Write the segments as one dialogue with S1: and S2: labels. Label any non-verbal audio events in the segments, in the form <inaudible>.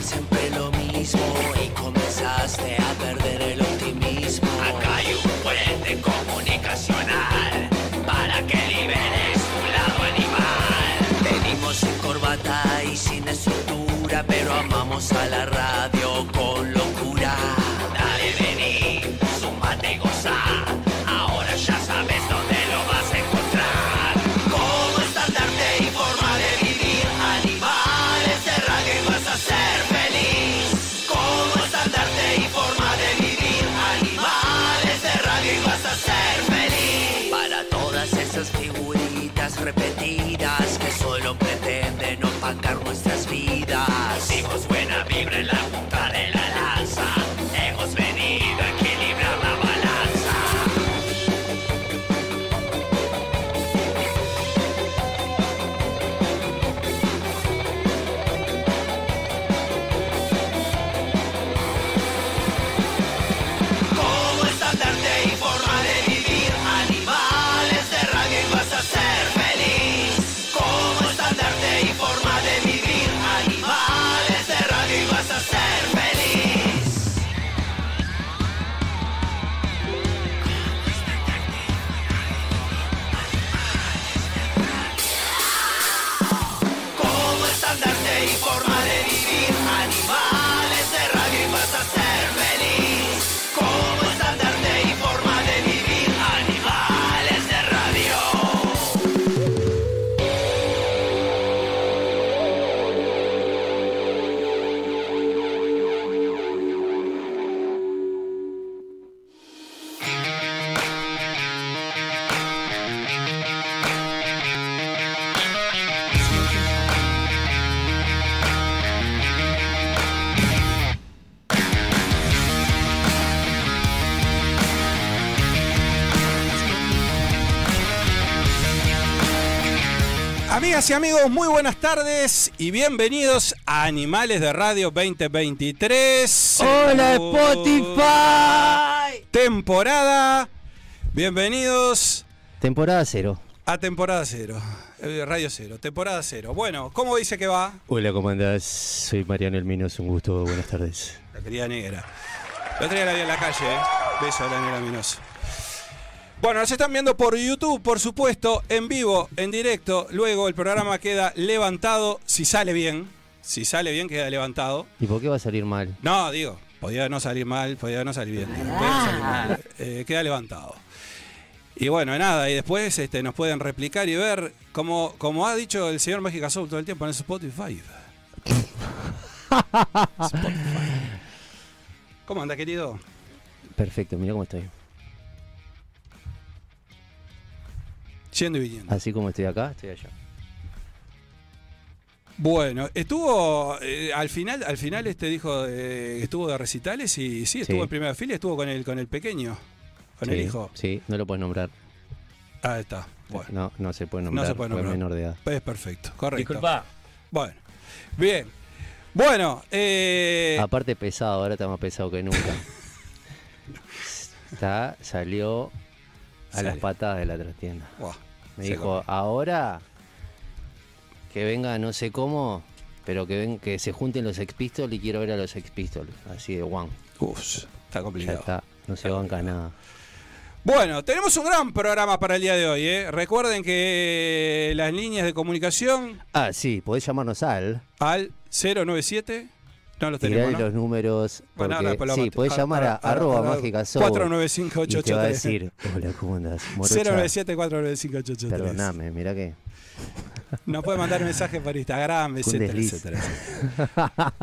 S1: siempre lo mismo y comenzaste a perder el optimismo.
S2: Acá hay un puente comunicacional para que liberes tu lado animal.
S1: Venimos sin corbata y sin estructura, pero amamos a la radio con locura.
S2: Dale, vení, sumate y goza. Ahora ya sabes dónde lo vas a encontrar. Cómo estandarte y forma de vivir. Animales de radio y vas a ser feliz. Cómo estandarte y forma de vivir. Animales de radio y vas a ser feliz.
S1: Para todas esas figuritas repetidas que solo pretenden opacar nuestras vidas.
S2: Dimos buena vibra en la punta de la lanza. Hemos venido a equilibrar la balanza. Como estandarte y forma de vivir, animales de radio y vas a ser feliz. Como estandarte y forma de vivir, animales de radio y vas a ser feliz. Como estandarte y forma de vivir, animales de radio y vas a ser feliz. Como estandarte y forma de vivir, animales de radio.
S3: Amigas y amigos, muy buenas tardes y bienvenidos a Animales de Radio 2023.
S4: Hola
S3: Oh,
S4: Spotify.
S3: Temporada. Bienvenidos
S4: Temporada cero.
S3: a temporada cero. Eh, Radio cero, temporada cero. Bueno, ¿cómo dice que va?
S5: Hola, ¿cómo andás? Soy Mariano Elminos, un gusto, buenas tardes.
S3: La querida negra. La otra día la vi en la calle, ¿eh? Beso a la negra Minoso. Bueno, nos están viendo por YouTube, por supuesto, en vivo, en directo. Luego el programa queda levantado, si sale bien. Si sale bien, queda levantado.
S5: ¿Y por qué va a salir mal?
S3: No, digo, podía no salir mal, podía no salir bien.
S5: Ah.
S3: podía no salir mal. Eh, queda levantado. Y bueno, nada, y después este, nos pueden replicar y ver, como, como ha dicho el señor Mágica Soul todo el tiempo en
S5: <laughs>
S3: Spotify. Spotify. ¿Cómo anda, querido?
S5: Perfecto, mira cómo estoy.
S3: Yendo y viniendo.
S5: Así como estoy acá, estoy allá.
S3: Bueno, estuvo eh, al final, al final este dijo eh, que estuvo de recitales y sí, estuvo
S5: Sí.
S3: en primera fila, estuvo con el con el pequeño, con el
S5: Sí,
S3: hijo.
S5: Sí, no lo puedes nombrar.
S3: Ah, está. Bueno,
S5: No, no se puede
S3: no,
S5: nombrar.
S3: se puede
S5: fue
S3: nombrar.
S5: menor de edad.
S3: Es perfecto, correcto.
S6: Disculpa,
S3: Bueno, bien. Bueno, eh,
S5: Aparte pesado, ahora está más pesado que nunca. está, salió a las
S3: Sale.
S5: patadas de la trastienda.
S3: buah,
S5: Me
S3: se
S5: dijo, ahora que venga no sé cómo, pero que ven, que se junten los Sex Pistols y quiero ver a los Sex Pistols. Así de one.
S3: com- Uf, está
S5: Ya
S3: complicado.
S5: está, no se banca nada.
S3: Bueno, tenemos un gran programa para el día de hoy. ¿eh? Recuerden que las líneas de comunicación
S5: Ah, sí, podés llamarnos al.
S3: al 097 no los
S5: Tirá
S3: tenemos. ¿no?
S5: los números.
S3: Bueno,
S5: Porque,
S3: ahora después lo
S5: sí,
S3: vamos a-
S5: podés
S3: ahora-
S5: llamar a
S3: ahora-
S5: arroba
S3: ahora-
S5: mágica soul
S3: 495883.
S5: y te va a decir, hola, ¿cómo andás? Morocha,
S3: 097 495
S5: Perdoname, mirá que.
S3: Nos puede mandar mensajes por Instagram, etcétera,
S5: desliz.
S3: etcétera. etcétera.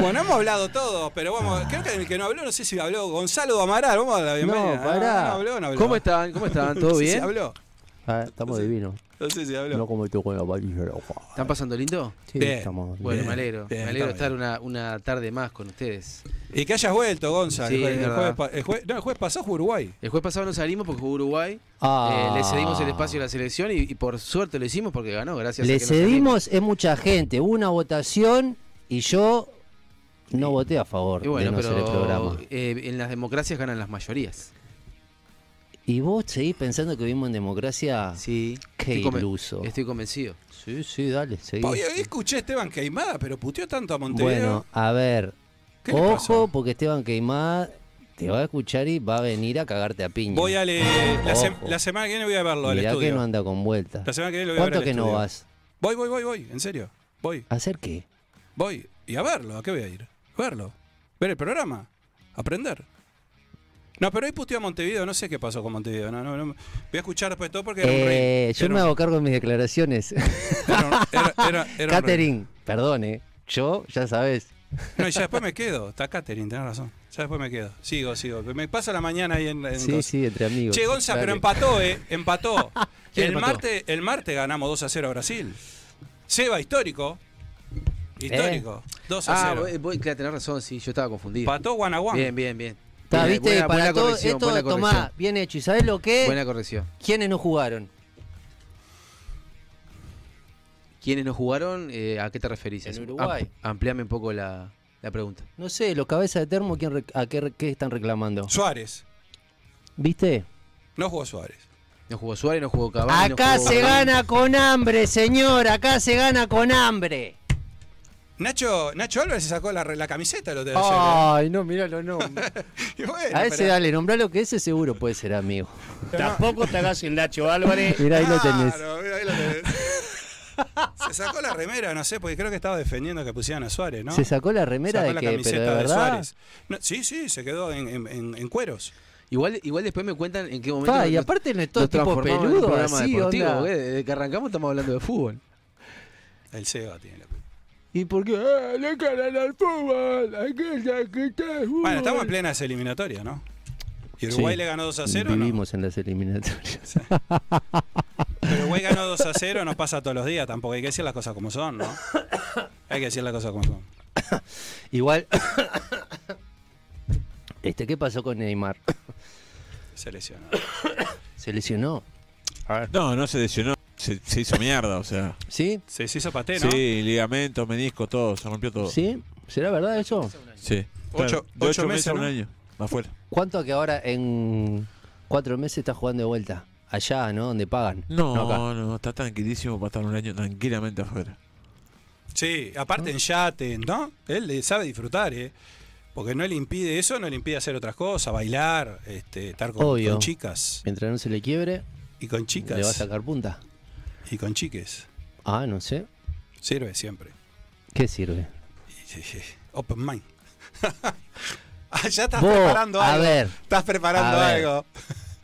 S3: bueno, hemos hablado todos, pero vamos, creo que el que no habló, no sé si habló Gonzalo Amaral, vamos a dar la bienvenida. Ah,
S5: No, pará.
S3: No, habló, no habló.
S6: ¿cómo
S5: <laughs>
S6: están? ¿Cómo están?
S3: <laughs> No
S6: ¿Todo
S3: sé si
S6: bien?
S3: habló.
S5: Ah, estamos
S3: Sí.
S5: divinos.
S3: No sé si habló.
S5: No como este tú con la varilla. loco.
S6: ¿Están pasando lindo?
S5: Sí,
S3: Bien.
S5: estamos.
S6: Bueno,
S3: Bien,
S6: me alegro.
S3: bien,
S6: me alegro de
S3: está
S6: estar una, una tarde más con ustedes.
S3: Y que hayas vuelto, Gonzalo.
S6: Sí,
S3: el,
S6: es
S3: jueves,
S6: verdad.
S3: pa- el jue- no, el jueves pasó fue Uruguay.
S6: El jueves pasado no salimos porque jugó Uruguay.
S5: Ah.
S6: Eh, le cedimos el espacio a la selección y, y por suerte lo hicimos porque ganó, gracias a
S5: Le
S6: que no salimos.
S5: cedimos, es mucha gente. Hubo una votación y yo no voté a favor
S6: Y
S5: de
S6: bueno,
S5: no hacer el
S6: pero
S5: programa.
S6: eh, en las democracias ganan las mayorías.
S5: Y vos seguís pensando que vivimos en democracia.
S6: Sí.
S5: Ah. Qué
S6: Estoy conven-
S5: iluso.
S6: Estoy convencido.
S5: Sí, sí, dale, seguí.
S3: Hoy escuché a Esteban Queimada, pero puteó tanto a Montevideo.
S5: Bueno, a ver.
S3: ¿Qué le
S5: Ojo,
S3: pasa?
S5: porque Esteban Queimada te va a escuchar y va a venir a cagarte a piña.
S3: Voy a leer. La, sem-
S5: Ojo.
S3: la semana que viene voy a verlo al
S5: Mirá que
S3: estudio.
S5: no anda con vuelta.
S3: La semana que viene lo voy a ver
S5: ¿Cuánto
S3: al
S5: que no
S3: estudio.
S5: vas?
S3: Voy, voy, voy, voy. En serio. Voy,
S5: ¿A ¿Hacer qué?
S3: voy. Y a verlo. ¿A qué voy a ir? A verlo. Ver el programa. Aprender. No, pero hoy puteó a Montevideo. No sé qué pasó con Montevideo. No, no, no. Voy a escuchar después todo porque era un
S5: Eh,
S3: rey.
S5: yo
S3: Era
S5: me
S3: un-
S5: hago cargo de mis declaraciones.
S3: <laughs> era un- era- era- era un rey.
S5: Catherine, perdón, ¿eh? Yo, ya sabes.
S3: No, y ya después me quedo. Está Catherine, tenés razón. Ya después me quedo. Sigo, sigo. Me pasa la mañana ahí en. en
S5: Sí,
S3: coso.
S5: sí, entre amigos.
S3: Che, Gonza,
S5: Dale.
S3: pero empató, ¿eh? Empató.
S5: <laughs>
S6: ¿Quién
S3: el,
S6: empató?
S3: martes, el martes ganamos 2 a 0 a Brasil. Seba, histórico.
S5: Eh.
S3: Histórico. 2 a
S6: Ah,
S3: 0.
S6: voy, voy, claro, tenés razón, sí, yo estaba confundido.
S3: Empató Guanajuato.
S6: Bien, bien, bien.
S5: Está,
S6: Bien,
S5: viste,
S6: buena-
S5: para
S6: buena
S5: todo
S6: corrección,
S5: esto,
S6: buena
S5: tomá, Eh.
S6: corrección.
S5: bien hecho. ¿Y sabés lo que?
S6: Buena corrección.
S5: ¿Quiénes no jugaron?
S6: ¿Quiénes no jugaron? Eh, ¿A qué te referís?
S5: En
S6: Am-
S5: Uruguay.
S6: ampliame un poco la, la pregunta.
S5: No sé, los cabezas de termo, ¿quién rec- ¿a qué, re- qué están reclamando?
S3: Suárez.
S5: ¿Viste?
S3: No jugó Suárez.
S6: No jugó Suárez, no jugó Cavani. no
S5: Acá
S6: jugó-
S5: se gana con hambre, señor. Acá se gana con hambre.
S3: Nacho, Nacho Álvarez se sacó la, re- la camiseta el otro día.
S5: Ay, no, mirá
S3: <laughs>
S5: los nombres.
S3: ¿eh? Y bueno,
S5: Ah. A ese
S3: pero-
S5: dale, nombralo que ese seguro puede ser amigo.
S7: Tampoco te hagas el Nacho Álvarez.
S5: Mirá, ahí lo tenés.
S3: Eh, Claro, mira, ahí lo tenés. Se sacó la remera, no sé, porque creo que estaba defendiendo que pusieran a Suárez, ¿no?
S5: Se sacó la remera
S3: Sacó
S5: de
S3: la
S5: que,
S3: camiseta
S5: pero de
S3: de
S5: verdad.
S3: Suárez. No, sí, sí, se quedó en, en- en- en cueros.
S6: Igual, igual después me cuentan en qué momento.
S5: Pa,
S6: nos-
S5: y aparte no es todo
S6: nos
S5: tipo
S6: transformamos en un
S5: peludo,
S6: programa
S5: así,
S6: deportivo,
S5: onda.
S6: porque Desde que arrancamos estamos hablando de fútbol.
S3: El Seba tiene la culpa.
S5: ¿Y por qué? Ah, le ganan al fútbol, aquella que está el fútbol.
S3: Bueno, estamos en plenas eliminatorias, ¿no? Y Uruguay
S5: Sí.
S3: le ganó 2 a 0, ¿no?
S5: Vivimos en las eliminatorias.
S3: Pero Uruguay ganó 2 a 0, no pasa todos los días tampoco. Hay que decir las cosas como son, ¿no? Hay que decir las cosas como son.
S5: Igual. <coughs> Este, ¿qué pasó con Neymar?
S3: Seleccionado.
S5: Se lesionó.
S8: No, no se lesionó. Se, se hizo mierda, o sea.
S5: ¿Sí?
S3: Se hizo paté, ¿no?
S8: Sí, ligamentos, meniscos, todo. Se rompió todo.
S5: ¿Sí? ¿Será verdad eso?
S8: Sí.
S3: Ocho-
S8: de
S3: ocho
S8: ocho
S3: meses,
S8: meses a un
S3: ¿no?
S8: año. Afuera.
S5: ¿Cuánto que ahora en cuatro meses está jugando de vuelta? Allá, ¿no? Donde pagan.
S8: No,
S5: acá.
S8: no, está tranquilísimo para estar un año tranquilamente afuera.
S3: Sí, aparte en yate, ¿no? Él le sabe disfrutar, ¿eh? Porque no le impide eso, no le impide hacer otras cosas, bailar, este, estar con,
S5: Obvio.
S3: con chicas.
S5: Mientras no se le quiebre,
S3: Y con
S5: le va a
S3: chicas.
S5: sacar punta.
S3: Y con chiques.
S5: Ah, no sé.
S3: Sirve siempre.
S5: ¿Qué sirve?
S3: Open mind. <laughs> Ah, ya estás
S5: Vos,
S3: preparando
S5: a
S3: algo.
S5: ver,
S3: Estás preparando
S5: a ver.
S3: algo.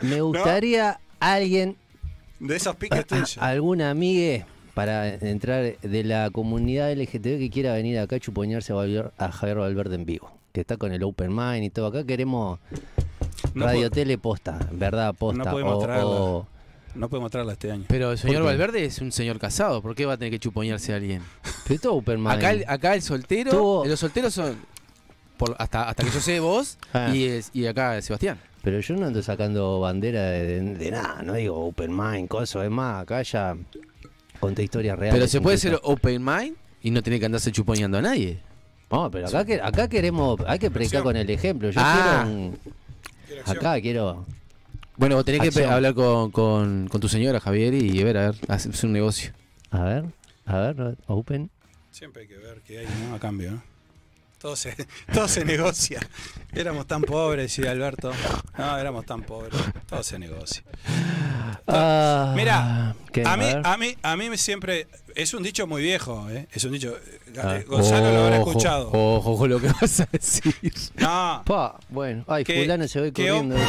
S5: me gustaría alguien,
S3: De esos piques tuyos.
S5: <clears throat> alguna amigue para entrar de la comunidad LGTB que quiera venir acá a chuponearse a, Valver- a Javier Valverde en vivo. Que está con el Open Mind y todo. Acá queremos
S3: No
S5: radio
S3: po-
S5: tele posta, verdad posta.
S3: No podemos
S5: o-
S3: traerla.
S5: o-
S3: No podemos traerla este año.
S6: Pero el
S5: señor
S6: señor
S5: ¿Por qué?
S6: Valverde es un señor casado, ¿por qué va a tener que chuponearse a alguien?
S5: pero todo Open Mind.
S6: Acá el, acá el soltero, eh,
S5: Tuvo-
S6: los solteros son por- hasta, hasta que yo sé vos
S5: Ah.
S6: y, es- y acá Sebastián.
S5: Pero yo no ando sacando bandera de, de- de nada, no digo open mind, cosas demás, acá ya conté historias reales.
S6: Pero se puede ser
S5: incluso.
S6: open mind y no tener que andarse chuponeando a nadie.
S5: No, pero acá, que- acá queremos, hay que predicar con el ejemplo. Yo
S6: Ah.
S5: quiero un- Acá quiero...
S6: Bueno, vos tenés que
S5: Acción.
S6: pe- hablar con, con- con tu señora, Javier, y ver, a ver, hacer un negocio.
S5: A ver, a ver, open.
S3: Siempre hay que ver qué hay ¿no? a cambio, ¿no? Todo se, <laughs> todo se negocia. Éramos tan pobres, sí, Alberto. No, éramos tan pobres. Todo se negocia.
S5: Ah,
S3: Mirá,
S5: ¿qué?
S3: a mí,
S5: ver.
S3: a, mí, a mí me siempre. Es un dicho muy viejo, ¿eh? Es un dicho. eh,
S5: Ah.
S3: Gonzalo lo habrá
S6: Ojo,
S3: escuchado.
S6: Ojo, ojo lo que <laughs> vas a decir.
S3: No,
S5: Pa, bueno, ay,
S3: Que-
S5: fulano se ve
S3: que
S5: corriendo.
S3: o-
S5: de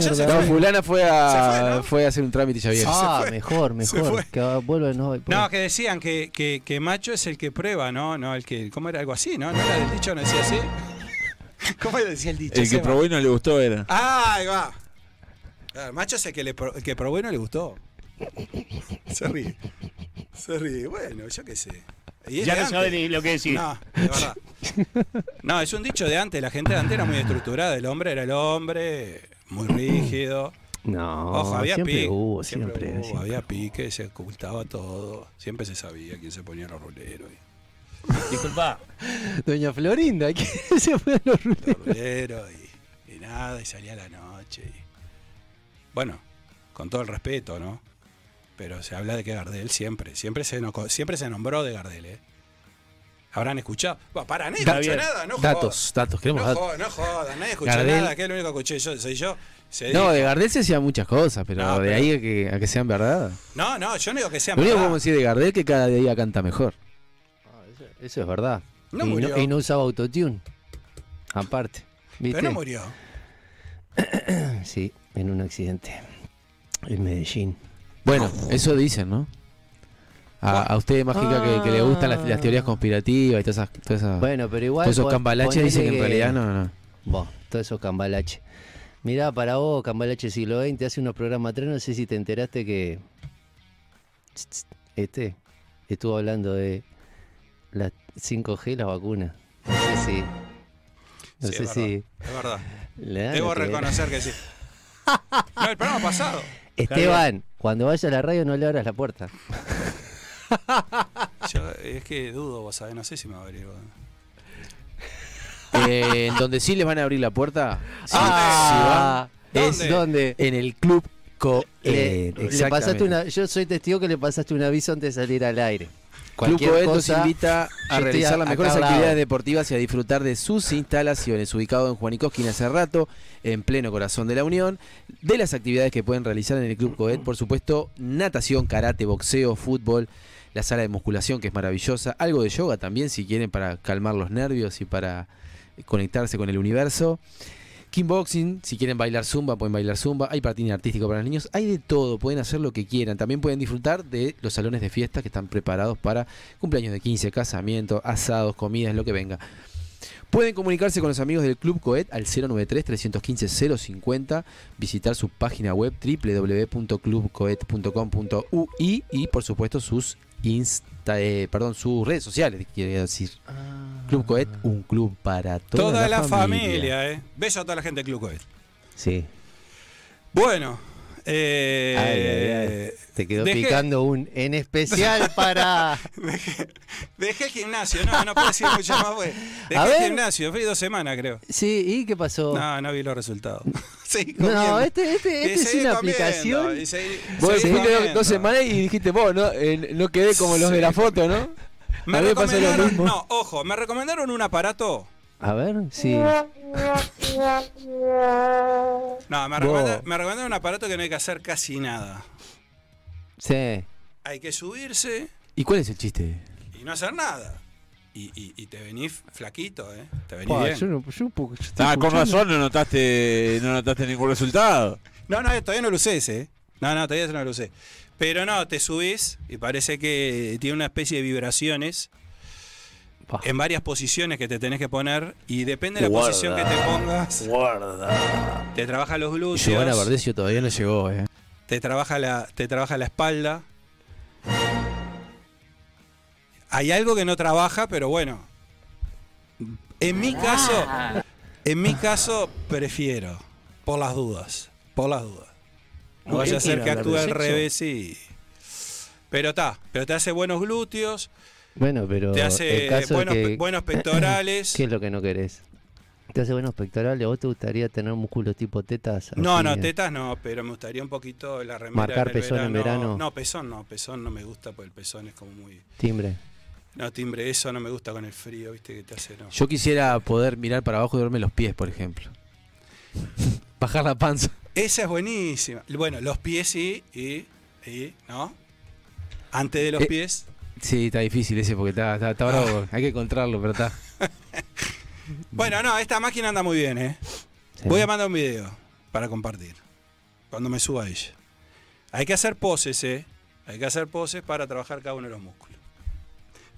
S3: <laughs> Ya se
S5: mierda.
S6: No, fulana fue a,
S3: Se fue, ¿no?
S6: fue a hacer un trámite, Javier.
S5: Ah,
S6: <laughs>
S3: fue.
S5: mejor,
S3: Se
S5: mejor.
S3: fue.
S5: Que vuelvan hoy. por-
S3: no, que decían que, que, que macho es el que prueba, ¿no? No, el que. ¿Cómo era? Algo así, ¿no? ¿No era del dicho? ¿No decía así? <laughs> ¿Cómo decía el dicho?
S8: El que
S3: Seba?
S8: probó y no le gustó era.
S3: Ah, ahí va. Claro, macho es el que, le pro- el que probó y no le gustó. Se ríe. Se ríe. Bueno, yo qué sé. Y es
S7: Ya
S3: de
S7: no
S3: antes.
S7: sabes ni lo que decís.
S3: No, de verdad. No, es un dicho de antes. La gente de antes era muy estructurada. El hombre era el hombre, muy rígido.
S5: No,
S3: Ojo, había
S5: Oh, siempre
S3: pique.
S5: hubo, siempre.
S3: hubo,
S5: siempre.
S3: Había pique, se ocultaba todo. Siempre se sabía quién se ponía los ruleros. y-
S7: Disculpa.
S5: Doña Florinda,
S6: <laughs>
S5: ¿qué se fue a los
S3: Los ruleros y, y nada, y salía a la noche. y- Bueno, con todo el respeto, ¿no? Pero se habla de que Gardel siempre, siempre se, no- siempre se nombró de Gardel, ¿eh? Habrán escuchado. Bah, para, nadie
S6: Da-
S3: escuchó nada, no
S6: datos,
S3: jodas.
S6: datos, queremos
S3: No
S6: datos.
S3: jodas, no jodas, nadie escuchó
S6: Gardel-
S3: nada, que es lo único que escuché yo, soy yo. Se dijo-
S6: No, eh. de Gardel se hacían muchas cosas, pero
S3: No,
S6: de
S3: pero-
S6: ahí a que, a que sean verdad.
S3: no, no, yo no digo que sea
S6: Lo único que
S3: verdad.
S6: podemos decir de Gardel es que cada día canta mejor.
S5: Eso es verdad.
S3: No
S5: y,
S3: murió.
S5: No, y no usaba autotune. Aparte. ¿Viste?
S3: Pero no murió.
S5: Sí, en un accidente. En Medellín.
S6: Bueno, eso dicen, ¿no? A, a ustedes, Mágica, que, que le gustan las, las teorías conspirativas y todas esas, todas esas-
S5: Bueno, pero igual.
S6: todos esos
S5: pon-
S6: cambalaches
S5: ponele
S6: dicen que en
S5: que-
S6: realidad no, no.
S5: Vos, todo eso cambalache. Mirá, para vos, cambalache siglo XX, hace unos programas atrás, no sé si te enteraste que. Este estuvo hablando de las 5G, las vacunas. No sé si. No
S3: Sí,
S5: sé
S3: es
S5: si.
S3: verdad, Es verdad.
S5: le dan
S3: Debo
S5: lo que-
S3: reconocer que
S6: <laughs>
S3: sí. No, el programa pasado.
S5: Esteban, cuando vayas a la radio no le abras la puerta.
S3: Yo, es que dudo, vos sabés, no sé si me va a abrir. vos.
S6: Eh, en donde sí les van a abrir la puerta. sí,
S5: Ah,
S6: sí van,
S5: ¿Dónde?
S6: es
S5: ¿Dónde?
S6: en el club Coel.
S5: Le, le pasaste
S6: Eh, Exactamente.
S5: una, yo soy testigo que le pasaste un aviso antes de salir al aire.
S6: Club
S5: Cualquier
S6: Coel nos
S5: cosa,
S6: invita
S5: yo
S6: a
S5: estoy
S6: realizar
S5: a-
S6: las
S5: acá
S6: mejores
S5: al lado.
S6: actividades deportivas y a disfrutar de sus instalaciones, ubicado en Juanicoski hace rato, en pleno corazón de la Unión, de las actividades que pueden realizar en el Club Coel, por supuesto, natación, karate, boxeo, fútbol, la sala de musculación que es maravillosa, algo de yoga también si quieren para calmar los nervios y para conectarse con el universo. Kickboxing, si quieren bailar zumba, pueden bailar zumba. Hay patín artístico para los niños. Hay de todo, pueden hacer lo que quieran. También pueden disfrutar de los salones de fiesta que están preparados para cumpleaños de 15, casamientos, asados, comidas, lo que venga. Pueden comunicarse con los amigos del Club Coet al 093-315-050, visitar su página web www.clubcoet.com.ui y por supuesto sus Insta, eh, perdón, sus redes sociales, quiere decir. Club Coet, un club para toda,
S3: Ah. Toda, la, familia. ¿eh? Beso a toda la gente de Club Coed.
S5: Sí.
S3: Bueno, eh,
S5: Ay, ay, ay. Te quedó
S3: dejé-
S5: picando un
S3: <laughs>
S5: en especial para.
S3: Dejé, dejé el gimnasio, no, no puedo decir mucho más. güey. Dejé
S5: A
S3: el
S5: ver.
S3: gimnasio, fui dos semanas, creo.
S5: Sí, ¿y qué pasó?
S3: No, no vi los resultados. <laughs> Seguí
S5: No,
S3: comiendo.
S5: este, este,
S3: Y
S5: este es
S3: seguí
S5: una
S3: comiendo,
S5: aplicación.
S3: y seguí-
S6: Vos
S3: seguí
S6: dijiste
S3: comiendo.
S6: dos semanas y dijiste vos, ¿no? Eh, no quedé como los de la foto, ¿no?
S3: Me
S6: A mí me pasó lo
S3: recomendaron,
S6: mismo.
S3: no, ojo, me recomendaron un aparato.
S5: A ver, sí.
S3: No, me, recomenda- me recomendaron un aparato que no hay que hacer casi nada.
S5: Sí.
S3: Hay que subirse
S6: ¿Y cuál es el chiste?
S3: y no hacer nada. Y, y- y te venís flaquito, ¿eh? Te venís
S5: Pa,
S3: bien.
S5: yo no, yo un poco- yo estoy
S8: Ah, con
S5: escuchando.
S8: razón no notaste, no notaste ningún resultado.
S3: No, no, eh, todavía no lo usé ese. eh. No, no, todavía no lo usé. Pero no, te subís y parece que tiene una especie de vibraciones
S5: Pa.
S3: en varias posiciones que te tenés que poner y depende de la
S7: Guarda.
S3: posición que te pongas,
S7: Guarda.
S3: te trabaja los
S6: Giovanna
S3: glúteos,
S6: Verdesio todavía no llegó, ¿eh?
S3: te trabaja la, te trabaja la espalda. Hay algo que no trabaja, pero bueno. En mi caso, en mi caso prefiero, por las dudas, por las dudas. No vaya a ser que actúe al revés y. Pero está, pero te hace buenos glúteos,
S5: Bueno, pero.
S3: te hace
S5: el caso
S3: buenos,
S5: es
S3: pe-
S5: que,
S3: buenos pectorales.
S5: <clears throat> ¿Qué es lo que no querés? ¿Te hace buenos pectorales? ¿Vos te gustaría tener músculos tipo tetas?
S3: No,
S5: Así,
S3: no,
S5: eh.
S3: tetas no, pero me gustaría un poquito la remera.
S5: Marcar
S3: en el
S5: pezón en verano.
S3: No, pezón no, pezón no me gusta porque el pezón es como muy.
S5: Timbre.
S3: No, timbre, eso no me gusta con el frío, viste, que te hace no.
S6: Yo quisiera poder mirar para abajo y verme los pies, por <laughs> ejemplo. Bajar la panza.
S3: Esa es buenísima. Bueno, los pies sí, y. y ¿No? Antes de los
S6: Eh,
S3: pies.
S6: Sí, está difícil ese porque está, está, está bravo. Hay que encontrarlo, pero está.
S3: Bueno, no, esta máquina anda muy bien, ¿eh?
S5: Sí.
S3: Voy a mandar un video para compartir. Cuando me suba ella. Hay que hacer poses, ¿eh? Hay que hacer poses para trabajar cada uno de los músculos.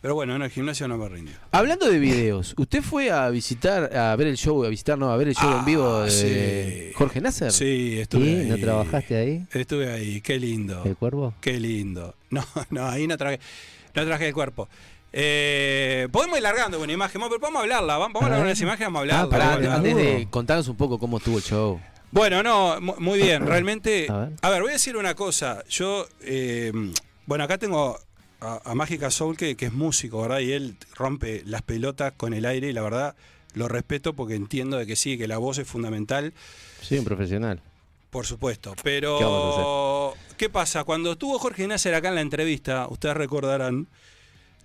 S3: Pero bueno, en el gimnasio no me rindió.
S6: Hablando de videos, ¿usted fue a visitar, a ver el show, a visitar, no, a ver el show
S3: Ah,
S6: en vivo de
S3: sí.
S6: Jorge Nasser?
S3: Sí, estuve
S5: ¿Y?
S3: ahí.
S5: ¿No trabajaste ahí?
S3: Estuve ahí, qué lindo.
S5: ¿El cuervo?
S3: Qué lindo. <laughs> No, no, ahí no traje, no traje el cuerpo. Eh, podemos ir largando con imagen, pero vamos a hablarla. Vamos a largar esa imagen, vamos a hablarla.
S6: Ah, pará,
S3: vamos a hablarla.
S6: antes de contarnos un poco cómo estuvo el show.
S3: Bueno, no, mu- muy
S6: <coughs>
S3: bien. Realmente,
S5: A ver.
S3: a ver, voy a decir una cosa. Yo, eh, bueno, acá tengo a, a Mágica Soul, que, que es músico, ¿verdad? Y él rompe las pelotas con el aire y la verdad lo respeto porque entiendo de que sí, que la voz es fundamental.
S5: Soy un profesional.
S3: Por supuesto,
S5: ¿Qué vamos
S3: pero ¿qué pasa? Cuando estuvo Jorge Nasser acá en la entrevista, ustedes recordarán,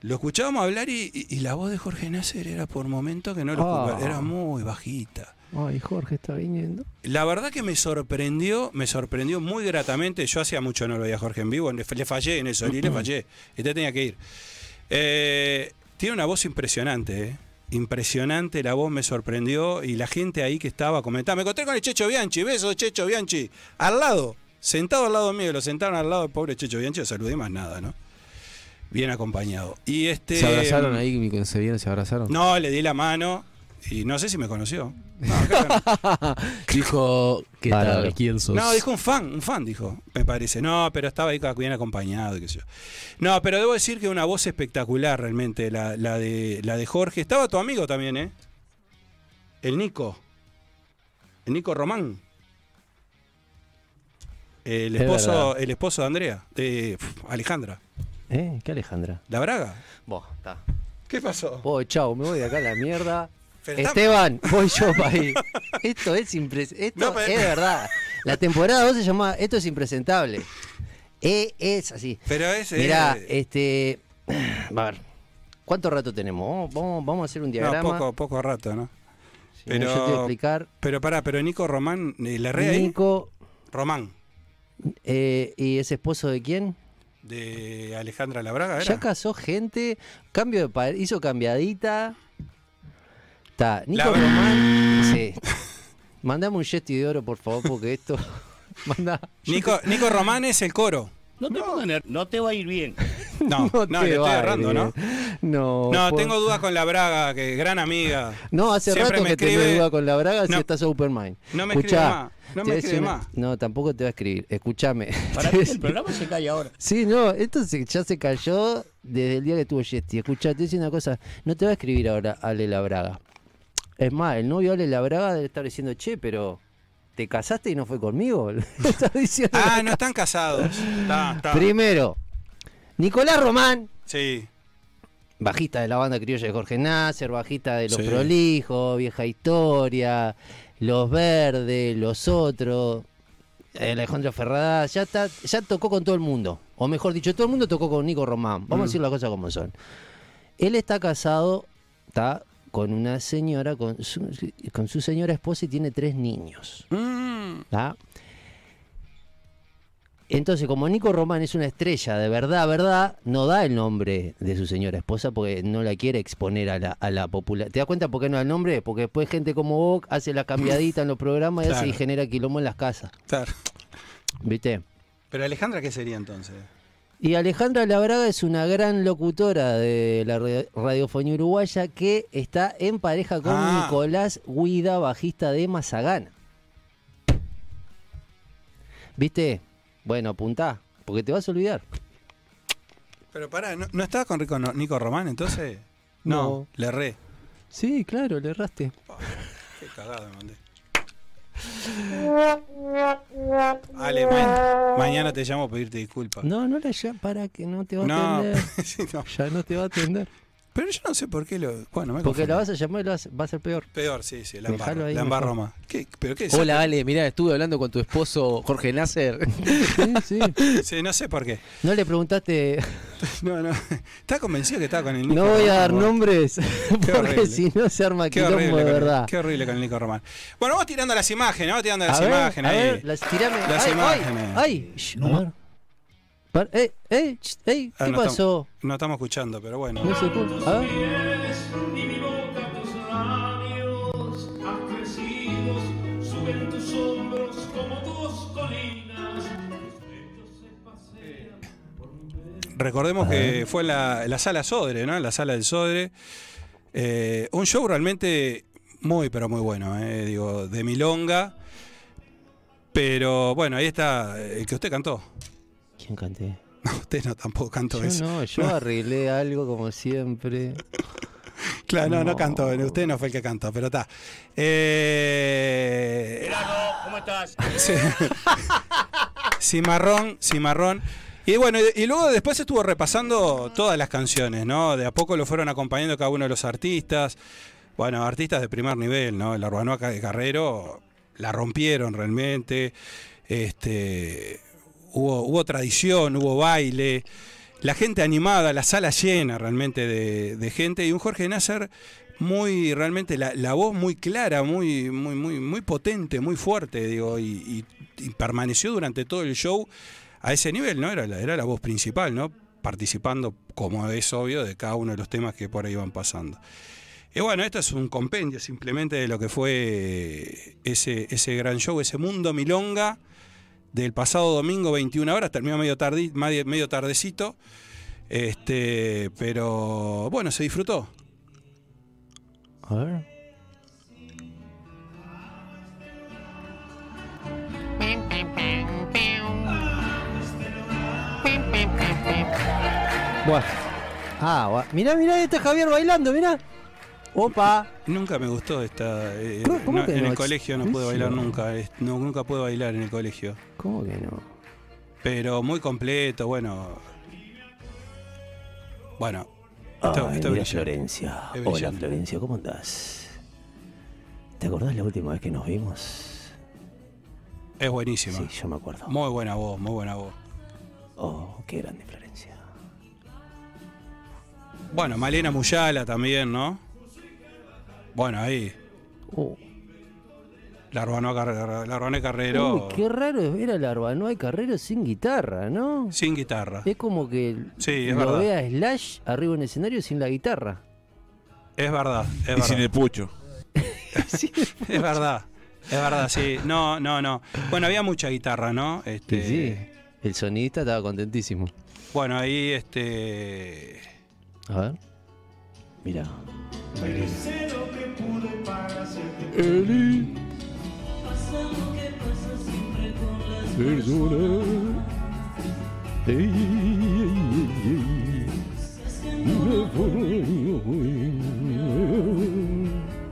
S3: lo escuchábamos hablar y, y- y la voz de Jorge Nasser era por momentos que no lo
S5: Ah.
S3: escuchaba, era muy bajita.
S5: Ay, Jorge está viniendo.
S3: La verdad que me sorprendió, me sorprendió muy gratamente. Yo hacía mucho no lo veía a Jorge en vivo, le, le fallé en eso, y
S6: <clears throat>
S3: le fallé. Este tenía que ir. Eh, tiene una voz impresionante, ¿eh? Impresionante, la voz me sorprendió y la gente ahí que estaba comentaba. Me encontré con el Checho Bianchi, besos Checho Bianchi, al lado, sentado al lado mío, lo sentaron al lado del pobre Checho Bianchi, lo saludé más nada, ¿no? Bien acompañado. Y este.
S6: ¿Se abrazaron ahí y cuando se vieron? ¿Se abrazaron?
S3: No, le di la mano y no sé si me conoció. No, creo que no.
S6: Dijo, ¿qué
S5: Bárbaro.
S6: tal? ¿Quién sos?
S3: No, dijo un fan, un fan dijo, me parece. No, pero estaba ahí bien acompañado, y qué sé yo. No, pero debo decir que una voz espectacular realmente, la, la de, la de Jorge. Estaba tu amigo también, ¿eh? El Nico. El Nico Román. El
S5: Es
S3: esposo,
S5: verdad.
S3: el esposo de Andrea, de pf, Alejandra.
S5: ¿Eh? ¿Qué Alejandra?
S3: La Braga.
S5: Vos, está.
S3: ¿Qué pasó?
S5: Vos, Oh, chao, me voy de acá a la mierda.
S3: Pero está-
S5: Esteban, voy yo
S3: <laughs>
S5: para ahí. Esto es impresionante. Esto
S3: No, pero-
S5: es verdad. La temporada 2 se llama Esto es impresentable. Eh, es así.
S3: Pero ese.
S5: Mirá,
S3: eh,
S5: este. <clears throat> A ver. ¿Cuánto rato tenemos? Vamos- Vamos, vamos a hacer un
S3: no,
S5: diagrama.
S3: poco, poco rato, ¿no?
S5: Si no,
S3: pero-
S5: Yo te voy a explicar.
S3: Pero pará, pero Nico Román, eh, la re ahí.
S5: Nico,
S3: Román,
S5: eh, ¿y es esposo de quién?
S3: de Alejandra La Braga, ¿era?
S5: Ya casó gente, cambio de país, hizo cambiadita. Está, Nico
S3: La-
S5: Román. Sí. <laughs> Mandame un gesto de oro, por favor, porque esto. <laughs> Manda.
S3: Nico, Nico Román es el
S5: <laughs>
S3: coro.
S7: No te pongas ner- no te va a ir bien.
S3: No, no,
S5: te
S3: le estoy
S5: va,
S3: errando, ¿no?
S5: eh. No,
S3: No,
S5: por-
S3: tengo dudas con la Braga, que gran amiga.
S5: No, hace
S3: Siempre
S5: rato
S3: me
S5: que
S3: escribe-
S5: tenés duda con la braga
S3: No.
S5: si estás open mind.
S3: No me escribe más,
S5: Escuchá,
S3: no
S5: te
S3: me
S5: voy a decir
S3: escribe
S5: una-
S3: más.
S5: No, tampoco te va a escribir. Escúchame.
S7: Para mí el programa se cae ahora.
S5: Sí, no, esto se- ya se cayó desde el día que tuvo Yesti. Escuchá, te dice una cosa, no te va a escribir ahora Ale La Braga. Es más, el novio Ale La Braga debe estar diciendo, che, pero te casaste y no fue conmigo. <laughs> Le está diciendo.
S3: Ah, no están casados. Está, está.
S5: Primero, Nicolás Román,
S3: Sí.
S5: bajista de la banda criolla de Jorge Nasser, bajista de Los
S3: Sí.
S5: Prolijos, Vieja Historia, Los Verdes, Los Otros, Alejandro Ferrada, ya, está, ya tocó con todo el mundo. O mejor dicho, todo el mundo tocó con Nico Román. Vamos a decir las cosas como son. Él está casado, está con una señora, con su, con su señora esposa y tiene tres niños.
S3: Mm.
S5: ¿tá? Entonces, como Nico Román es una estrella de verdad, verdad, no da el nombre de su señora esposa porque no la quiere exponer a la, a la popularidad. ¿Te das cuenta por qué no da el nombre? Porque después gente como vos hace la cambiadita en los programas y, hace y
S3: Claro.
S5: genera quilombo en las casas.
S3: Claro.
S5: ¿Viste?
S3: Pero Alejandra, ¿qué sería entonces?
S5: Y Alejandra Labraga es una gran locutora de la ra- radiofonía uruguaya que está en pareja con
S3: Ah.
S5: Nicolás Guida, bajista de Mazagana. ¿Viste? Bueno, apuntá, porque te vas a olvidar.
S3: Pero pará, ¿no, no estaba con Rico- no- Nico Román entonces? No,
S5: No.
S3: le re.
S5: Sí, claro, le erraste.
S3: Qué cagada me mandé. Ale, ma- mañana te llamo a pedirte disculpas.
S5: No, no la ya para que no te va a
S3: No. <laughs>
S5: atender.
S3: Sí, no.
S5: Ya no te va a atender.
S3: Pero yo no sé por qué lo. Bueno, me
S5: Porque
S3: confundí.
S5: la vas a llamar y la vas- va a ser peor.
S3: Peor, sí, sí, la
S5: Dejalo
S3: embarro,
S5: ahí
S3: la embarro
S5: mejor.
S3: más. ¿Qué? ¿Pero qué es?
S6: Hola Ale, mirá, estuve hablando con tu esposo
S5: <laughs>
S6: Jorge Nasser.
S5: Sí, sí.
S3: Sí, no sé por qué. <laughs>
S5: No le preguntaste.
S3: No, no. Estaba convencido que estaba con el Nico
S5: No voy a
S3: Román,
S5: dar
S3: bueno.
S5: nombres <laughs> porque
S3: horrible.
S5: si no se arma
S3: Qué
S5: quilombo
S3: horrible,
S5: de
S3: con-
S5: verdad.
S3: qué horrible con el Nico Román. Bueno, vamos tirando las imágenes, vamos tirando
S5: A
S3: las
S5: ver,
S3: imágenes
S5: a
S3: ahí.
S5: ver, las tirame.
S3: Las
S5: ay,
S3: imágenes.
S5: Ay, ay. Shh, a ver. Par- eh, eh, ch, eh,
S3: Ah,
S5: ¿qué
S3: no
S5: pasó?
S3: estamos- no estamos escuchando, pero bueno.
S5: No sé cómo- A ver.
S3: Recordemos que fue en la, en la sala Sodre, ¿no? En la sala del Sodre. Eh, un show realmente muy, pero muy bueno, eh, digo, de Milonga. Pero bueno, ahí está el que usted cantó.
S5: ¿Quién canté?
S3: No, usted no tampoco cantó
S5: Yo
S3: eso.
S5: no, yo arreglé algo como siempre.
S3: Claro, no, no,
S5: no.
S3: cantó. Usted no fue el que cantó, pero está. Eh,
S7: Gerardo, ¿cómo estás?
S3: <laughs> Sí. Cimarrón, cimarrón. Y bueno, y, y luego después estuvo repasando todas las canciones, ¿no? De a poco lo fueron acompañando cada uno de los artistas. Bueno, artistas de primer nivel, ¿no? La Urbanoaca de Carrero la rompieron realmente. Este, hubo, hubo tradición, hubo baile, la gente animada, la sala llena realmente de, de gente y un Jorge Nasser muy realmente la, la voz muy clara, muy, muy, muy, muy potente, muy fuerte, digo, y, y- y permaneció durante todo el show a ese nivel, ¿no? Era la, era la voz principal, ¿no? Participando, como es obvio, de cada uno de los temas que por ahí van pasando. Y bueno, esto es un compendio simplemente de lo que fue ese, ese gran show, ese mundo milonga del pasado domingo, 21 horas, terminó medio, tardi- madi- medio tardecito. Este, pero bueno, se disfrutó.
S5: A ver. Buah. Ah, buah. mirá, mirá, este Javier bailando, mirá. Opa.
S3: Nunca me gustó esta. eh,
S5: ¿Cómo- cómo
S3: no,
S5: que
S3: en
S5: no?
S3: el colegio no pude
S5: Sí.
S3: bailar nunca. es- no, nunca pude bailar en el colegio.
S5: ¿Cómo que no?
S3: Pero muy completo, bueno. Bueno. Esto,
S2: Ay,
S3: esto
S2: mira
S3: es brillante.
S2: Florencia.
S3: Es
S2: Hola
S3: brillante.
S2: Florencia, ¿cómo andás? ¿Te acordás la última vez que nos vimos?
S3: Es buenísimo.
S2: Sí, yo me acuerdo.
S3: Muy buena voz, muy buena voz.
S2: Oh, qué grande Florencia.
S3: Bueno, Malena Muyala también, ¿no? Bueno, ahí.
S5: Oh.
S3: La Ruanó Carrero. La Ruanó Carrero
S5: Uy, qué raro es ver al Arbanoa y Carrero sin guitarra, ¿no?
S3: sin guitarra.
S5: Es como que
S3: Sí, es verdad.
S5: lo vea Slash arriba en el escenario sin la guitarra.
S3: Es verdad, es
S8: Y
S3: verdad.
S8: sin el pucho.
S3: <laughs> Es verdad. Es verdad, sí. No, no, no. Bueno, había mucha guitarra, ¿no? Este,
S5: El sonidista estaba contentísimo.
S3: Bueno, ahí este.
S5: A ver.
S2: Mira.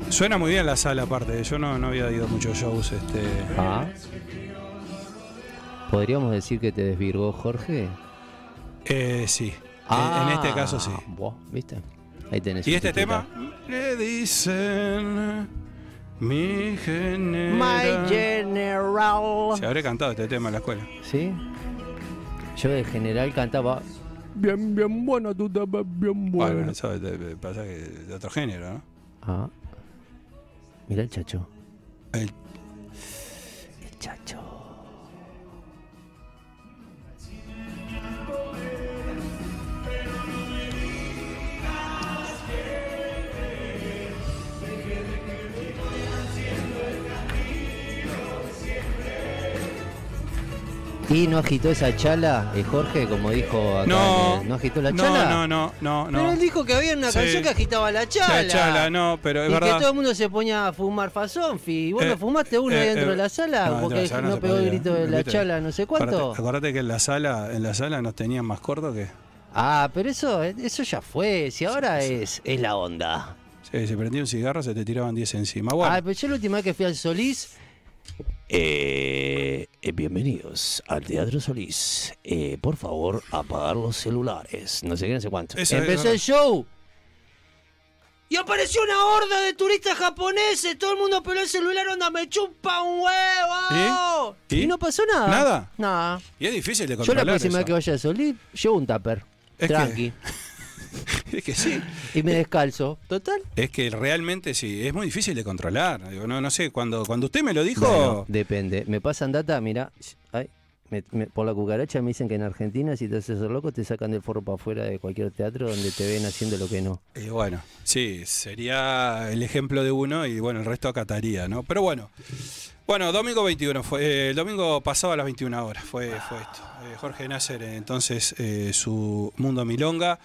S3: Suena muy bien la sala, aparte. Yo no, no había ido a muchos shows. Este.
S5: Ah. ¿Podríamos decir que te desvirgó Jorge? Ah.
S3: Eh, sí. En- en este caso sí.
S5: Buah, ¿Viste? Ahí tenés.
S3: ¿Y
S5: un
S3: este tema?
S5: titular.
S3: Le dicen. Mi
S5: My
S3: general.
S5: General.
S3: Se habré cantado este tema en la escuela.
S5: ¿Sí? Yo de general cantaba. Bien, bien bueno, tú también, bien
S3: Bueno,
S5: bueno.
S3: eso eh, eh, pasa que es de otro género, ¿no?
S5: Ah. Mira el chacho.
S3: El-
S5: El chacho. Y no agitó esa chala, eh, Jorge, como dijo acá.
S3: No,
S5: en el- eh, no agitó la
S3: no,
S5: chala.
S3: No, no, no, no.
S5: Pero él dijo que había una
S3: Sí.
S5: canción que agitaba la chala.
S3: La chala, no, pero es
S5: y
S3: verdad.
S5: que todo el mundo se ponía a fumar fasonfi. ¿Y vos
S3: Eh,
S5: no fumaste uno
S3: eh,
S5: ahí dentro
S3: eh,
S5: de la
S3: no,
S5: sala?
S3: dentro de
S5: porque
S3: la sala
S5: no,
S3: no se
S5: pegó el
S3: podía,
S5: grito de
S3: ¿no?
S5: la
S3: ¿Viste?
S5: chala, no sé cuánto.
S3: Acordate, acordate que en la sala, en la sala nos tenían más corto que.
S5: Ah, pero eso, eso ya fue. Si ahora es, es la onda.
S3: Sí, se prendía un cigarro, se te tiraban 10 encima. Bueno,
S5: Ah, pero yo la última vez que fui al Solís,
S2: Eh, eh,
S5: em.
S2: bienvenidos al Teatro Solís. Eh, por favor, apagar los celulares. No sé qué, no sé cuánto.
S3: eso es
S5: empezó
S3: verdad.
S5: el show. Y apareció una horda de turistas japoneses. Todo el mundo peló el celular, onda, me chupa un huevo.
S3: ¿Y? ¿Y?
S5: Y no pasó nada.
S3: ¿Nada?
S5: Nada.
S3: Y es difícil de
S5: Yo la
S3: controlar.
S5: próxima
S3: eso.
S5: vez que vaya a Solís, llevo un tupper.
S3: Es
S5: tranqui.
S3: <laughs> Es que sí.
S5: Y
S3: <laughs>
S5: me descalzo. Total.
S3: Es que realmente sí, es muy difícil de controlar. Digo, no, no sé, cuando, cuando usted me lo dijo.
S5: Bueno, depende. Me pasan data, mira. Ay, me- me- por la cucaracha me dicen que en Argentina, si te haces el loco, te sacan del foro para afuera de cualquier teatro donde te ven haciendo lo que no.
S3: Y bueno, sí, sería el ejemplo de uno y bueno, el resto acataría, ¿no? Pero bueno, bueno, domingo 21, fue, eh, el domingo pasado a las 21 horas fue, fue esto. Eh, Jorge Nasser, eh, entonces, eh, su Mundo Milonga.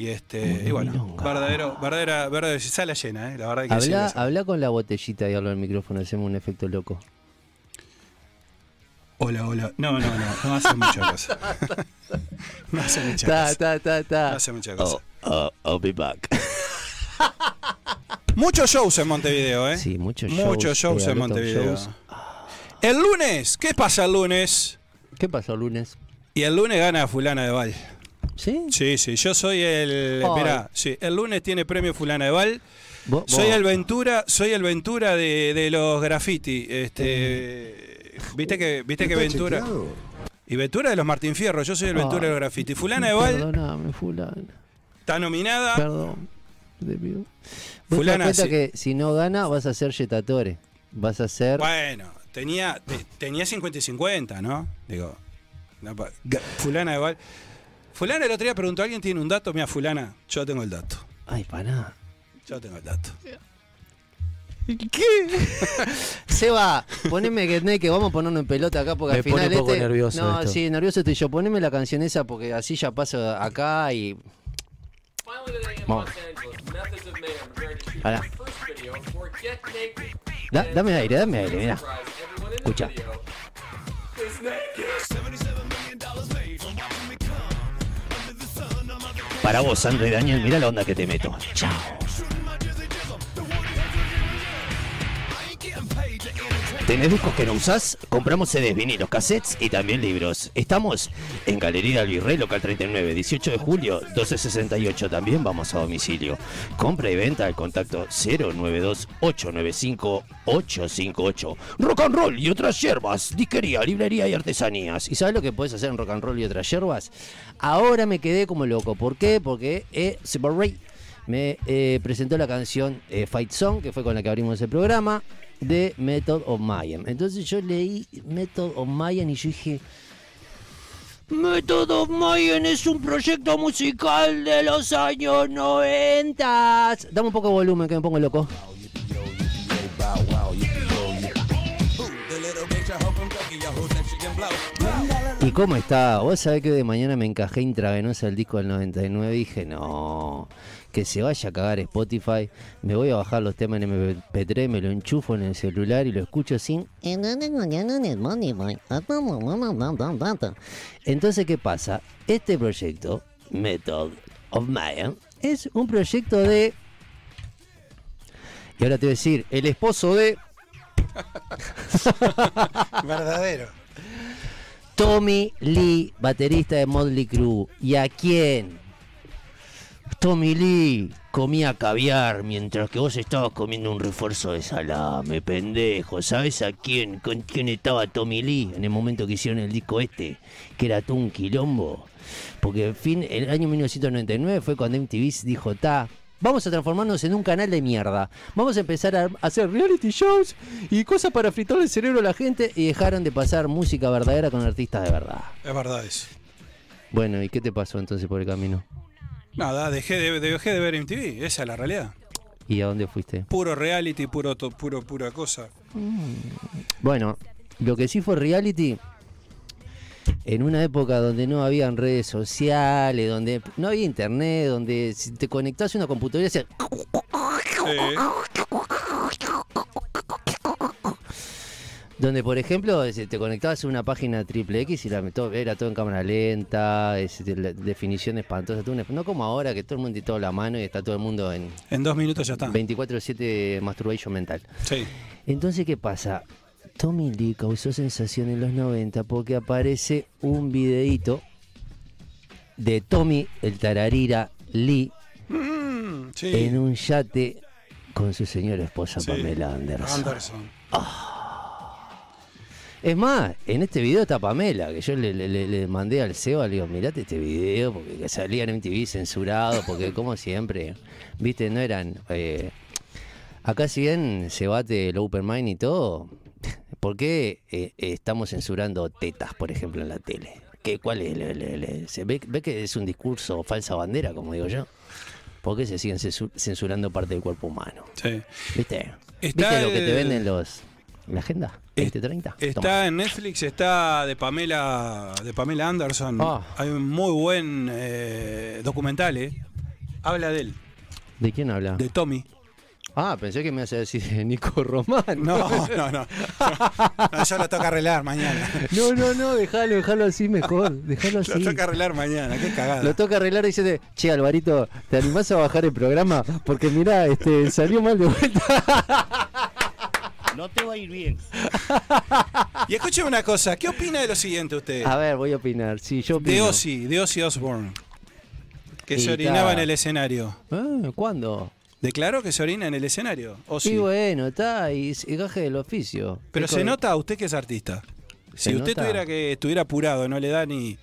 S3: Y este, y bueno, verdadero, verdadera, verdadera sala llena, ¿eh? La verdad que sí,
S5: Habla,
S3: la sala.
S5: habla con la botellita y habla al micrófono, hacemos un efecto loco.
S3: Hola, hola. No, no, no, no hace mucha cosa. no hace mucha
S5: Ta,
S3: cosa.
S5: ta, ta,
S3: No
S5: ta.
S3: hace mucha cosa.
S2: Oh, I'll be back.
S3: <laughs> Muchos shows en Montevideo, ¿eh?
S5: Sí, muchos shows.
S3: Muchos shows
S5: eh,
S3: en
S5: habló con
S3: Montevideo.
S5: shows.
S3: El lunes, ¿qué pasa el lunes?
S5: ¿Qué pasó el lunes?
S3: Y el lunes gana Fulana de Val.
S5: ¿Sí?
S3: Sí, sí, yo soy el.
S5: Ay.
S3: Mirá, sí, el lunes tiene premio Fulana de Val.
S5: Vos-
S3: Soy
S5: vos-
S3: el Ventura, soy el Ventura de, de los graffiti. Este,
S5: Eh, uh,
S3: Viste que, viste que Ventura. Y Ventura de los Martín Fierro, yo soy el Ventura
S5: Ah.
S3: de los Graffiti. Fulana de Val
S5: Perdóname, fulana.
S3: está nominada.
S5: Perdón. Te pido. Vos te das
S3: Fulana,
S5: cuenta
S3: sí.
S5: que si no gana vas a ser Yetatore. Vas a ser...
S3: Bueno, tenía, te- tenía 50 y 50, ¿no? Digo, no pa- ga- fulana de Val. Fulana el otro día preguntó, ¿alguien tiene un dato? Mira, fulana, yo tengo el dato.
S5: Ay, para nada.
S3: Yo tengo el dato.
S5: Seba, poneme Get Naked, vamos a ponernos en pelota acá porque
S6: Me
S5: al
S6: pone
S5: final
S6: un poco
S5: este-
S6: nervioso
S5: No,
S6: esto.
S5: sí, nervioso estoy yo. Poneme la canción esa porque así ya paso acá y. Vamos. Pará. Da- dame aire, dame aire, mira. Escucha.
S2: Para vos, Sandro y Daniel, mira la onda que te meto. Chao. ¿Tenés discos que no usás? Compramos CDs, vinilos, cassettes y también libros. Estamos en Galería del Virrey, local 39, 18 de julio, 1268. También vamos a domicilio. Compra y venta al contacto 092-895-858. Rock and roll y otras hierbas, disquería, librería y artesanías.
S5: ¿Y sabes lo que puedes hacer en rock and roll y otras hierbas? Ahora me quedé como loco. ¿Por qué? Porque eh, Super Ray me eh, presentó la canción eh, Fight Song, que fue con la que abrimos el programa, de Method of Mayhem. Entonces yo leí Method of Mayhem y yo dije. Method of Mayhem es un proyecto musical de los años 90. Dame un poco de volumen que me pongo loco. ¿Y cómo está? Vos sabés que de mañana me encajé intravenosa el disco del 99 y dije, no, que se vaya a cagar Spotify, me voy a bajar los temas en MP3, me lo enchufo en el celular y lo escucho sin... Entonces, ¿qué pasa? Este proyecto, Method of Mayhem, es un proyecto de... Y ahora te voy a decir, el esposo de...
S9: Verdadero.
S5: Tommy Lee, baterista de Motley Crue. ¿Y a quién? Tommy Lee comía caviar mientras que vos estabas comiendo un refuerzo de salame, pendejo. ¿Sabes a quién? ¿Con quién estaba Tommy Lee en el momento que hicieron el disco este? Que era todo un quilombo. Porque en fin, el año 1999 fue cuando MTV dijo, ta, vamos a transformarnos en un canal de mierda. Vamos a empezar a hacer reality shows y cosas para fritarle el cerebro a la gente y dejaron de pasar música verdadera con artistas de verdad.
S3: Es verdad eso.
S5: Bueno, ¿y qué te pasó entonces por el camino?
S3: Nada, dejé de, dejé de ver MTV, esa es la realidad.
S5: ¿Y a dónde fuiste?
S3: Puro reality, puro, to- puro pura cosa.
S5: Bueno, lo que sí fue reality, en una época donde no habían redes sociales, donde no había internet, donde si te conectás a una computadora hacías
S3: Sí.
S5: Donde, por ejemplo, ese, te conectabas a una página triple X y la, todo, era todo en cámara lenta, ese, de- la definición espantosa. todo un- no como ahora que todo el mundo tiene toda la mano y está todo el mundo en
S3: En dos minutos ya está.
S5: 24-7 masturbation mental.
S3: Sí.
S5: Entonces, ¿qué pasa? Tommy Lee causó sensación en los 90 porque aparece un videíto de Tommy, el tararira Lee,
S3: Mm, sí.
S5: en un yate con su señora esposa
S3: Sí.
S5: Pamela Anderson.
S3: Anderson.
S5: Es más, en este video está Pamela, que yo le, le- le- le mandé al Seba, le digo, mirate este video, porque que salía en MTV censurado, porque como siempre, viste, no eran... eh, acá si bien se bate el open mind y todo, ¿por qué eh, estamos censurando tetas, por ejemplo, en la tele? ¿Qué, ¿Cuál es? el- el- el- se ve, ve que es un discurso falsa bandera, como digo yo? ¿Por qué se siguen censu- censurando parte del cuerpo humano?
S3: Sí.
S5: ¿Viste?
S3: Está
S5: ¿Viste lo que
S3: el-
S5: te venden los... La agenda?
S3: Es-
S5: 2030.
S3: Está en Netflix, está de Pamela, de Pamela Anderson.
S5: Ah.
S3: Hay un muy buen eh, documental, ¿eh? Habla de él,
S5: ¿De quién habla?
S3: de Tommy.
S5: Ah, pensé que me ibas a decir de Nico Román. <laughs>
S3: No, no, no. No, Yo la toca arreglar mañana.
S5: no, no, no, déjalo, déjalo así mejor. Déjalo
S3: La
S5: así.
S3: toca arreglar mañana, qué
S5: Lo
S3: cagada.
S5: toca arreglar y dice, che, Alvarito, ¿te animás a bajar el programa? Porque mirá, este, salió mal de vuelta.
S7: No te va a ir bien.
S3: Y escúcheme una cosa, ¿qué opina de lo siguiente usted?
S5: A ver, voy a opinar. Sí, yo opino.
S3: De Ozzy, de Ozzy Osbourne. Que
S5: Y
S3: se orinaba
S5: ta.
S3: en el escenario.
S5: Ah, ¿Cuándo?
S3: Declaró que se orina en el escenario. O sí.
S5: Sí, bueno, está, y, y gaje del oficio.
S3: Pero
S5: Es
S3: se
S5: con-
S3: nota a usted que es artista.
S5: Se
S3: Si usted
S5: nota.
S3: tuviera que estuviera apurado, no le da ni.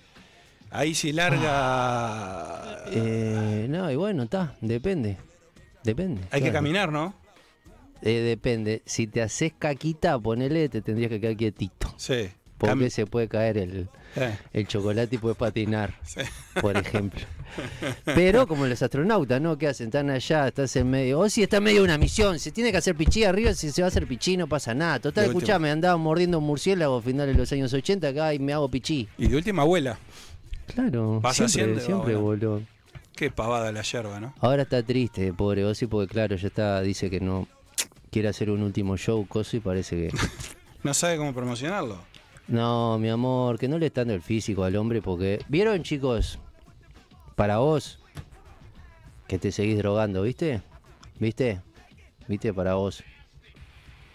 S3: Ahí sí larga.
S5: Eh, no, y bueno, está, depende. Depende.
S3: Hay que
S5: claro.
S3: caminar, ¿no?
S5: Eh, depende. Si te haces caquita, ponele, te tendrías que quedar quietito.
S3: Sí.
S5: Porque
S3: Cam-
S5: se puede caer el,
S3: Eh.
S5: el chocolate y puede patinar,
S3: Sí.
S5: por ejemplo. Pero como los astronautas, ¿no? ¿Qué hacen? Están allá, estás en medio. O si está en medio de una misión, si tiene que hacer pichí arriba, si se va a hacer pichí, no pasa nada. Total,
S3: De última.
S5: escuchame, andaba mordiendo un murciélago a finales de los años 80 acá y me hago pichí.
S3: Y de última abuela.
S5: Claro,
S3: Vas
S5: siempre,
S3: haciendo,
S5: siempre,
S3: bueno.
S5: boludo.
S3: Qué pavada la yerba, ¿no?
S5: Ahora está triste, pobre Ozzy, porque claro, ya está, dice que no quiere hacer un último show, coso, y parece que.
S3: No sabe cómo promocionarlo.
S5: No, mi amor, que no le está dando el físico al hombre porque. ¿Vieron, chicos? Para vos, que te seguís drogando, ¿viste? ¿Viste? ¿Viste? Para vos,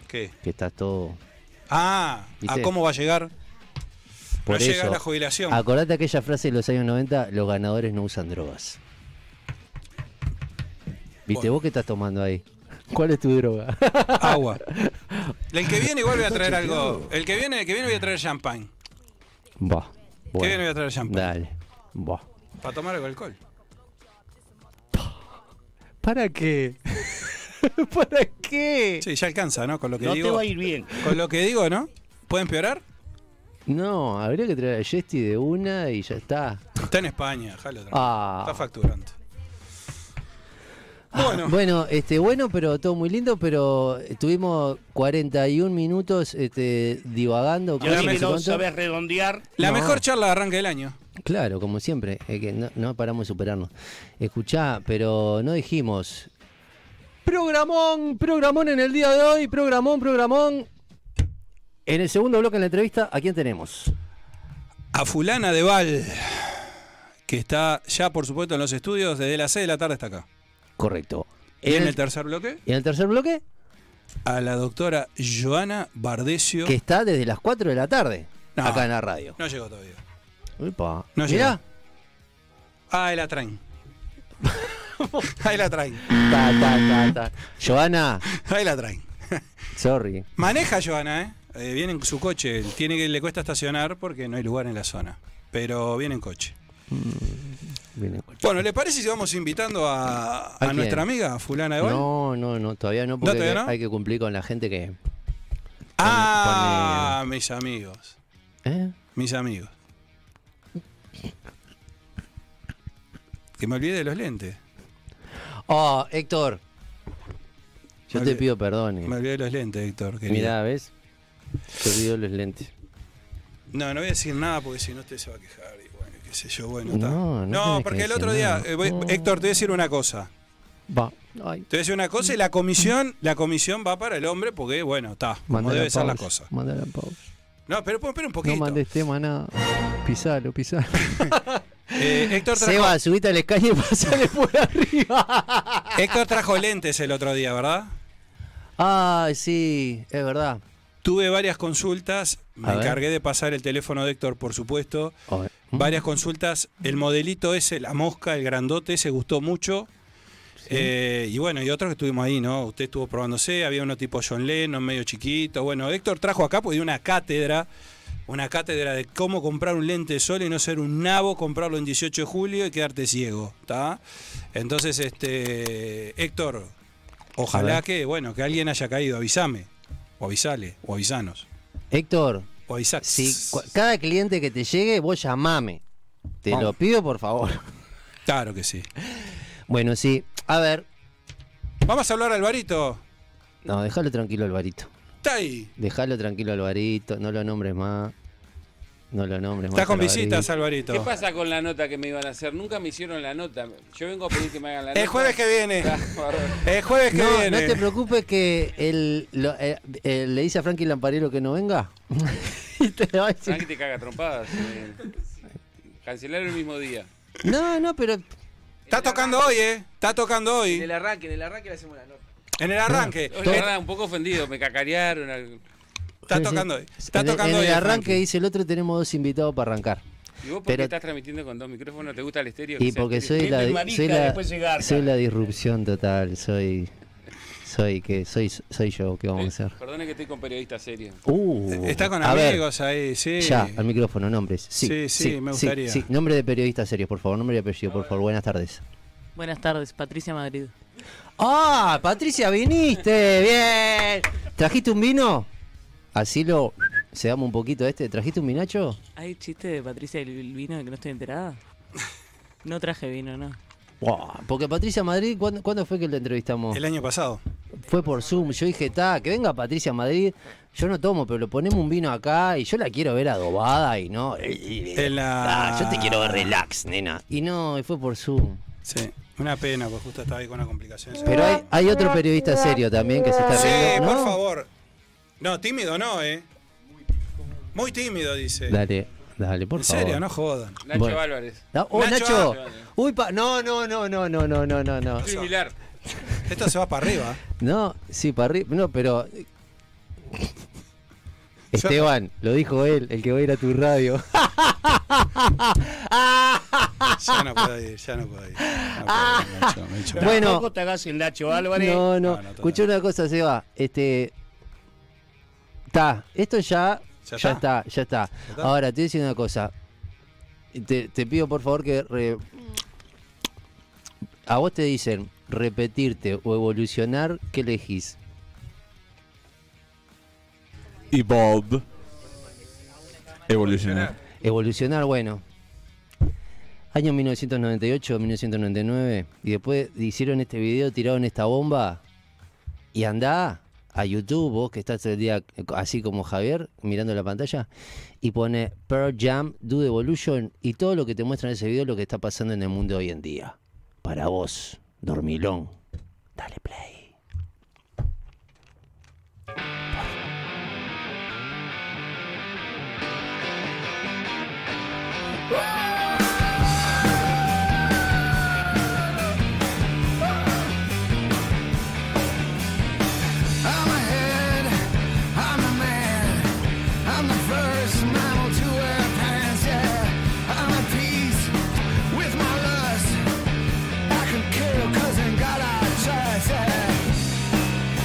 S3: ¿Qué?
S5: que estás todo.
S3: Ah,
S5: ¿Viste?
S3: ¿a cómo va a llegar?
S5: Por
S3: no llega
S5: eso,
S3: la jubilación.
S5: Acordate aquella frase de los años 90, los ganadores no usan drogas. ¿Viste
S3: Bueno.
S5: vos qué estás tomando ahí? ¿Cuál es tu droga?
S3: Agua. El que viene igual voy a traer algo. El que viene, el que viene voy a traer champagne.
S5: Buah.
S3: Que
S5: bueno,
S3: viene voy a traer champagne.
S5: Dale. Buah.
S3: Para tomar algo alcohol.
S5: ¿Para qué? <laughs> ¿Para qué?
S3: Sí, ya alcanza, ¿no? Con lo que
S7: No te
S3: digo.
S7: va a ir bien.
S3: Con lo que digo, ¿no? ¿Pueden empeorar?
S5: No, habría que traer a Jesty de una y ya está.
S3: Está en España, jalo. tranquilo.
S5: Ah.
S3: Está facturando. Bueno,
S5: <laughs> Bueno, este, bueno, pero todo muy lindo, pero estuvimos 41 minutos este, divagando.
S7: Ya
S5: cosas
S7: que
S5: que se
S7: no
S5: cuentan.
S7: sabes redondear.
S3: la
S5: no.
S3: mejor charla de arranque del año.
S5: Claro, como siempre, es que no, no paramos de superarnos. Escuchá, pero no dijimos. Programón, programón en el día de hoy, programón, programón. En el segundo bloque en la entrevista, ¿a quién tenemos?
S3: A Fulana de Val, que está ya, por supuesto, en los estudios, desde las 6 de la tarde está acá.
S5: Correcto.
S3: Y en
S5: En
S3: el
S5: el-
S3: tercer bloque,
S5: y en el tercer bloque,
S3: a la doctora Joana Bardesio.
S5: que está desde las 4 de la tarde,
S3: No.
S5: acá en la radio.
S3: No llegó todavía.
S5: Upa.
S3: No
S5: Mirá,
S3: Ah, ahí la traen. <laughs> ahí la traen.
S5: ta, ta, ta, ta. Joana,
S3: Ahí la traen.
S5: sorry.
S3: Maneja Joana, ¿eh? Eh, viene en su coche. Tiene que, le cuesta estacionar porque no hay lugar en la zona. Pero viene en coche.
S5: Viene-
S3: Bueno, ¿le parece si vamos invitando a, a
S5: quién?
S3: nuestra amiga Fulana de Val?
S5: No, no, no, todavía no, porque
S3: todavía no?
S5: hay que cumplir con la gente que.
S3: ah, mis amigos.
S5: ¿Eh?
S3: Mis amigos. Que me olvide de los lentes.
S5: Oh, Héctor. Yo
S3: Me
S5: te
S3: olvidé-
S5: pido perdón. eh.
S3: Me olvidé de los lentes, Héctor. querido.
S5: Mirá, ¿ves? Te olvidó los lentes.
S3: No, no voy a decir nada porque si no usted se va a quejar. Y bueno, qué sé yo, bueno,
S5: No,
S3: está.
S5: no
S3: No,
S5: tenés que
S3: porque el
S5: decir
S3: otro día,
S5: nada.
S3: eh, voy-
S5: No.
S3: Héctor, te voy a decir una cosa.
S5: Va. Ay.
S3: Te voy a decir una cosa y la comisión, la comisión va para el hombre porque, bueno, está, como
S5: mandala
S3: debe ser la
S5: pausa,
S3: cosa.
S5: mandala pausa.
S3: No, pero espera un
S5: No
S3: poquito.
S5: mandes tema nada. Pisalo, pisalo.
S3: Eh,
S5: <laughs>
S3: Héctor, trajo,
S5: Seba, subite al escaño y <laughs> pasale por arriba.
S3: Héctor trajo lentes el otro día, ¿verdad?
S5: Ay, Ah, sí, es verdad.
S3: Tuve varias consultas, me
S5: A ver.
S3: encargué de pasar el teléfono de Héctor, por supuesto.
S5: A ver. Mm.
S3: Varias consultas, el modelito ese, la mosca, el grandote, se gustó mucho. Eh, y bueno, y otros que estuvimos ahí, ¿no? Usted estuvo probándose, había uno tipo John Lennon, medio chiquito. Bueno, Héctor trajo acá porque dio una cátedra, una cátedra de cómo comprar un lente de sol y no ser un nabo, comprarlo en 18 de julio y quedarte ciego, ¿está? Entonces, este, Héctor, ojalá que, bueno, que alguien haya caído, avísame, o avisale, o avisanos,
S5: Héctor,
S3: o avisax.
S5: si cua- cada cliente que te llegue, vos llamame. Te lo
S3: Vamos.
S5: pido, por favor. <laughs>
S3: Claro que sí.
S5: Bueno, sí. A ver.
S3: Vamos a hablar al barito.
S5: No, déjalo tranquilo, Alvarito.
S3: Está ahí.
S5: Déjalo tranquilo, Alvarito. No lo nombres más. No lo nombres más.
S3: Está con
S5: Alvarito.
S3: visitas, Alvarito.
S9: ¿Qué pasa con la nota que me iban a hacer? Nunca me hicieron la nota. Yo vengo a pedir que me hagan la nota.
S3: El jueves
S9: <laughs>
S3: que viene.
S9: Ah, bárbaro.
S3: El jueves que
S5: No, no
S3: viene.
S5: te preocupes que el, lo- eh, eh, le dice a Frankie Lamparero que no venga. <laughs> y te lo va a decir.
S9: Frankie te caga trompadas. eh. Cancelaron el mismo día.
S5: No, no, pero
S3: Está tocando hoy, ¿eh? Está tocando
S10: En el
S3: hoy.
S10: arranque, en el arranque le hacemos la nota.
S3: En el
S9: <laughs>
S3: arranque.
S9: Hoy, la verdad, un poco ofendido. Me cacarearon. al-
S3: Está tocando hoy. Está
S5: en el-
S3: tocando
S5: en
S3: hoy.
S5: el arranque
S3: Frankie.
S5: dice el otro tenemos dos invitados para arrancar.
S9: ¿Y vos por qué
S5: Pero-
S9: estás transmitiendo con dos micrófonos? ¿Te gusta el estéreo? que
S5: Y
S9: sea
S5: porque
S9: estéreo?
S5: soy la,
S7: Pipi
S5: di-
S7: marica,
S5: soy la,
S7: después cigarra.
S5: soy la disrupción total, soy soy que soy soy yo que vamos a hacer.
S9: Perdone que estoy con periodistas serios.
S5: Uh,
S3: Está con
S5: a ver,
S3: amigos ahí, sí.
S5: ya, al micrófono, nombres. Sí,
S3: Sí, sí, me gustaría.
S5: Sí, nombre de periodista serio, por favor, nombre y apellido, por favor. Buenas tardes.
S11: Buenas tardes, Patricia Madrid.
S5: Ah, Patricia, viniste, bien. ¿Trajiste un vino? Así lo sedamos un poquito este. ¿Trajiste un vinacho?
S11: ¿Hay chiste de Patricia y el vino de que no estoy enterada? No traje vino, no.
S5: Buah, Porque Patricia Madrid, ¿cuándo, cuándo fue que la entrevistamos?
S3: El año pasado.
S5: Fue por Zoom. Yo dije, ta, que venga Patricia Madrid. Yo no tomo, pero le ponemos un vino acá y yo la quiero ver adobada y no.
S3: En la-
S5: Ah, yo te quiero ver relax, nena. Y no, y fue por Zoom.
S3: Sí. Una pena, pues justo estaba ahí con una complicación.
S5: Pero hay, hay otro periodista serio también que se está
S3: Sí,
S5: riendo,
S3: por
S5: ¿no?
S3: favor. No, tímido no, ¿eh? Muy tímido, dice.
S5: Dale, dale, por
S3: en
S5: favor.
S3: serio, no jodan.
S9: Nacho
S5: Bueno.
S9: Álvarez.
S5: Da- oh,
S3: Nacho.
S5: Nacho. Uy, pa- no, no, no, no, no, no, no, no, no.
S9: Similar.
S3: Esto se va para arriba.
S5: No, sí, para arriba. No, pero. Esteban, lo dijo él, el que va a ir a tu radio.
S3: Ya no puedo ir, ya no puedo ir. No
S5: Ah.
S3: puedo ir, Nacho, me he hecho-
S5: Bueno.
S7: Tampoco te hagas el Nacho Álvarez.
S3: No,
S5: No, no.
S3: no, total.
S5: Escuché una cosa, Seba. Este. Está. Esto ya.
S3: ¿Ya
S5: Ya,
S3: está?
S5: está, ya está.
S3: está?
S5: Ahora, te voy a decir una cosa. Te, te pido por favor que. re- A vos te dicen repetirte o evolucionar, ¿qué elegís?
S8: Evolve. Evolucionar.
S5: Evolucionar, bueno. Año 1998, 1999. Y después hicieron este video, tiraron esta bomba. Y andá a YouTube, vos que estás todo el día eh, co- así como Javier, mirando la pantalla. Y pone Pearl Jam, Do the Evolution. Y todo lo que te muestra en ese video es lo que está pasando en el mundo hoy en día. Para vos, dormilón. Dale play.
S10: I'm ahead, I'm the man, I'm the first mammal to wear pants, yeah. I'm at peace with my lust. I can kill cousin God I trust, yeah.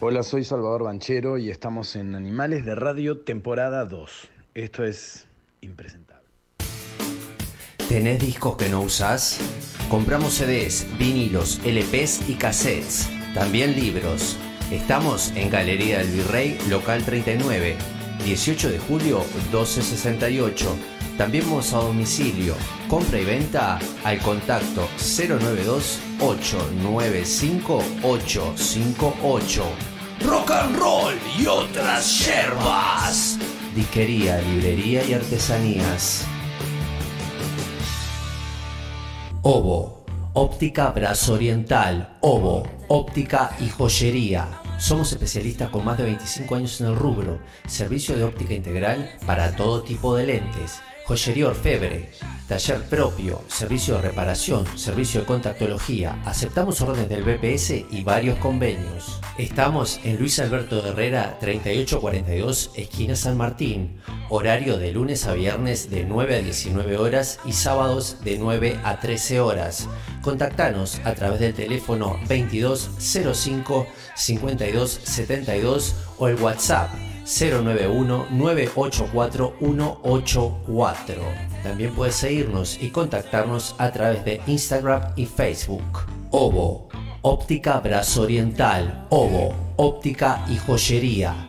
S12: Hola, soy Salvador Banchero y estamos en Animales de Radio, temporada 2. Esto es impresentable.
S5: ¿Tenés discos que no usás? Compramos CDs, vinilos, LPs y cassettes. También libros. Estamos en Galería del Virrey, local 39, 18 de julio 1268. También vamos a domicilio. Compra y venta al contacto 092 895 858.
S13: Rock and roll y otras yerbas.
S5: Disquería, librería y artesanías. Ovo, óptica brazo oriental. Ovo, óptica y joyería. Somos especialistas con más de 25 años en el rubro. Servicio de óptica integral para todo tipo de lentes. Joyería Orfebre, taller propio, servicio de reparación, servicio de contactología. Aceptamos órdenes del BPS y varios convenios. Estamos en Luis Alberto Herrera 3842, esquina San Martín. Horario de lunes a viernes de 9 a 19 horas y sábados de 9 a 13 horas. Contactanos a través del teléfono 2205 5272 o el WhatsApp 091-984-184. También puedes seguirnos y contactarnos a través de Instagram y Facebook. Ovo, óptica brazo oriental. Ovo, óptica y joyería.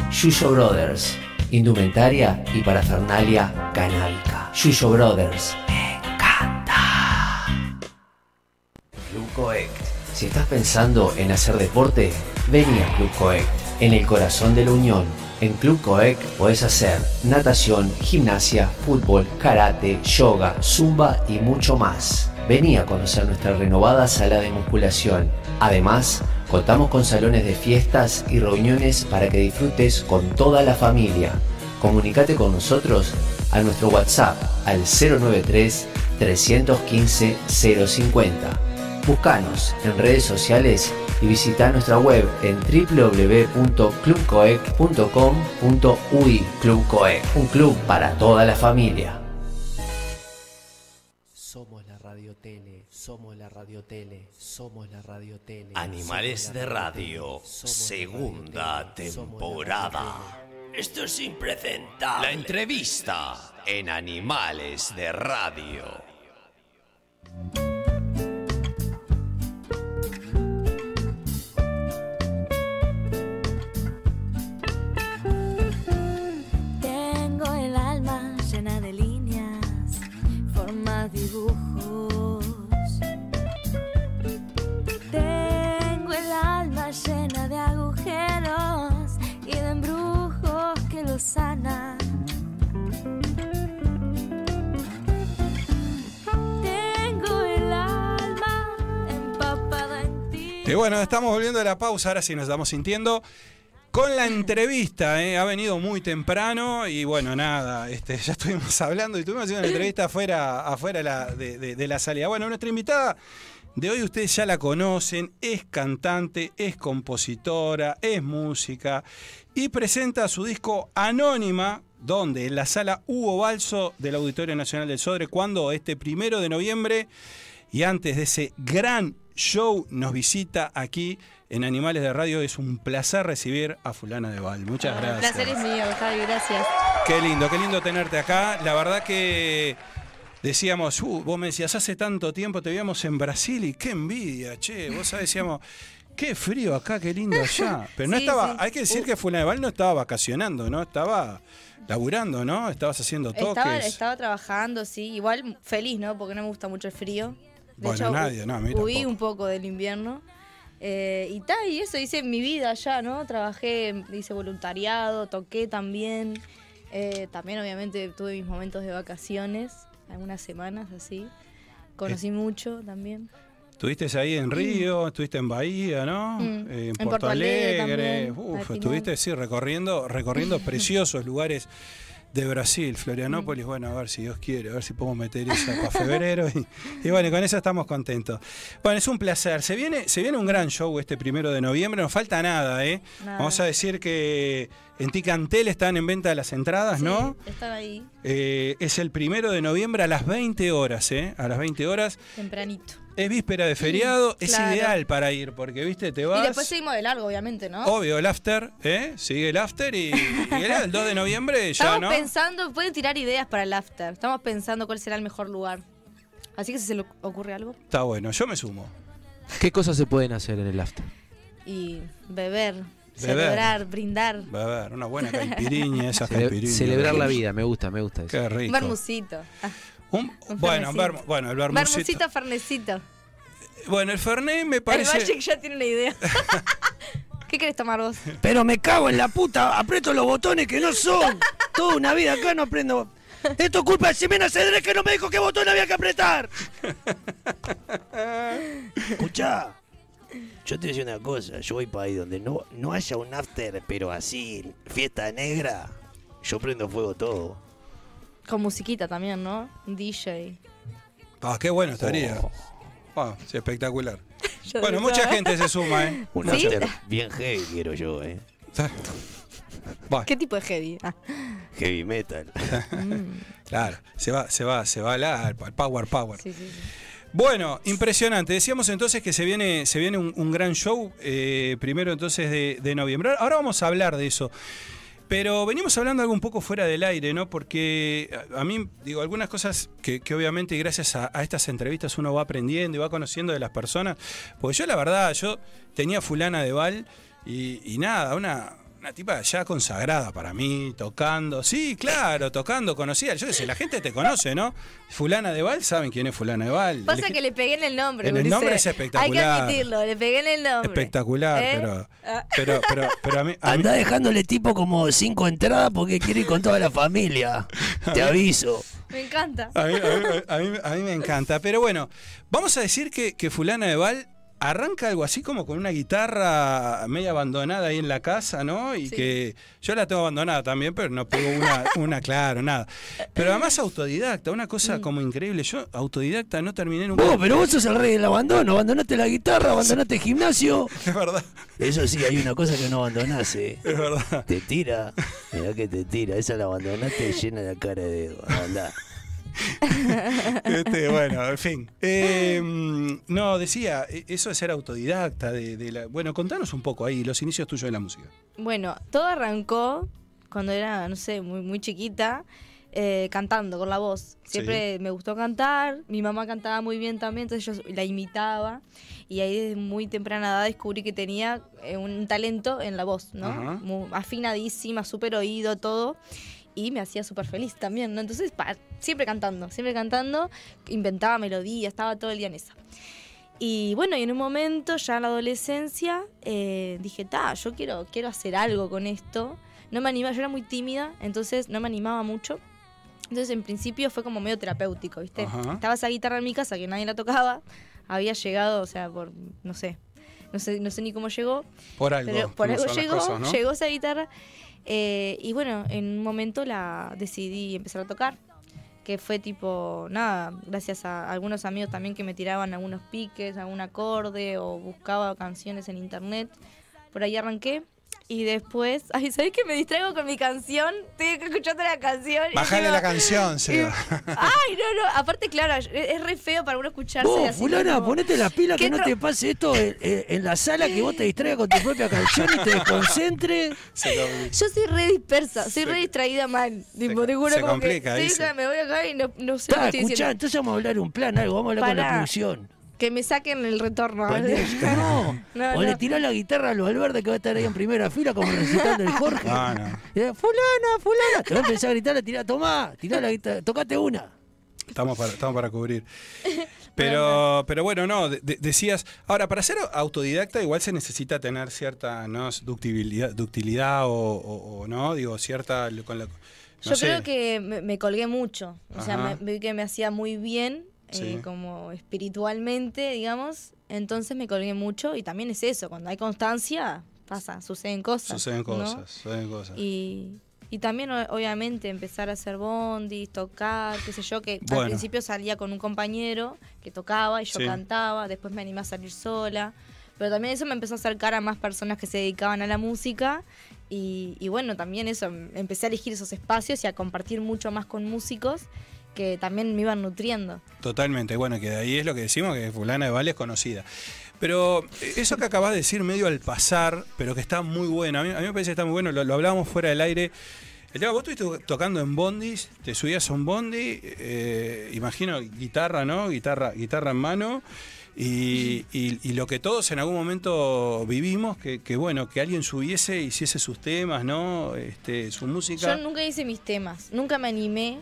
S5: Yuyo Brothers, indumentaria y parafernalia canábica. Yuyo Brothers, Club Coect. Si estás pensando en hacer deporte, vení a Club Coect, en el corazón de la Unión. En Club Coect puedes hacer natación, gimnasia, fútbol, karate, yoga, zumba y mucho más. Vení a conocer nuestra renovada sala de musculación. Además, contamos con salones de fiestas y reuniones para que disfrutes con toda la familia. Comunicate con nosotros a nuestro WhatsApp al 093 315 050. Búscanos en redes sociales y visita nuestra web en www.clubcoec.com.uy Club Coec, un club para toda la familia. Somos la Radio Tele, somos la Radio Tele, somos la Radio Tele.
S2: Animales de Radio, segunda temporada. Esto es impresentable. La entrevista en Animales de Radio.
S14: Tengo el alma llena de líneas, formas, dibujos. Tengo el alma llena de agujeros y de embrujos que lo sanan. Tengo el alma empapada en
S3: Y bueno, estamos volviendo de la pausa, ahora sí nos estamos sintiendo. Con la entrevista, ¿eh? ha venido muy temprano y bueno, nada, este, <laughs> ya estuvimos hablando y estuvimos haciendo una entrevista afuera, afuera la- de, de- de la salida. Bueno, nuestra invitada de hoy ustedes ya la conocen, es cantante, es compositora, es música y presenta su disco Anónima, donde en la sala Hugo Balso del Auditorio Nacional del Sodre, cuando este primero de noviembre y antes de ese gran show nos visita aquí en Animales de Radio. Es un placer recibir a Fulana de Val. Muchas
S15: El
S3: gracias.
S15: Ah, placer es mío, Javi, gracias.
S3: Qué lindo, qué lindo tenerte acá. La verdad que decíamos, "Uh, vos me decías, hace tanto tiempo te veíamos en Brasil y qué envidia, che. Vos sabés, decíamos, Qué frío acá, qué lindo allá. Pero no
S14: Sí,
S3: estaba,
S14: sí.
S3: hay que decir que Funeval no estaba vacacionando, ¿no? Estaba laburando, ¿no? Estabas haciendo toques.
S14: Estaba, estaba trabajando, sí. Igual feliz, ¿no? Porque no me gusta mucho el frío. De
S3: Bueno,
S14: hecho,
S3: nadie, no, a mí
S14: huí
S3: tampoco.
S14: un poco del invierno. Eh, y tal, y eso hice mi vida ya, ¿no? Trabajé, hice voluntariado, toqué también. Eh, también, obviamente, tuve mis momentos de vacaciones, algunas semanas así. Conocí
S3: Eh,
S14: mucho también.
S3: Estuviste ahí en Río, estuviste en Bahía, ¿no?
S14: Mm.
S3: Eh, en,
S14: En
S3: Porto,
S14: Porto
S3: Alegre.
S14: Alegre
S3: eh,
S14: también, al
S3: Uf,
S14: final.
S3: estuviste, sí, recorriendo, recorriendo
S14: <laughs>
S3: preciosos lugares de Brasil,
S14: Mm.
S3: Florianópolis. Bueno, a ver si Dios quiere, a ver si podemos meter esa para febrero. Y, y bueno, y con eso estamos contentos. Bueno, es un placer. Se viene, se viene un gran show este primero de noviembre. No falta nada, ¿eh?
S14: Nada.
S3: Vamos a decir que en Ticantel están en venta las entradas, ¿no?
S14: Estaba ahí
S3: Eh, es el primero de noviembre a las 20 horas, ¿eh? A las 20 horas.
S14: tempranito.
S3: Es víspera de feriado, es
S14: claro.
S3: ideal para ir, porque viste, te
S14: Y
S3: vas.
S14: después seguimos de largo, obviamente, ¿no?
S3: Obvio, el after, ¿eh? Sigue el after y, y el, el 2 de noviembre ya,
S14: Estamos
S3: ¿no?
S14: pensando, pueden tirar ideas para el after. Estamos pensando cuál será el mejor lugar. Así que si se le ocurre algo.
S3: Está bueno, yo me sumo.
S6: ¿Qué cosas se pueden hacer en el after?
S14: Y beber, celebrar,
S6: celebrar,
S14: brindar.
S3: A ver, una buena caipiriña, esas
S6: Cele-
S3: caipiriñas.
S6: celebrar la vida, me gusta, me gusta eso.
S3: Qué
S14: Un
S3: rico.
S14: bermucito.
S3: bueno, un
S14: fermecito.
S3: vermo- bueno, el vermucito.
S14: Bermucito, fernecito.
S3: Bueno, el Fernet me
S14: El Magic
S3: parece.
S14: ya tiene una idea. <laughs> ¿Qué querés tomar vos?
S2: Pero me cago en la puta, aprieto los botones que no son. Toda una vida acá no aprendo. Esto es culpa de Ximena Cedrés que no me dijo qué botón había que apretar. Escuchá, yo te decía una cosa, yo voy para ahí donde no, no haya un after, pero así, fiesta negra, yo prendo fuego todo.
S14: Con musiquita también, ¿no? Un DJ.
S3: Ah, qué bueno estaría.
S6: Oh.
S3: Ah, sí, espectacular.
S14: Yo
S3: Bueno,
S14: digo.
S3: mucha gente se suma,
S14: <laughs>
S3: ¿eh?
S2: Un
S14: ¿Sí?
S2: after bien heavy quiero yo, eh.
S14: ¿Qué tipo de heavy? Ah.
S2: Heavy metal.
S3: Claro, se va, se va, se va la- al power, power.
S14: Sí, sí, sí.
S3: Bueno, impresionante. Decíamos entonces que se viene, se viene un, un gran show, eh, primero entonces de, de noviembre. Ahora vamos a hablar de eso. Pero venimos hablando algo un poco fuera del aire, ¿no? Porque a- a mí, digo, algunas cosas que, que obviamente gracias a, a estas entrevistas uno va aprendiendo y va conociendo de las personas. Porque yo la verdad, yo tenía fulana de Val y, y nada, una, una tipa ya consagrada para mí, tocando. Sí, claro, tocando, conocida. Yo qué sé, la gente te conoce, ¿no? Fulana de Val, ¿saben quién es fulana de Val?
S14: Pasa
S3: Elegí-
S14: que le pegué en el nombre.
S3: En el
S14: gurises.
S3: nombre es
S14: Hay que
S3: espectacular.
S14: admitirlo, le pegué en el nombre.
S3: Espectacular,
S14: ¿Eh?
S3: pero,
S14: Ah.
S3: pero, pero, pero a mí... a mí-
S2: Anda dejándole tipo como cinco entradas porque quiere ir con toda la familia. Te aviso.
S14: Me encanta.
S3: A mí, a mí- a mí- a mí me encanta. Pero bueno, vamos a decir que, que Fulana de Val arranca algo así como con una guitarra media abandonada ahí en la casa, ¿no? Y que yo la tengo abandonada también, pero no pego una, una claro, nada. Pero además autodidacta, una cosa
S14: Mm.
S3: como increíble. Yo autodidacta no terminé nunca.
S2: Vos, pero vos sos el rey del abandono. Abandonaste la guitarra, abandonaste el gimnasio.
S3: <laughs> Es verdad.
S2: Eso sí, hay una cosa que no abandonás, eh.
S3: Es verdad.
S2: Te tira. Mirá que te tira. Esa la abandonaste y llena la cara de dedo. Andá.
S3: Este, bueno, en fin. Eh, mm, no, decía, e- eso de ser autodidacta, de, de la... Bueno, contanos un poco ahí los inicios tuyos de la música.
S14: Bueno, todo arrancó cuando era, no sé, muy, muy chiquita, eh, cantando con la voz. Siempre me gustó cantar, mi mamá cantaba muy bien también, entonces yo la imitaba. Y ahí desde muy temprana edad descubrí que tenía eh, un talento en la voz, ¿no?
S16: Ajá.
S14: Muy afinadísima, súper oído, todo. Y me hacía súper feliz también, ¿no? Entonces, pa- siempre cantando, siempre cantando, inventaba melodía, estaba todo el día en esa. Y bueno, y en un momento, ya en la adolescencia, eh, dije, ta, yo quiero, quiero hacer algo con esto. No me animaba, yo era muy tímida, entonces no me animaba mucho. Entonces en principio fue como medio terapéutico, ¿viste?
S16: Ajá.
S14: Estaba esa guitarra en mi casa que nadie la tocaba. Había llegado, o sea, por, no sé, no sé, no sé ni cómo llegó.
S3: Por algo,
S14: Pero por
S3: como
S14: algo
S3: son las
S14: llegó,
S3: cosas, ¿no?
S14: llegó esa guitarra. eh, y bueno, en un momento la decidí empezar a tocar que fue tipo, nada, gracias a algunos amigos también que me tiraban algunos piques, algún acorde o buscaba canciones en internet. Por ahí arranqué. Y después, <laughs> ay, ¿sabés que me distraigo con mi canción? Estoy escuchando la canción. y
S3: Bajale
S14: digo,
S3: la canción, Seba.
S14: <laughs> Ay, no, no. Aparte, claro, es, es re feo para uno escucharse
S2: Vos,
S14: así.
S2: fulana,
S14: como-
S2: ponete las pilas
S14: ¿Qué
S2: que no
S14: tro-
S2: te pase esto en, en- en la sala, que vos te distraigas con tu propia canción y te desconcentres.
S14: Yo soy re dispersa, soy re distraída mal. Tipo, te juro
S2: se
S14: como que
S2: complica,
S14: estoy
S2: dice.
S14: acá, me voy acá y no, no sé lo
S2: Está,
S14: que estoy diciendo.
S2: escuchá, entonces vamos a hablar un plan, algo, vamos a hablar con la
S14: Pará.
S2: producción.
S14: que me saquen el retorno.
S5: No,
S14: No,
S5: o le
S14: no.
S5: tiró la guitarra al Valverde que va a estar ahí en primera fila como recitando el Jorge.
S3: No, no.
S5: Y le, fulana, fulana. Te va a empezar a gritar, tirá, tomá, tirá la guitarra, tocate una.
S3: Estamos para, estamos para
S14: <laughs>
S3: cubrir. Pero, pero bueno, no, de- de- decías. Ahora, para ser autodidacta, igual se necesita tener cierta ¿no? ductibilidad, ductilidad o, o- o no, digo, cierta. Con la, no
S14: Yo
S3: sé.
S14: creo que me, me colgué mucho. O sea,
S3: Ajá.
S14: me- vi que me hacía muy bien, eh,
S3: Sí.
S14: como espiritualmente, digamos. Entonces me colgué mucho y también es eso, cuando hay constancia, pasa, suceden cosas.
S3: Suceden
S14: ¿no?
S3: cosas, suceden cosas.
S14: Y, y también, o- obviamente, empezar a hacer bondis, tocar, qué sé yo, que
S3: Bueno.
S14: al principio salía con un compañero que tocaba y yo
S3: Sí.
S14: cantaba, después me animé a salir sola. Pero también eso me empezó a acercar a más personas que se dedicaban a la música. Y, y bueno, también eso, em- empecé a elegir esos espacios y a compartir mucho más con músicos que también me iban nutriendo.
S3: Totalmente, bueno, que de ahí es lo que decimos, que fulana de Vale es conocida. Pero eh, eso que acabas de decir medio al pasar, pero que está muy bueno, a mí, a mí me parece que está muy bueno, lo, lo hablábamos fuera del aire. El tema, vos estuviste tocando en bondis, te subías a un bondi, eh, imagino guitarra, ¿no? Guitarra, guitarra en mano. Y, y- y lo que todos en algún momento vivimos, que, que bueno, que alguien subiese, hiciese sus temas, ¿no? Este, su música.
S14: Yo nunca hice mis temas, nunca me animé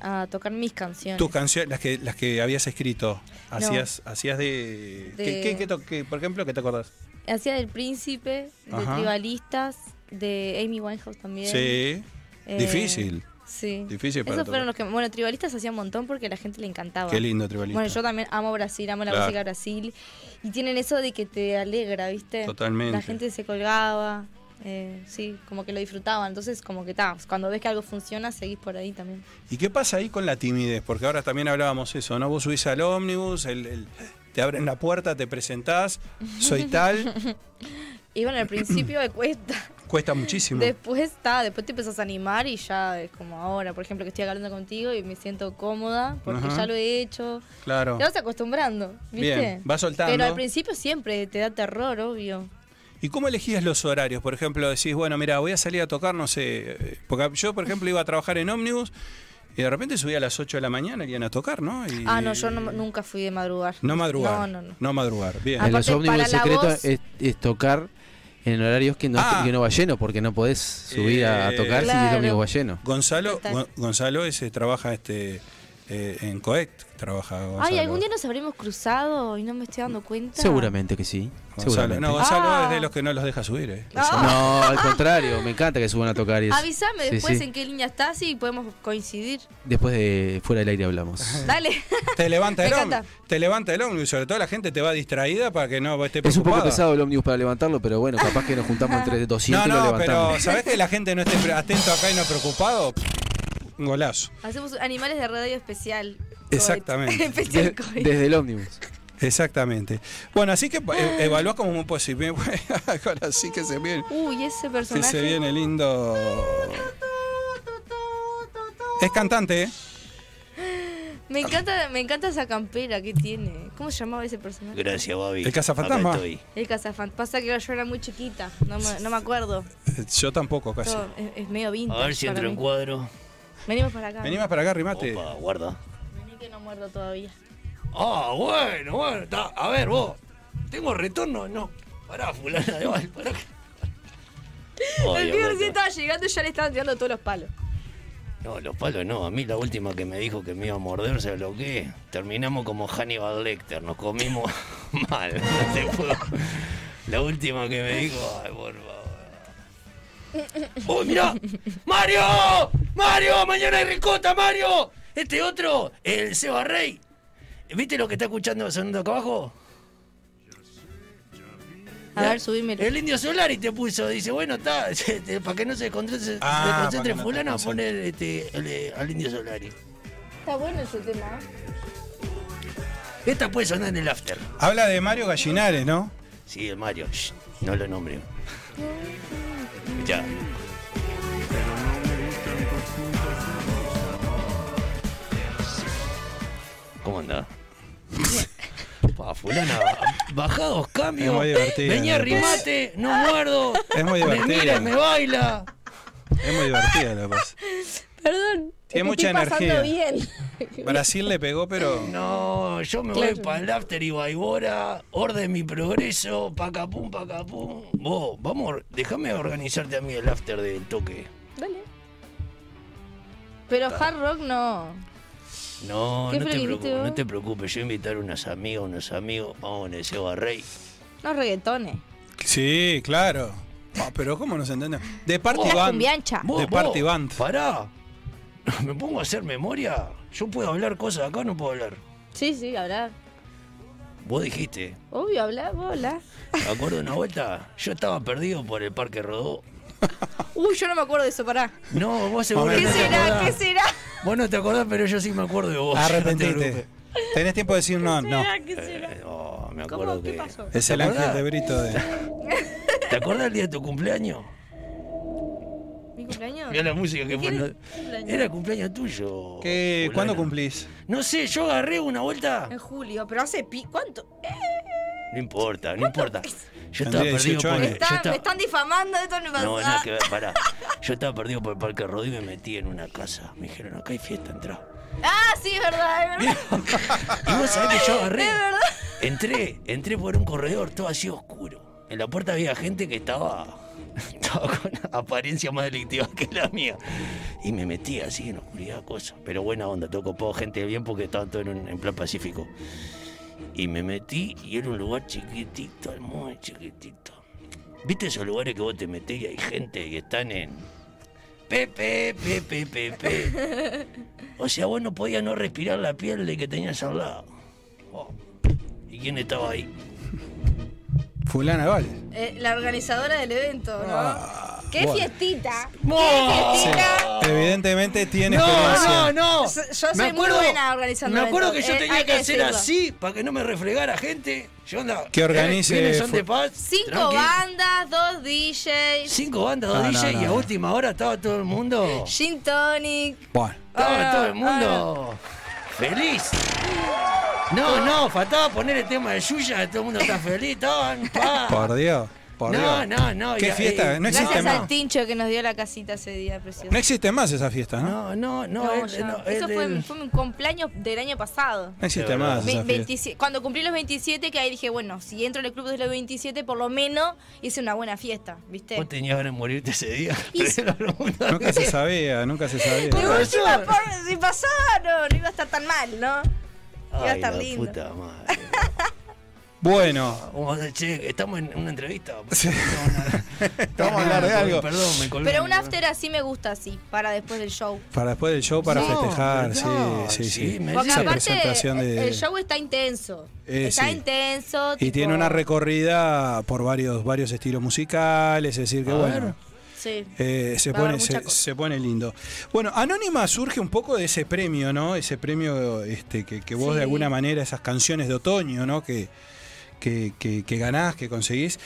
S14: a tocar mis canciones.
S3: Tus canciones, las que, las que habías escrito, hacías, hacías de. ¿qué-
S14: De-
S3: qué- qué to- qué, por ejemplo, qué te acordás?
S14: Hacía del Príncipe, de
S3: Ajá.
S14: Tribalistas, de Amy Winehouse también.
S3: Sí.
S14: Eh,
S3: Difícil.
S14: Sí.
S3: Difícil para
S14: Esos
S3: tocar.
S14: fueron los que. Bueno, tribalistas hacía un montón porque a la gente le encantaba.
S3: Qué lindo Tribalistas.
S14: Bueno, yo también amo Brasil, amo la
S3: Claro.
S14: música de Brasil. Y tienen eso de que te alegra, ¿viste?
S3: Totalmente.
S14: La gente se colgaba. eh, sí, como que lo disfrutaban. Entonces, como que ta, cuando ves que algo funciona, seguís por ahí también.
S3: ¿Y qué pasa ahí con la timidez? Porque ahora también hablábamos eso, ¿no? Vos subís al ómnibus, el- el- te abren la puerta, te presentás, soy
S14: <laughs>
S3: tal,
S14: y bueno, al principio me cuesta.
S3: cuesta muchísimo.
S14: Después está, después te empezás a animar y ya es como ahora, por ejemplo, que estoy hablando contigo y me siento cómoda porque
S3: Ajá.
S14: ya lo he hecho.
S3: Claro.
S14: Te vas acostumbrando, ¿viste?
S3: Bien, vas soltando.
S14: Pero al principio siempre te da terror, obvio.
S3: ¿Y cómo elegías los horarios? Por ejemplo, decís, bueno, mira, voy a salir a tocar, no sé, eh, porque yo, por ejemplo, iba a trabajar en ómnibus y de repente subía a las 8 de la mañana y iban a tocar, ¿no? Y-
S14: Ah, no, yo no- nunca fui de madrugar.
S3: No madrugar.
S14: No, Ah, no, no.
S3: madrugar. Bien.
S6: En los
S14: Aparte,
S6: ómnibus
S14: para la
S6: secretos
S14: voz-
S6: es, es tocar en horarios que no,
S3: Ah.
S6: que no va lleno, porque no podés subir a, a
S3: Eh,
S6: tocar si el
S3: claro.
S6: ómnibus va lleno.
S3: Gonzalo,
S14: Total.
S3: Gon- Gonzalo ese trabaja este eh, en Coect, trabaja Gonzalo.
S14: Ay, algún día nos habremos cruzado y no me estoy dando cuenta.
S6: Seguramente que sí.
S3: Gonzalo-
S6: seguramente.
S3: no, Gonzalo
S14: Ah.
S3: es de los que no los deja subir. eh.
S6: No, al contrario, me encanta que suban a tocar. y es-
S14: Avísame
S6: sí,
S14: después
S6: sí.
S14: en qué línea estás y podemos coincidir.
S6: Después de fuera del aire hablamos.
S3: <laughs>
S14: Dale. <laughs>
S3: Te levanta
S14: Me
S3: el
S14: encanta.
S3: ómnibus, te levanta el ómnibus, sobre todo la gente te va distraída para que no esté
S6: Es un poco
S3: preocupada.
S6: pesado el ómnibus para levantarlo, pero bueno, capaz que nos juntamos entre 200
S3: <laughs> No,
S6: y lo
S3: no,
S6: levantamos. <laughs>
S3: pero ¿sabés que la gente no esté pre- atento acá y no preocupado? Pff, Un golazo.
S14: Hacemos animales de radio especial.
S3: Exactamente.
S14: <laughs> Especial COVID.
S6: el
S12: <laughs>
S6: ómnibus.
S3: Exactamente. Bueno, así que eh, evaluás como un posible. <laughs> Ahora sí que se viene.
S14: Uy, ese
S3: Que
S14: personaje.
S3: se viene lindo. Es cantante, ¿eh?
S14: Me encanta, me encanta esa campera que tiene. ¿Cómo se llamaba ese personaje?
S2: Gracias, Bobby.
S3: ¿El cazafantasma?
S2: Acá estoy.
S14: El cazafant. Pasa que yo era muy chiquita, no me, no me acuerdo.
S3: <laughs> Yo tampoco, casi.
S14: Todo- es, es medio vintage.
S2: A ver si
S14: para
S2: entro en
S14: mí.
S2: cuadro.
S14: Venimos para acá.
S3: Vení más para acá, rimate.
S2: Opa, guarda.
S14: Vení que no muerdo todavía.
S10: Ah, bueno, bueno, está. A ver, vos. ¿Tengo retorno? No. Pará, fulana de Val, pará.
S14: el
S2: Oye,
S14: pibe
S2: Alberto.
S14: recién estaba llegando y ya le estaban tirando todos los palos.
S2: No, los palos no. A mí la última que me dijo que me iba a morder se bloqueé. Terminamos como Hannibal Lecter. Nos comimos <laughs> mal. No te puedo- La última que me dijo, ay, por favor.
S10: ¡Uy, mirá! ¡Mario! ¡Mario! ¡Mañana hay ricota, Mario!
S2: Este otro, el Seba Rey. ¿Viste lo que está escuchando sonando acá abajo?
S14: A ver, subímelo.
S2: El indio Solari te puso, dice, bueno,
S12: <laughs>
S2: está, este, para que no se desconcentre,
S10: Ah,
S2: se desconcentre
S10: para que no
S2: fulano,
S10: te
S2: poner este, el, eh, al indio Solari.
S14: Está bueno ese tema. ¿eh?
S2: Esta puede sonar en el after.
S3: Habla de Mario Gallinares, ¿no?
S2: Sí, el Mario, shh, no lo nombre. Ya. ¿Cómo
S10: <laughs>
S2: anda? Pa, fulana, bajá dos cambios.
S10: Es muy divertido,
S2: Venía
S10: me pasa.
S2: rimate, no muerdo.
S3: Es muy
S2: Me
S3: divertido.
S2: mira, y me baila.
S3: Es muy divertida la pasa.
S14: Perdón.
S3: Tiene mucha
S14: estoy
S3: energía.
S14: pasando bien.
S3: Brasil le pegó, pero.
S12: No, yo me voy
S14: Claro.
S12: para el after y Baibora, orden mi progreso, pacapum, pacapum. Vos, vamos, déjame organizarte a mí el after del toque.
S14: <laughs> Dale. Pero hard rock no.
S12: No,
S14: ¿Qué
S12: no te,
S14: prohibiste
S12: preocupes,
S14: vos?
S12: no te preocupes, yo voy a invitar unas amigas, unos amigos, vamos en el Seba Rey.
S14: No reggaetones.
S3: Sí, claro. Ah, pero ¿cómo nos entendemos? De Party
S14: Una
S3: Band.
S14: cumbiancha.
S3: De
S12: Vos,
S3: Party
S12: vos,
S3: Band.
S12: Pará, <laughs> me pongo a hacer memoria, yo puedo hablar cosas acá, no puedo hablar.
S14: Sí, sí, hablar.
S12: Vos dijiste,
S14: Obvio, hablar, vos hablar.
S12: ¿te acuerdas una vuelta? Yo estaba perdido por el Parque Rodó.
S14: Uy, yo no me acuerdo de eso,
S12: <laughs>
S14: pará.
S12: No, vos seguramente
S14: ¿Qué
S12: te
S14: será? <laughs>
S12: acordás.
S14: ¿Qué será?
S12: Vos no te acordás, pero yo sí me acuerdo de vos. <laughs> No te
S3: Arrepentite.
S12: preocupes.
S3: Tenés tiempo de decir no, no.
S14: ¿Qué será?
S12: No, Oh, me acuerdo que...
S3: Es el
S12: ¿Te acordás?
S3: ángel de Brito de.
S12: ¿Te acordás el día de tu cumpleaños?
S14: ¿Mi cumpleaños?
S12: Mirá la música que
S14: ¿Quién
S12: fue.
S14: es cumpleaños?
S12: Era cumpleaños tuyo.
S3: ¿Qué,
S12: fulana.
S3: ¿Cuándo cumplís?
S12: No sé, yo agarré una vuelta.
S14: En julio, pero hace pi... ¿Cuánto?
S12: No importa, no importa. Yo estaba
S3: Tendría 18
S12: perdido por
S3: años.
S12: el.
S14: Está-
S12: yo estaba-
S14: Me están difamando, esto no me pasa.
S12: No, nada que ver, pará. Yo estaba perdido por el Parque Rodó y me metí en una casa. Me dijeron, acá hay fiesta, entrá.
S14: Ah, sí, es verdad, es verdad.
S12: Y vos sabés que yo agarré.
S14: Es verdad.
S12: Entré, entré por un corredor, todo así oscuro. En la puerta había gente que estaba, <laughs> estaba con apariencia más delictiva que la mía. Y me metí así en oscuridad, cosas. Pero buena onda, todo copado, gente de bien porque estaban todos en, un- en plan pacífico. Y me metí y era un lugar chiquitito, muy chiquitito. ¿Viste esos lugares que vos te metés y hay gente que están en... Pepe, pepe, pepe. O sea, vos no podías no respirar la piel de que tenías al lado. Oh. ¿Y quién estaba ahí?
S3: Fulana Val.
S14: Eh, la organizadora del evento, ¿no?
S12: Ah,
S14: ¡Qué
S3: bueno.
S14: fiestita!
S12: ¡Oh!
S14: ¡Qué fiestita!
S3: Evidentemente tiene
S12: No,
S3: experiencia.
S12: no, no.
S14: S- Yo soy muy buena organizando
S12: Me acuerdo que
S14: eventos,
S12: yo
S14: eh,
S12: tenía
S14: hay
S12: que hacer
S14: decirlo.
S12: así para que no me refregara gente. Yo andaba.
S3: Que organice
S12: eh, ¿quiénes son
S3: fu-
S12: de paz?
S14: Cinco
S12: Tranqui.
S14: bandas, dos DJs,
S12: Cinco bandas, dos
S3: Ah, No, no,
S12: DJs,
S3: no,
S12: y a
S3: no.
S12: última hora estaba todo el mundo.
S14: Gin Tonic.
S3: Bueno.
S12: Estaba
S14: Ah,
S12: todo el mundo. Feliz. No, no, faltaba poner el tema de Yuya, todo el mundo está feliz, estaban. pa.
S3: Por Dios. Por
S12: No,
S3: Dios.
S12: no, no.
S3: Qué
S12: ya,
S3: fiesta,
S12: eh,
S3: no existe
S14: Gracias al
S3: más.
S14: tincho que nos dio la casita ese día, precioso.
S3: No existe más esa fiesta, ¿no?
S12: No, no, no.
S14: No,
S12: él-
S14: ya.
S12: no,
S14: Eso
S12: él-
S14: fue,
S12: él-
S14: mi- fue mi cumpleaños del año pasado.
S3: No existe
S12: De verdad.
S3: más
S14: Ve-
S3: esa fiesta.
S14: 27 cuando cumplí los 27, que ahí dije, bueno, si entro en el club desde los 27, por lo menos hice una buena fiesta, ¿viste?
S12: Vos tenías ganas de morirte ese día.
S14: <laughs> Y-
S12: Era la pregunta.
S3: Nunca se sabía, nunca se sabía.
S14: De
S12: Pero
S14: última,
S12: yo-
S14: por- si pasaba, no, no iba a estar tan mal, ¿no? Iba a
S12: Ay,
S14: estar
S12: la
S14: lindo.
S12: puta madre.
S3: Bueno,
S12: <laughs> Vamos a hacer, che, estamos en
S3: <laughs>
S12: una entrevista.
S3: vamos a hablar de algo.
S12: Perdón, me colgué.
S14: Pero un after así me gusta así, para después del show.
S3: Para después del show, para
S12: No,
S3: festejar, sí,
S12: ¿verdad?
S3: sí,
S12: Sí,
S3: sí.
S12: me-
S14: Porque
S3: Esa presentación
S14: aparte
S3: de...
S14: el show está intenso.
S3: Eh,
S14: está
S3: sí.
S14: intenso.
S3: Y tiene una recorrida por varios, varios estilos musicales, es decir, que
S12: A
S3: bueno,
S14: Sí.
S3: eh, se,
S14: Va a haber
S3: pone,
S14: mucha
S3: se,
S14: cosa.
S3: se pone lindo. Bueno, Anónima surge un poco de ese premio, ¿no? Ese premio este, que, que vos
S14: Sí.
S3: de alguna manera, esas canciones de otoño, ¿no? Que, que, que, que ganás, que conseguís.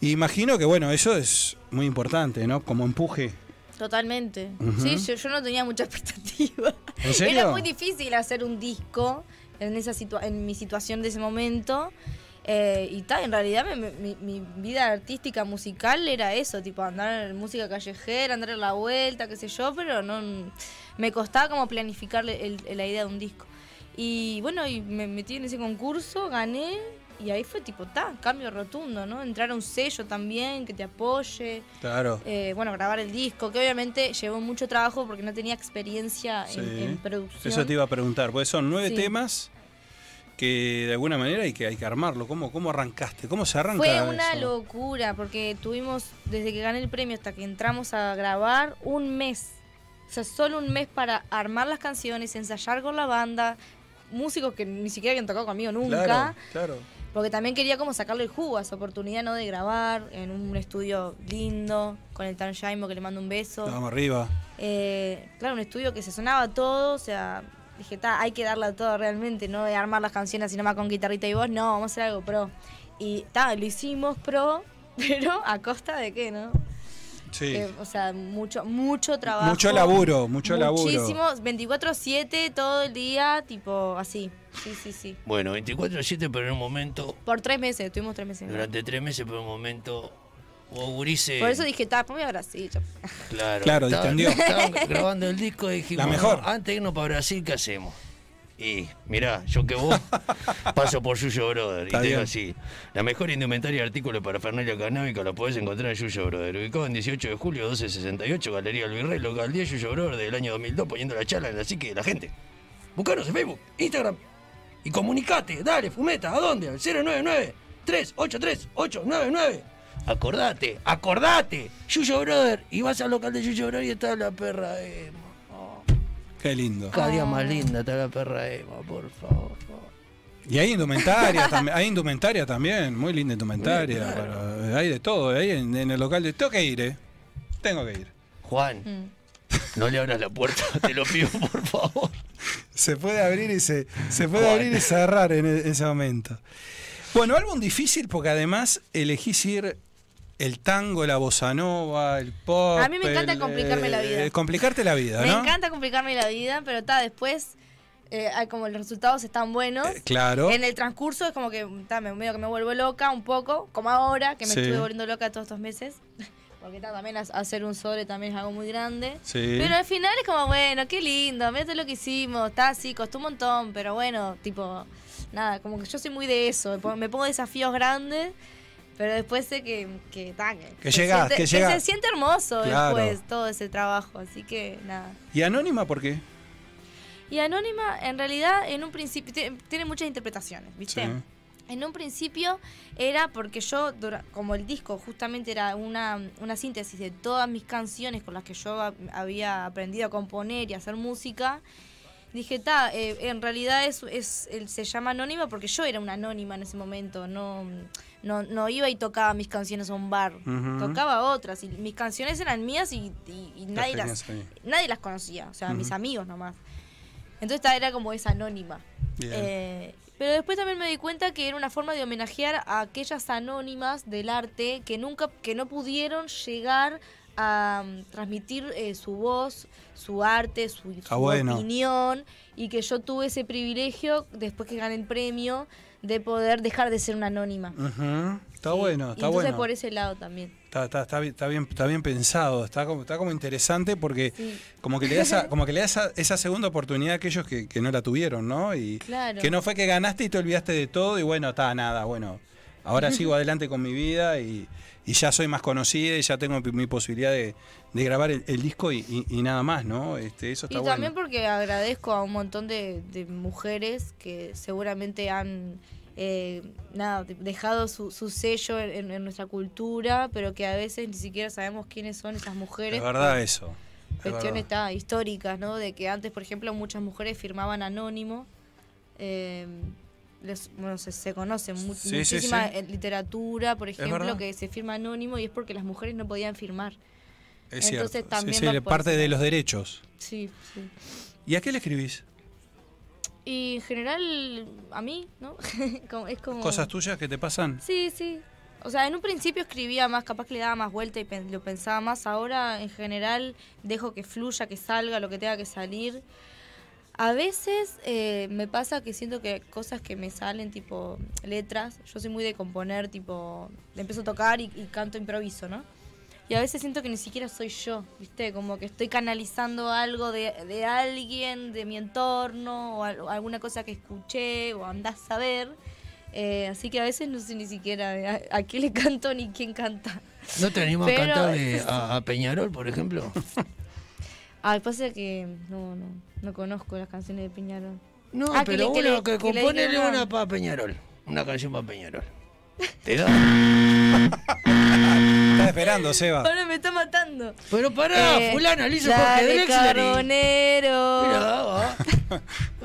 S3: Imagino que, bueno, eso es muy importante, ¿no? Como empuje.
S14: Totalmente.
S3: Ujú.
S14: Sí, yo, yo no tenía mucha <laughs> expectativa.
S3: ¿En serio?
S14: Era muy difícil hacer un disco en, esa situa- en mi situación de ese momento. Eh, y tal, en realidad me- me- mi, mi vida artística musical era eso, tipo andar en música callejera, andar en la vuelta, qué sé yo, pero no me costaba como planificar el- el- la idea de un disco. Y bueno, y me metí en ese concurso, gané y ahí fue tipo, ta, cambio rotundo, ¿no? Entrar a un sello también que te apoye.
S3: Claro.
S14: Eh, bueno, grabar el disco, que obviamente llevó mucho trabajo porque no tenía experiencia en-
S3: Sí.
S14: en, producción.
S3: Eso te iba a preguntar, porque son nueve
S14: Sí.
S3: temas que de alguna manera hay que, hay que armarlo. ¿Cómo, ¿Cómo arrancaste? ¿Cómo se arranca
S14: Fue una
S3: eso?
S14: locura porque tuvimos, desde que gané el premio hasta que entramos a grabar, un mes. O sea, solo un mes para armar las canciones, ensayar con la banda, músicos que ni siquiera habían tocado conmigo nunca.
S3: Claro, claro.
S14: Porque también quería como sacarle el jugo a esa oportunidad, ¿no? De grabar en un estudio lindo, con el Tan Jaimo que le mando un beso.
S3: Vamos arriba.
S14: Eh, claro, un estudio que se sonaba todo, o sea, dije, "Ta, hay que darla todo realmente, no de armar las canciones así nomás con guitarrita y voz, no, vamos a hacer algo pro. Y ta, lo hicimos pro, <laughs> pero a costa de qué, ¿no?
S3: Sí.
S14: Eh, o sea, mucho, mucho trabajo.
S3: Mucho laburo, mucho laburo.
S14: Muchísimo, 24-7 todo el día, tipo así. Sí, sí, sí.
S12: Bueno, 24-7, pero en un momento,
S14: Por tres meses, estuvimos tres meses. ¿no?
S12: durante tres meses, pero en un momento, Vos, gurises.
S14: Por eso dije, tapa, voy a Brasil. chao".
S12: Claro,
S3: Claro,
S12: estaban-
S3: distendió.
S12: Estaban grabando el disco y dijimos,
S3: La mejor.
S12: "No, antes de irnos para Brasil, ¿qué hacemos? Y mirá, yo
S3: <laughs>
S12: que vos paso por Yuyo Brother y
S3: Está
S12: te digo
S3: bien.
S12: así, la mejor indumentaria y artículo para Fernalia Canábica la podés encontrar en Yuyo Brother, ubicado en 18 de julio 1268, Galería El Virrey, local 10 Yuyo Brother del año 2002, poniendo la charla en la psique de la gente. Buscanos en Facebook, Instagram y comunicate, dale, fumeta, ¿a dónde? Al 099 383 899 Acordate, acordate, Yuyo Brother, y vas al local de Yuyo Brother y está la perra Emma.
S3: Qué lindo.
S12: Cada día
S14: Ah.
S12: más linda está la perra Emma, por favor.
S3: Y hay indumentaria también, hay indumentaria también, muy linda indumentaria.
S12: Muy,
S3: pero hay de todo, ahí en, en el local de. Tengo que ir, eh. Tengo que ir.
S12: Juan,
S14: Mm.
S12: no le abras la puerta, <laughs> te lo pido por favor.
S3: Se puede abrir y se, se puede
S12: Bueno.
S3: abrir y cerrar en e- ese momento. Bueno, álbum difícil porque además elegís ir el tango, la bossa nova, el pop.
S14: A mí me encanta
S3: el,
S14: complicarme la vida.
S3: eh, Complicarte la vida,
S14: Me
S3: ¿no?
S14: encanta complicarme la vida, pero ta, después, eh, ah, como los resultados están buenos.
S3: Eh, Claro.
S14: En el transcurso es como que ta, me, medio que me vuelvo loca un poco, como ahora, que me
S3: Sí.
S14: estuve volviendo loca todos estos meses. <laughs> Porque ta, también as- hacer un sobre también es algo muy grande.
S3: Sí.
S14: Pero al final es como, bueno, qué lindo, mirá todo lo que hicimos, está así, costó un montón, pero bueno, tipo, nada, como que yo soy muy de eso, me pongo- me pongo desafíos grandes, pero después sé que, que, ta, que,
S3: Que
S14: se
S3: llegás,
S14: siente-
S3: que llegás.
S14: se siente hermoso
S3: Claro.
S14: después todo ese trabajo, así que nada.
S3: ¿Y Anónima por qué?
S14: Y Anónima, en realidad, en un principio, ti- tiene muchas interpretaciones, ¿viste?
S3: Sí.
S14: En un principio era porque yo, dura- como el disco justamente era una, una síntesis de todas mis canciones con las que yo ha- había aprendido a componer y a hacer música, dije, ta, eh, en realidad es, es, el- se llama Anónima porque yo era una anónima en ese momento, no, no, no iba y tocaba mis canciones a un bar,
S16: Ujú.
S14: tocaba otras, y mis canciones eran mías y, y- y nadie las nadie las conocía, o sea, mis
S16: Ujú.
S14: amigos nomás. Entonces esta era como es anónima.
S16: Bien.
S14: Eh, pero después también me di cuenta que era una forma de homenajear a aquellas anónimas del arte que nunca, que no pudieron llegar a mm, transmitir eh, su voz, su arte, su,
S3: Está
S14: su
S3: Ah, bueno.
S14: opinión, y que yo tuve ese privilegio, después que gané el premio, de poder dejar de ser una anónima.
S3: Ujú, Está
S14: Sí.
S3: bueno,
S14: Y
S3: está
S14: entonces
S3: bueno.
S14: por ese lado también.
S3: Está, está- está bien, está bien, está bien pensado, está como, está como interesante porque
S14: Sí.
S3: como que le das,
S14: <laughs>
S3: a- como que le das a- esa segunda oportunidad a aquellos que, que no la tuvieron, ¿no? Y
S14: Claro.
S3: que no fue que ganaste y te olvidaste de todo y bueno, está nada, bueno,
S14: <laughs>
S3: ahora sigo adelante con mi vida y, y ya soy más conocida y ya tengo mi, mi posibilidad de, de grabar el, el disco y, y- y nada más, ¿no? Este, eso está
S14: y
S3: bueno.
S14: también porque agradezco a un montón de, de mujeres que seguramente han eh, nada, de- dejado su, su sello en, en- en nuestra cultura, pero que a veces ni siquiera sabemos quiénes son esas mujeres.
S3: Es verdad
S14: por
S3: eso. es
S14: Cuestiones
S3: verdad.
S14: ta, históricas, ¿no? De que antes, por ejemplo, muchas mujeres firmaban anónimo. eh, les- bueno, se, se conoce mu-
S16: Sí, sí,
S14: muchísima
S16: sí.
S14: eh, literatura, por ejemplo,
S3: verdad.
S14: que se firma anónimo y es porque las mujeres no podían firmar.
S3: Es cierto.
S14: Entonces
S3: Sí,
S14: también
S3: sí,
S14: va por
S3: parte
S14: ese
S3: de
S14: lado.
S3: los derechos.
S14: Sí, sí.
S3: ¿Y a qué le escribís?
S14: Y en general, a mí, ¿no? <laughs> Como- es como...
S3: ¿Cosas tuyas que te pasan?
S14: Sí, sí. O sea, en un principio escribía más, capaz que le daba más vuelta y pen- lo pensaba más. Ahora, en general, dejo que fluya, que salga lo que tenga que salir. A veces eh, me pasa que siento que cosas que me salen, tipo letras, yo soy muy de componer, tipo, empiezo a tocar y, y canto improviso, ¿no? Y a veces siento que ni siquiera soy yo, ¿viste? Como que estoy canalizando algo de, de alguien, de mi entorno, o al- o alguna cosa que escuché, o andás a ver. Eh, así que a veces no sé ni siquiera a, a qué le <laughs> canto ni quién canta.
S12: ¿No te animás
S14: Pero- <laughs>
S12: a cantarle a, a Peñarol, por ejemplo?
S14: Ah, pasa que no, no, no conozco las canciones de Peñarol.
S12: No,
S14: Ah, que
S12: pero
S14: le- que le-
S12: uno que,
S14: que le
S12: compone
S14: digan-
S12: una para Peñarol. Una canción
S14: <laughs>
S12: para Peñarol. ¿Te da?
S3: Estás esperando, Seba.
S14: Ahora me está matando.
S12: Pero pará, fulana, le hizo Jorge
S14: dale,
S12: Drexler y-
S14: Carbonero.
S12: Mirá, va.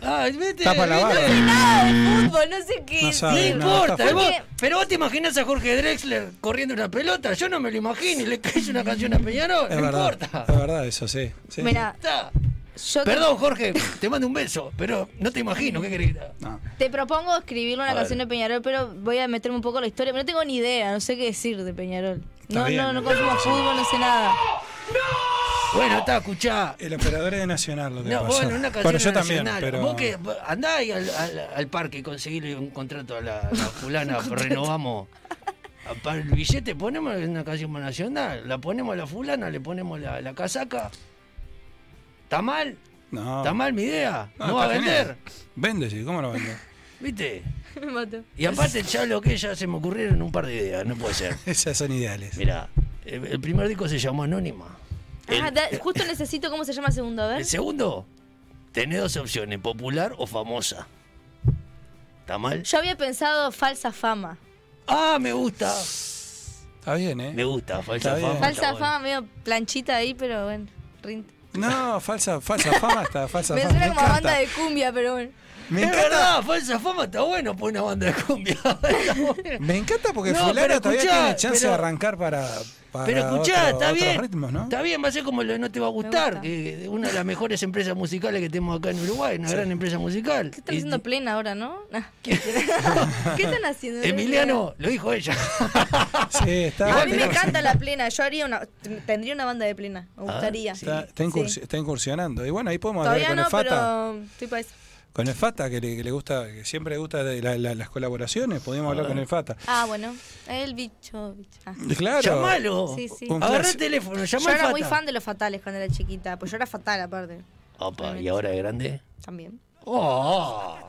S12: Ay, vete,
S3: Tapa la
S12: vete.
S3: barra.
S14: Nada de fútbol, no sé qué.
S3: No
S14: decir.
S3: sabe,
S12: No importa,
S14: Porque-
S12: vos- pero vos te imaginás a Jorge Drexler corriendo una pelota, yo no me lo imagino y le caes una canción a Peñarol,
S3: Es
S12: no
S3: verdad.
S12: importa.
S3: Es verdad, eso sí. sí.
S14: Mira, yo
S12: Perdón Jorge, te mando un beso, pero no te imagino, ¿qué querés?
S14: te propongo escribir una
S12: A ver.
S14: canción de Peñarol, pero voy a meterme un poco en la historia. pero No tengo ni idea, no sé qué decir de Peñarol.
S3: Está
S14: No,
S3: bien,
S14: no, no
S3: eh.
S14: consumo fútbol, no sé nada.
S12: Bueno, está, escuchá.
S3: El operador es de Nacional, lo que
S12: No,
S3: pasa.
S12: bueno, una canción
S3: Bueno, yo
S12: nacional.
S3: también, pero...
S12: Vos que
S3: <laughs>
S12: andá ahí al, al- al parque y conseguirle un contrato a la, a la fulana, renovamos. Para el billete ponemos una canción más nacional, la ponemos a la fulana, le ponemos la, la casaca. ¿Está mal?
S3: No.
S12: ¿Está mal mi idea? ¿No,
S3: está
S12: va a
S3: genial.
S12: vender?
S3: Vende, sí, ¿cómo lo
S12: <laughs>
S3: vende?
S12: ¿Viste?
S14: <laughs> Me mato.
S12: Y aparte ya lo que ya se me ocurrieron un par de ideas, no puede ser.
S3: Esas son ideales.
S12: Mira, el, el primer disco se llamó Anónima.
S14: Ah, da- justo necesito cómo se llama el segundo, a ver.
S12: El segundo, tenés dos opciones, popular o famosa. ¿Está mal?
S14: Yo había pensado falsa fama.
S12: Ah, me gusta.
S3: Está bien, ¿eh?
S12: Me gusta, falsa
S3: Está bien.
S12: fama.
S14: falsa
S12: Ah, está bueno.
S14: fama, medio planchita ahí, pero bueno. rinde.
S3: No, falsa, falsa fama está, falsa
S14: Me
S3: fama.
S14: suena como a
S3: encanta.
S14: banda de cumbia, pero bueno.
S3: Me
S12: es
S3: encanta.
S12: verdad, falsa fama está bueno por una banda de
S14: <laughs>
S12: cumbia. <laughs> Está bueno.
S3: Me encanta porque
S12: No,
S3: fulano
S12: pero
S3: todavía
S12: escuchá,
S3: tiene chance
S12: pero-
S3: de arrancar para, para
S12: Pero escuchá,
S3: otro-
S12: está
S3: otros
S12: bien.
S3: ritmos, ¿no?
S12: Está bien, va a ser como lo de No Te Va a Gustar,
S14: gusta.
S12: que es una de las mejores empresas musicales que tenemos acá en Uruguay, una gran empresa musical.
S14: ¿Qué están
S12: Y-
S14: haciendo plena ahora, no? Ah, <laughs> ¿Qué están haciendo?
S12: <laughs> Emiliano, lo dijo ella. <laughs>
S3: Sí, está
S14: A mí
S3: <laughs>
S14: me encanta la plena. Yo haría una, tendría una banda de plena. Me gustaría.
S3: Está,
S14: Sí.
S3: está incursi- está incursionando. Y bueno, ahí podemos hablar
S14: Todavía
S3: con
S14: no,
S3: el Fata.
S14: pero estoy para eso.
S3: Con el Fata, que le, que le gusta, que siempre le gusta de la- la- las colaboraciones. Podemos hablar con el Fata.
S14: Ah, bueno. El bicho, bicho. Ah.
S3: Claro. Oh,
S12: Llamalo.
S14: Sí, sí.
S3: Un
S12: Agarrá
S3: clásico.
S12: el teléfono,
S14: Yo
S12: llamá al
S14: era muy
S12: Fata.
S14: fan de los fatales cuando era chiquita. Pues yo era fatal, aparte.
S12: Opa, ¿y ahora de grande?
S14: También.
S12: Oh,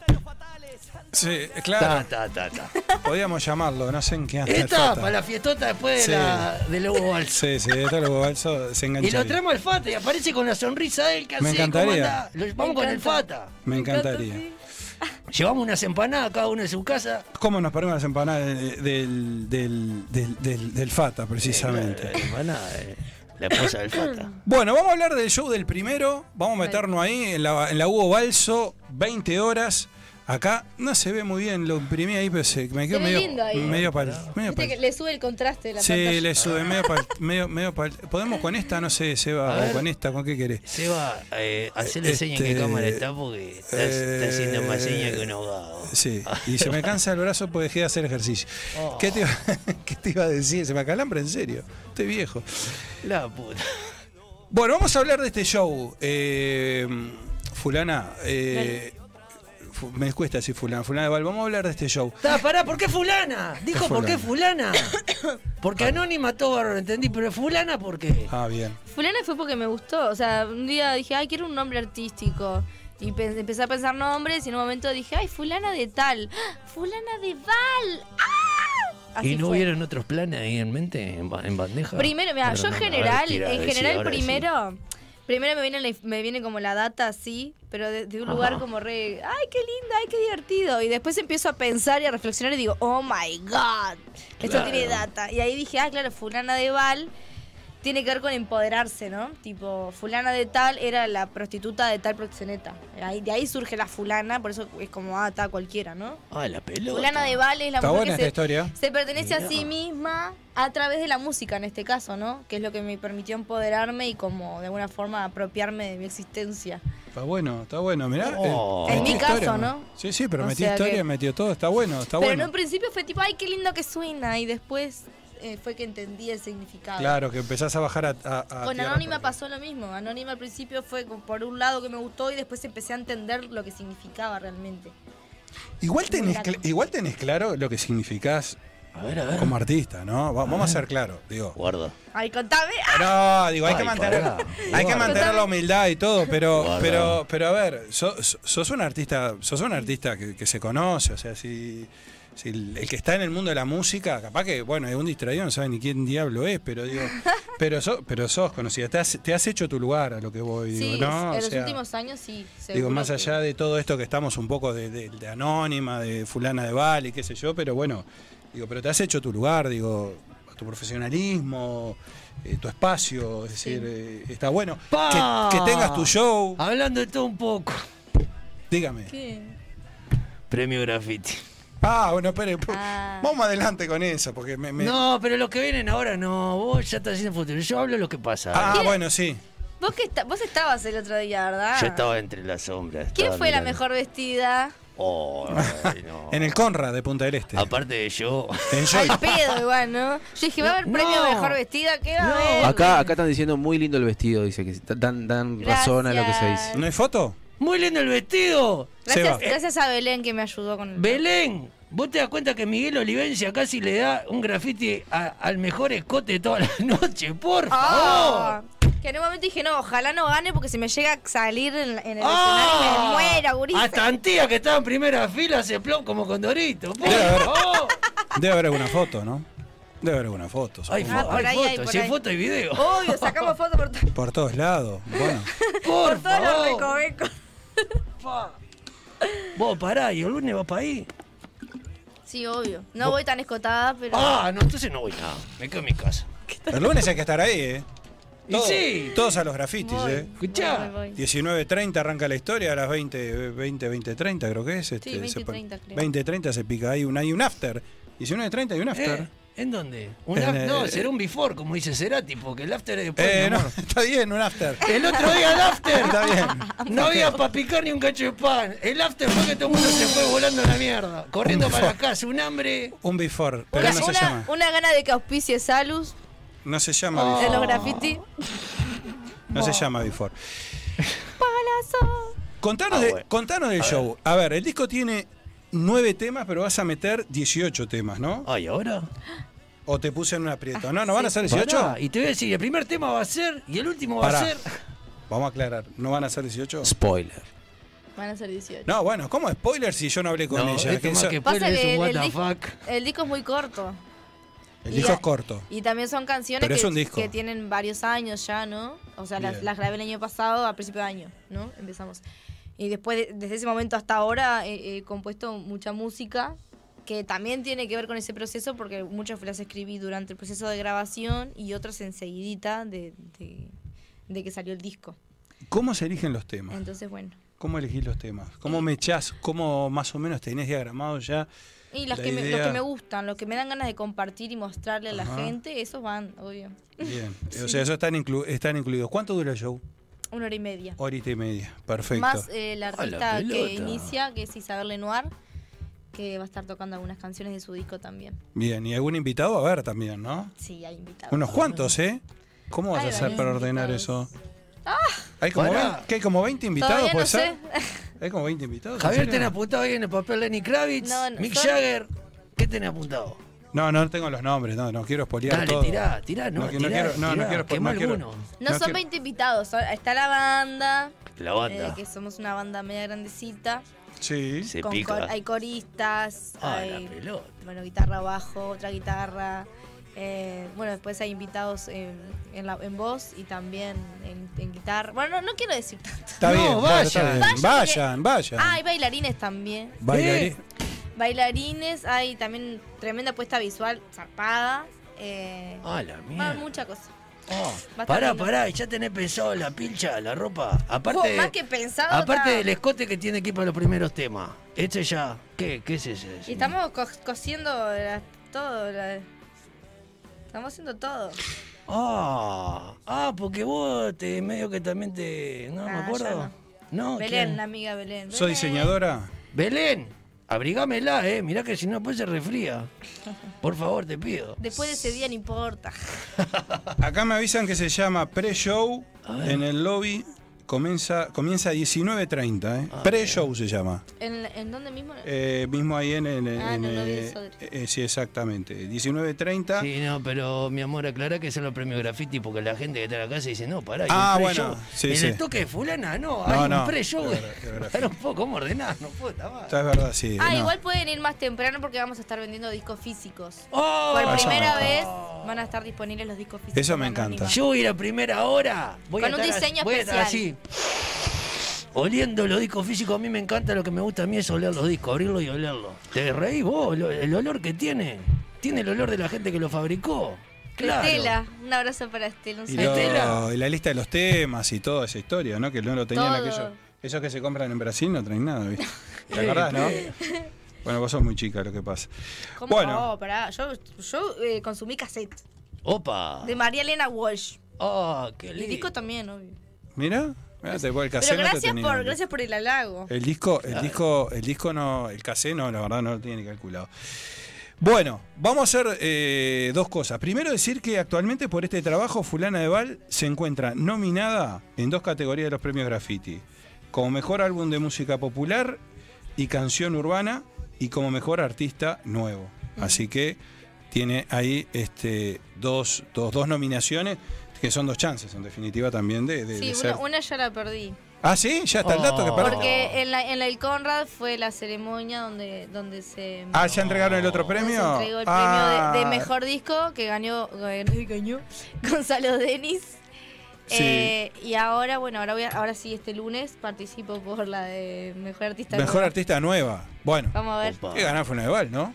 S3: Sí,
S12: ta,
S3: claro.
S12: ta,
S14: <laughs>
S12: ta, ta.
S3: Podíamos llamarlo, no sé en qué anda el
S12: Esta,
S3: Fata.
S12: para la fiestota después de
S3: Sí.
S12: la, del Lobo
S14: <laughs>
S12: Balsa.
S3: Sí, sí, esto lo balso se
S12: Y lo
S3: engancharía.
S12: traemos al Fata y aparece con la sonrisa de él que
S3: Me
S12: hace, ¿cómo
S3: encantaría.
S12: andá? Lo- Vamos
S14: Me
S12: con el
S14: encanta.
S12: Fata.
S3: Me encantaría.
S12: Llevamos unas empanadas cada uno en su casa.
S3: ¿Cómo nos perdemos las empanadas de- del, del, del, del- del Fata, precisamente?
S12: Empanada, eh, la esposa del Fata.
S3: Bueno, vamos a hablar del show del primero. Vamos a meternos ahí en la, en la Hugo Balso, 20 horas. Acá no se ve muy bien, lo imprimí ahí, pero se, me quedó
S14: Se ve
S3: medio.
S14: lindo ahí.
S3: Medio pal- medio
S14: Viste
S3: pal-
S14: que le sube el contraste de la
S3: Sí,
S14: pantalla.
S3: le sube, medio pal- medio, medio pal- ¿Podemos con esta? No sé,
S12: A
S3: Seba,
S12: ver.
S3: o con esta, ¿con qué querés?
S12: <clears throat> Seba, eh, hacerle seña en
S3: Este,
S12: qué cámara está porque está, está haciendo más seña que un ahogado.
S3: Sí, y se me cansa el brazo porque dejé de hacer ejercicio.
S12: Oh.
S3: ¿Qué, te iba, <laughs> qué te iba a decir? Se me acalambra en serio. Estoy viejo.
S12: La puta.
S3: Bueno, vamos a hablar de este show. Eh, fulana, eh, fu- me cuesta decir fulana, fulana de Val, vamos a hablar de este show.
S12: Ta, pará, ¿por qué fulana? Dijo, ¿por qué fulana? Ah. Porque anónima todo bárbaro, entendí, pero fulana ¿por qué?
S3: Ah, bien.
S14: Fulana fue porque me gustó. O sea, un día dije, ay, quiero un nombre artístico. Y pe- empecé a pensar nombres y en un momento dije, ay, fulana de tal. ¡Ah! Fulana de Val. ¡Ah! Así
S12: ¿Y no
S14: fue.
S12: hubieron otros planes ahí en mente, en, ba- en bandeja?
S14: Primero, mira,
S12: Pero
S14: yo en
S12: no, a ver,
S14: general,
S12: tira,
S14: en
S12: decí,
S14: general
S12: ahora decí.
S14: primero, primero me viene, la inf- me viene como la data así, pero de, de un lugar
S12: Ajá.
S14: como re, ay, qué linda, ay, qué divertido. Y después empiezo a pensar y a reflexionar y digo, oh my god, esto
S12: Claro.
S14: tiene data. Y ahí dije, ah, claro, fulana de Val tiene que ver con empoderarse, ¿no? Tipo, fulana de tal era la prostituta de tal proxeneta. Ahí, de ahí surge la fulana, por eso es como, ah, está cualquiera, ¿no?
S12: Ah, la pelota.
S14: Fulana de Val es la
S3: Está
S14: mujer
S3: buena esta
S14: que se,
S3: historia.
S14: se pertenece a sí
S12: Mirá.
S14: misma a través de la música en este caso, ¿no? Que es lo que me permitió empoderarme y como de alguna forma apropiarme de mi existencia.
S3: Está bueno, está bueno, mirá. eh,
S12: Oh.
S3: metí
S14: En mi
S3: historia,
S14: caso, ¿no?
S3: Sí, sí, pero
S14: O
S3: metí
S14: sea
S3: historia,
S14: que-
S3: metió todo, está bueno, está
S14: Pero en
S3: bueno.
S14: un principio fue tipo, ay, qué lindo que suena. Y después eh, fue que entendí el significado.
S3: Claro, ah, que empezás a bajar a. a- a
S14: Con
S3: tierra
S14: Anónima
S3: propia.
S14: pasó lo mismo. Anónima al principio fue como por un lado que me gustó y después empecé a entender lo que significaba realmente.
S3: Igual tenés,
S14: Muy grande.
S3: cl- igual tenés claro lo que significás
S12: A ver, a ver.
S3: como artista, ¿no? Va- vamos a ser claros, digo.
S12: Guarda.
S14: Ay, contame. ¡Ah!
S3: No, digo, hay que
S12: Ay,
S3: mantener,
S12: pará.
S3: hay que
S12: Guarda.
S3: mantener la humildad y todo, pero,
S12: Guarda.
S3: pero, pero a ver, so- so- sos, un artista, sos un artista que, que se conoce, o sea, si, si el, el que está en el mundo de la música, capaz que, bueno, es un distraído, no sabe ni quién diablo es, pero
S14: <laughs>
S3: digo, pero sos, pero sos conocida, te has, te has hecho tu lugar a lo que voy, digo,
S14: sí,
S3: ¿no?
S14: en
S3: O
S14: los
S3: sea,
S14: últimos años sí.
S3: Digo,
S14: seguro
S3: más
S14: que-
S3: allá de todo esto que estamos un poco de, de- de anónima, de fulana de Val y qué sé yo, pero bueno, digo, pero te has hecho tu lugar, digo, tu profesionalismo, eh, tu espacio, es decir, eh, está bueno.
S12: Pa.
S3: Que, que tengas tu show,
S12: Hablando de todo un poco.
S3: dígame.
S14: ¿Qué?
S12: Premio Graffiti.
S3: Ah, bueno, espere, pu-
S14: Ah.
S3: vamos adelante con eso, porque me... me-
S12: No, pero los que vienen ahora no. Vos ya estás haciendo futuro. Yo hablo lo que pasa.
S3: Ah, bueno, sí.
S14: Vos, que esta- vos estabas el otro día, ¿verdad?
S12: Yo estaba entre las sombras.
S14: ¿Quién
S12: estaba
S14: fue la
S12: mirando.
S14: mejor vestida?
S12: Oh, ay, no.
S3: En el Conrad de Punta del Este.
S12: Aparte de yo.
S3: En Joy.
S14: Al pedo igual, ¿no? Yo dije, ¿va a haber
S12: No.
S14: premio mejor vestida? ¿Qué va a
S12: No.
S14: haber?
S6: Acá, acá están diciendo muy lindo el vestido, dice que dan, dan razón a lo que se dice.
S3: ¿No hay foto?
S12: Muy lindo el vestido.
S3: Seba.
S12: Eh.
S14: Gracias, gracias a Belén que me ayudó con el...
S12: Belén, Vos te das cuenta que Miguel Olivencia casi le da un grafiti a- al mejor escote toda la <laughs> noche, por favor.
S14: Ah, Que en un momento dije, no, ojalá no gane porque si me llega a salir en, en el
S12: Ah,
S14: escenario me muero, gurisa.
S12: Hasta Antía, que estaba en primera fila, se plom como Condorito. por favor.
S3: Debe haber alguna foto, ¿no? Debe haber alguna foto.
S14: Ah,
S12: Hay,
S3: supongo.
S12: fo- hay fotos, sí, fotos y videos. <laughs>
S14: Obvio, sacamos fotos por, to-
S3: Por todos lados. Bueno.
S14: por todos
S12: Oh.
S14: los recovecos.
S12: Vos pará, y el lunes vas para ahí.
S14: Sí, obvio. No voy tan escotada, pero.
S12: Ah, no, entonces no voy nada. Me quedo en mi casa.
S3: El lunes hay que estar ahí, ¿eh? Todos-
S12: sí.
S3: Todos a los grafitis, ¿eh?
S12: Escuchá.
S3: 19.30 arranca la historia, a las 20, 20, 20, 30 creo que es. Este,
S12: Sí, 20,
S3: se pone-
S12: 30 creo.
S3: 20, 30 se pica ahí, un, hay un after. 19.30 y un after.
S12: Eh, ¿En dónde? Un
S3: En,
S12: af-
S3: eh,
S12: no, será un before, como dice Cerati, porque el after es después.
S3: Eh,
S12: mi
S3: no,
S12: amor.
S3: <laughs> está bien, un after.
S12: El otro día el after.
S3: Está bien.
S12: No había para picar ni un cacho de pan. El after fue que todo el mundo se fue volando a la mierda. Corriendo para la casa, un hambre.
S3: Un before, pero
S14: Una,
S3: no se
S14: una-
S3: llama.
S14: una Oh. gana de que auspicie Salus
S3: No se llama
S12: Oh.
S14: en los
S3: before.
S14: graffiti.
S3: No se llama before.
S14: <laughs> Palazo.
S3: Contanos, de- contanos del show. Ah, A ver, el disco tiene nueve temas, pero vas a meter 18 temas, ¿no?
S12: Ay, ¿ahora?
S3: O te puse en un
S14: Ah,
S3: aprieto. No, no van a ser 18.
S12: Pará, y te voy a decir, el primer tema va a ser y el último va a
S3: Pará.
S12: ser.
S3: Vamos a aclarar, ¿no van a ser 18?
S6: Spoiler.
S14: Van a ser 18.
S3: No, bueno, ¿cómo spoiler si yo no hablé con
S12: No,
S3: ella?
S12: esto
S3: Que
S12: más
S3: eso-
S12: que
S14: Pasa
S12: Spoiler es
S14: que
S12: un
S14: el,
S12: what the
S14: disco, el disco es muy corto.
S3: El
S14: y
S3: disco
S14: a-
S3: es corto.
S14: Y también son canciones
S3: Pero es
S14: que,
S3: un disco.
S14: que tienen varios años ya, ¿no? O sea, las,
S3: Bien.
S14: las grabé el año pasado, a principio de año, ¿no? Empezamos. Y después, de- desde ese momento hasta ahora, he, he compuesto mucha música que también tiene que ver con ese proceso porque muchas las escribí durante el proceso de grabación y otras enseguidita de, de- de que salió el disco.
S3: ¿Cómo se eligen los temas?
S14: Entonces, bueno.
S3: ¿Cómo elegís los temas? ¿Cómo me echás? ¿Cómo más o menos tenés diagramado ya?
S14: Y las
S3: la
S14: que me, los
S3: idea?
S14: que me gustan, los que me dan ganas de compartir y mostrarle a la
S3: Ajá.
S14: gente, esos van, obvio.
S3: Bien, o sea, eso están, inclu- están incluidos. ¿Cuánto dura el show?
S14: Una hora y media.
S3: Horita y media, perfecto.
S14: Más eh, la
S3: A la
S14: artista
S3: pelota.
S14: que inicia, que es Isabel Lenoir, que va a estar tocando algunas canciones de su disco también.
S3: Bien, y algún invitado a ver también, ¿no?
S14: Sí, hay invitados.
S3: Unos cuantos, ¿eh? ¿Cómo vas
S14: Hay
S3: a hacer
S14: varios
S3: para ordenar eso?
S14: Ah,
S3: ¿Hay como,
S12: Pará.
S3: 20, ¿qué, hay como 20 invitados,
S14: Todavía
S3: puede
S14: no
S3: ser? ¿Hay como 20 invitados?
S12: Javier,
S3: ¿en
S12: ¿tenés
S3: serio?
S12: apuntado ahí en el papel Lenny Kravitz?
S14: No, no,
S12: Mick
S14: son-
S12: Jagger. ¿Qué tenés apuntado?
S3: No, no tengo los nombres, no, no quiero spoilear
S12: Dale,
S3: todo.
S12: tirá, tirá, no,
S3: que-
S12: tirá,
S3: quiero, no,
S12: tirá,
S3: no quiero
S12: quemá
S3: no quiero-
S12: alguno.
S14: no,
S3: no
S14: son
S3: quiero-
S14: 20 invitados, son- está la banda,
S12: La
S14: eh, Eh, que somos una banda media grandecita.
S3: Sí.
S12: Se
S14: con cor- hay coristas,
S12: Ah,
S14: hay
S12: la pelota.
S14: bueno, guitarra bajo, otra guitarra. eh, bueno, después hay invitados en, en, la- en voz y también en, en guitarra. Bueno, no, no quiero decir tanto.
S3: Está
S12: No,
S3: bien, claro, está
S12: vayan. eh,
S3: bien. vayan, vayan.
S14: Ah, hay bailarines también.
S3: Bailarí-
S14: Bailarines, hay también tremenda puesta visual zarpada. Eh,
S3: Oh,
S12: Ah, la
S14: va
S12: mierda.
S14: mucha cosa.
S12: Oh,
S14: Va
S12: pará,
S14: estar
S12: pará, ya tenés pensado la pincha, la ropa. Aparte,
S14: Vos, más que pensado,
S12: aparte
S14: está-
S12: del escote que tiene que ir para los primeros temas. Este ya, ¿qué, qué es ese?
S14: Y estamos co- cosiendo la- todo. la- estamos haciendo todo.
S12: Ah, ah, porque vos te medio que también te. No, me
S14: Ah,
S12: acuerdo.
S14: ya
S12: No,
S14: Belén,
S12: ¿quién?
S14: la amiga Belén.
S12: ¿Sos
S14: Belén.
S3: diseñadora?
S12: Belén, abrigámela, eh. Mirá que si no, después se refría. Por favor, te pido.
S14: Después de ese día no importa.
S3: Acá me avisan que se llama pre-show en el lobby. Comienza, comienza a 19.30, ¿eh?
S12: Ah,
S3: Pre-show se llama.
S14: ¿En, en dónde mismo?
S3: Eh, mismo ahí en el.
S14: Ah,
S3: en,
S14: en el lobby
S3: eh,
S14: de Sodre.
S3: eh, sí, exactamente. 19.30.
S12: Sí, no, pero mi amor, aclará que son los premios graffiti porque la gente que está en la casa dice, no, pará. hay un
S3: Ah,
S12: pre-show.
S3: bueno, sí,
S12: el
S3: sí.
S12: toque de fulana, no,
S3: No,
S12: hay
S3: no,
S12: un pre-show.
S3: es verdad, es verdad.
S12: <laughs> Pará un poco, ¿cómo ordenás? No puedo, está mal.
S3: Está es verdad, sí.
S14: Ah,
S3: no.
S14: igual pueden ir más temprano porque vamos a estar vendiendo discos físicos.
S12: ¡Oh!
S14: Por primera
S3: Eso me
S14: vez van a estar disponibles los discos físicos.
S3: Eso me encanta.
S12: Yo voy a ir a primera hora. Voy
S14: Con
S12: a
S14: un
S12: estar así-
S14: diseño
S12: voy a estar
S14: especial.
S12: así, oliendo los discos físicos. A mí me encanta, lo que me gusta a mí es oler los discos, abrirlos y olerlos. ¿Te reís vos? Lo- El olor que tiene. Tiene el olor de la gente que lo fabricó. Claro.
S14: Estela, un abrazo para Estela. Un
S3: Y,
S14: saludo.
S3: lo- y la lista de los temas y toda esa historia, ¿no? Que no lo tenían
S14: Todo.
S3: aquellos. Esos que se compran en Brasil no traen nada,
S14: <laughs>
S3: ¿viste? ¿Te
S12: Eh,
S3: acordás, no?
S12: eh.
S3: Bueno, vos sos muy chica lo que pasa.
S14: ¿Cómo?
S3: Bueno.
S14: No, pará. Yo, yo eh, consumí cassette
S12: Opa.
S14: de María Elena Walsh.
S12: Ah, qué
S14: Y disco también, obvio.
S3: Mira, mira, te voy el cassette
S14: Pero
S3: no te
S14: gracias
S3: tenía.
S14: por, gracias por el halago.
S3: El disco, el disco, el disco no, el cassé no, la verdad no lo tiene ni calculado. Bueno, vamos a hacer eh, dos cosas. Primero decir que actualmente por este trabajo Fulana de Val se encuentra nominada en dos categorías de los premios Graffiti. Como mejor álbum de música popular y canción urbana y como mejor artista nuevo. Así que tiene ahí este, dos, dos, dos nominaciones que son dos chances, en definitiva, también de, de-
S14: Sí,
S3: de
S14: una,
S3: ser.
S14: una ya la perdí.
S3: Ah, sí, ya está el dato que
S14: Oh.
S3: perdí.
S14: Porque en la, en la- el Conrad fue la ceremonia donde, donde se.
S3: Ah, ya entregaron el otro premio.
S14: Se entregó el
S3: Ah,
S14: premio de, de mejor disco que ganó, ganó, ganó <laughs> Gonzalo Denis.
S3: Sí.
S14: Eh, y ahora, bueno, ahora, voy a- ahora sí, este lunes participo por la de Mejor Artista.
S3: Mejor
S14: Nueva.
S3: artista nueva. Bueno.
S14: Vamos a ver.
S3: Que ganar fue una de Val, ¿no?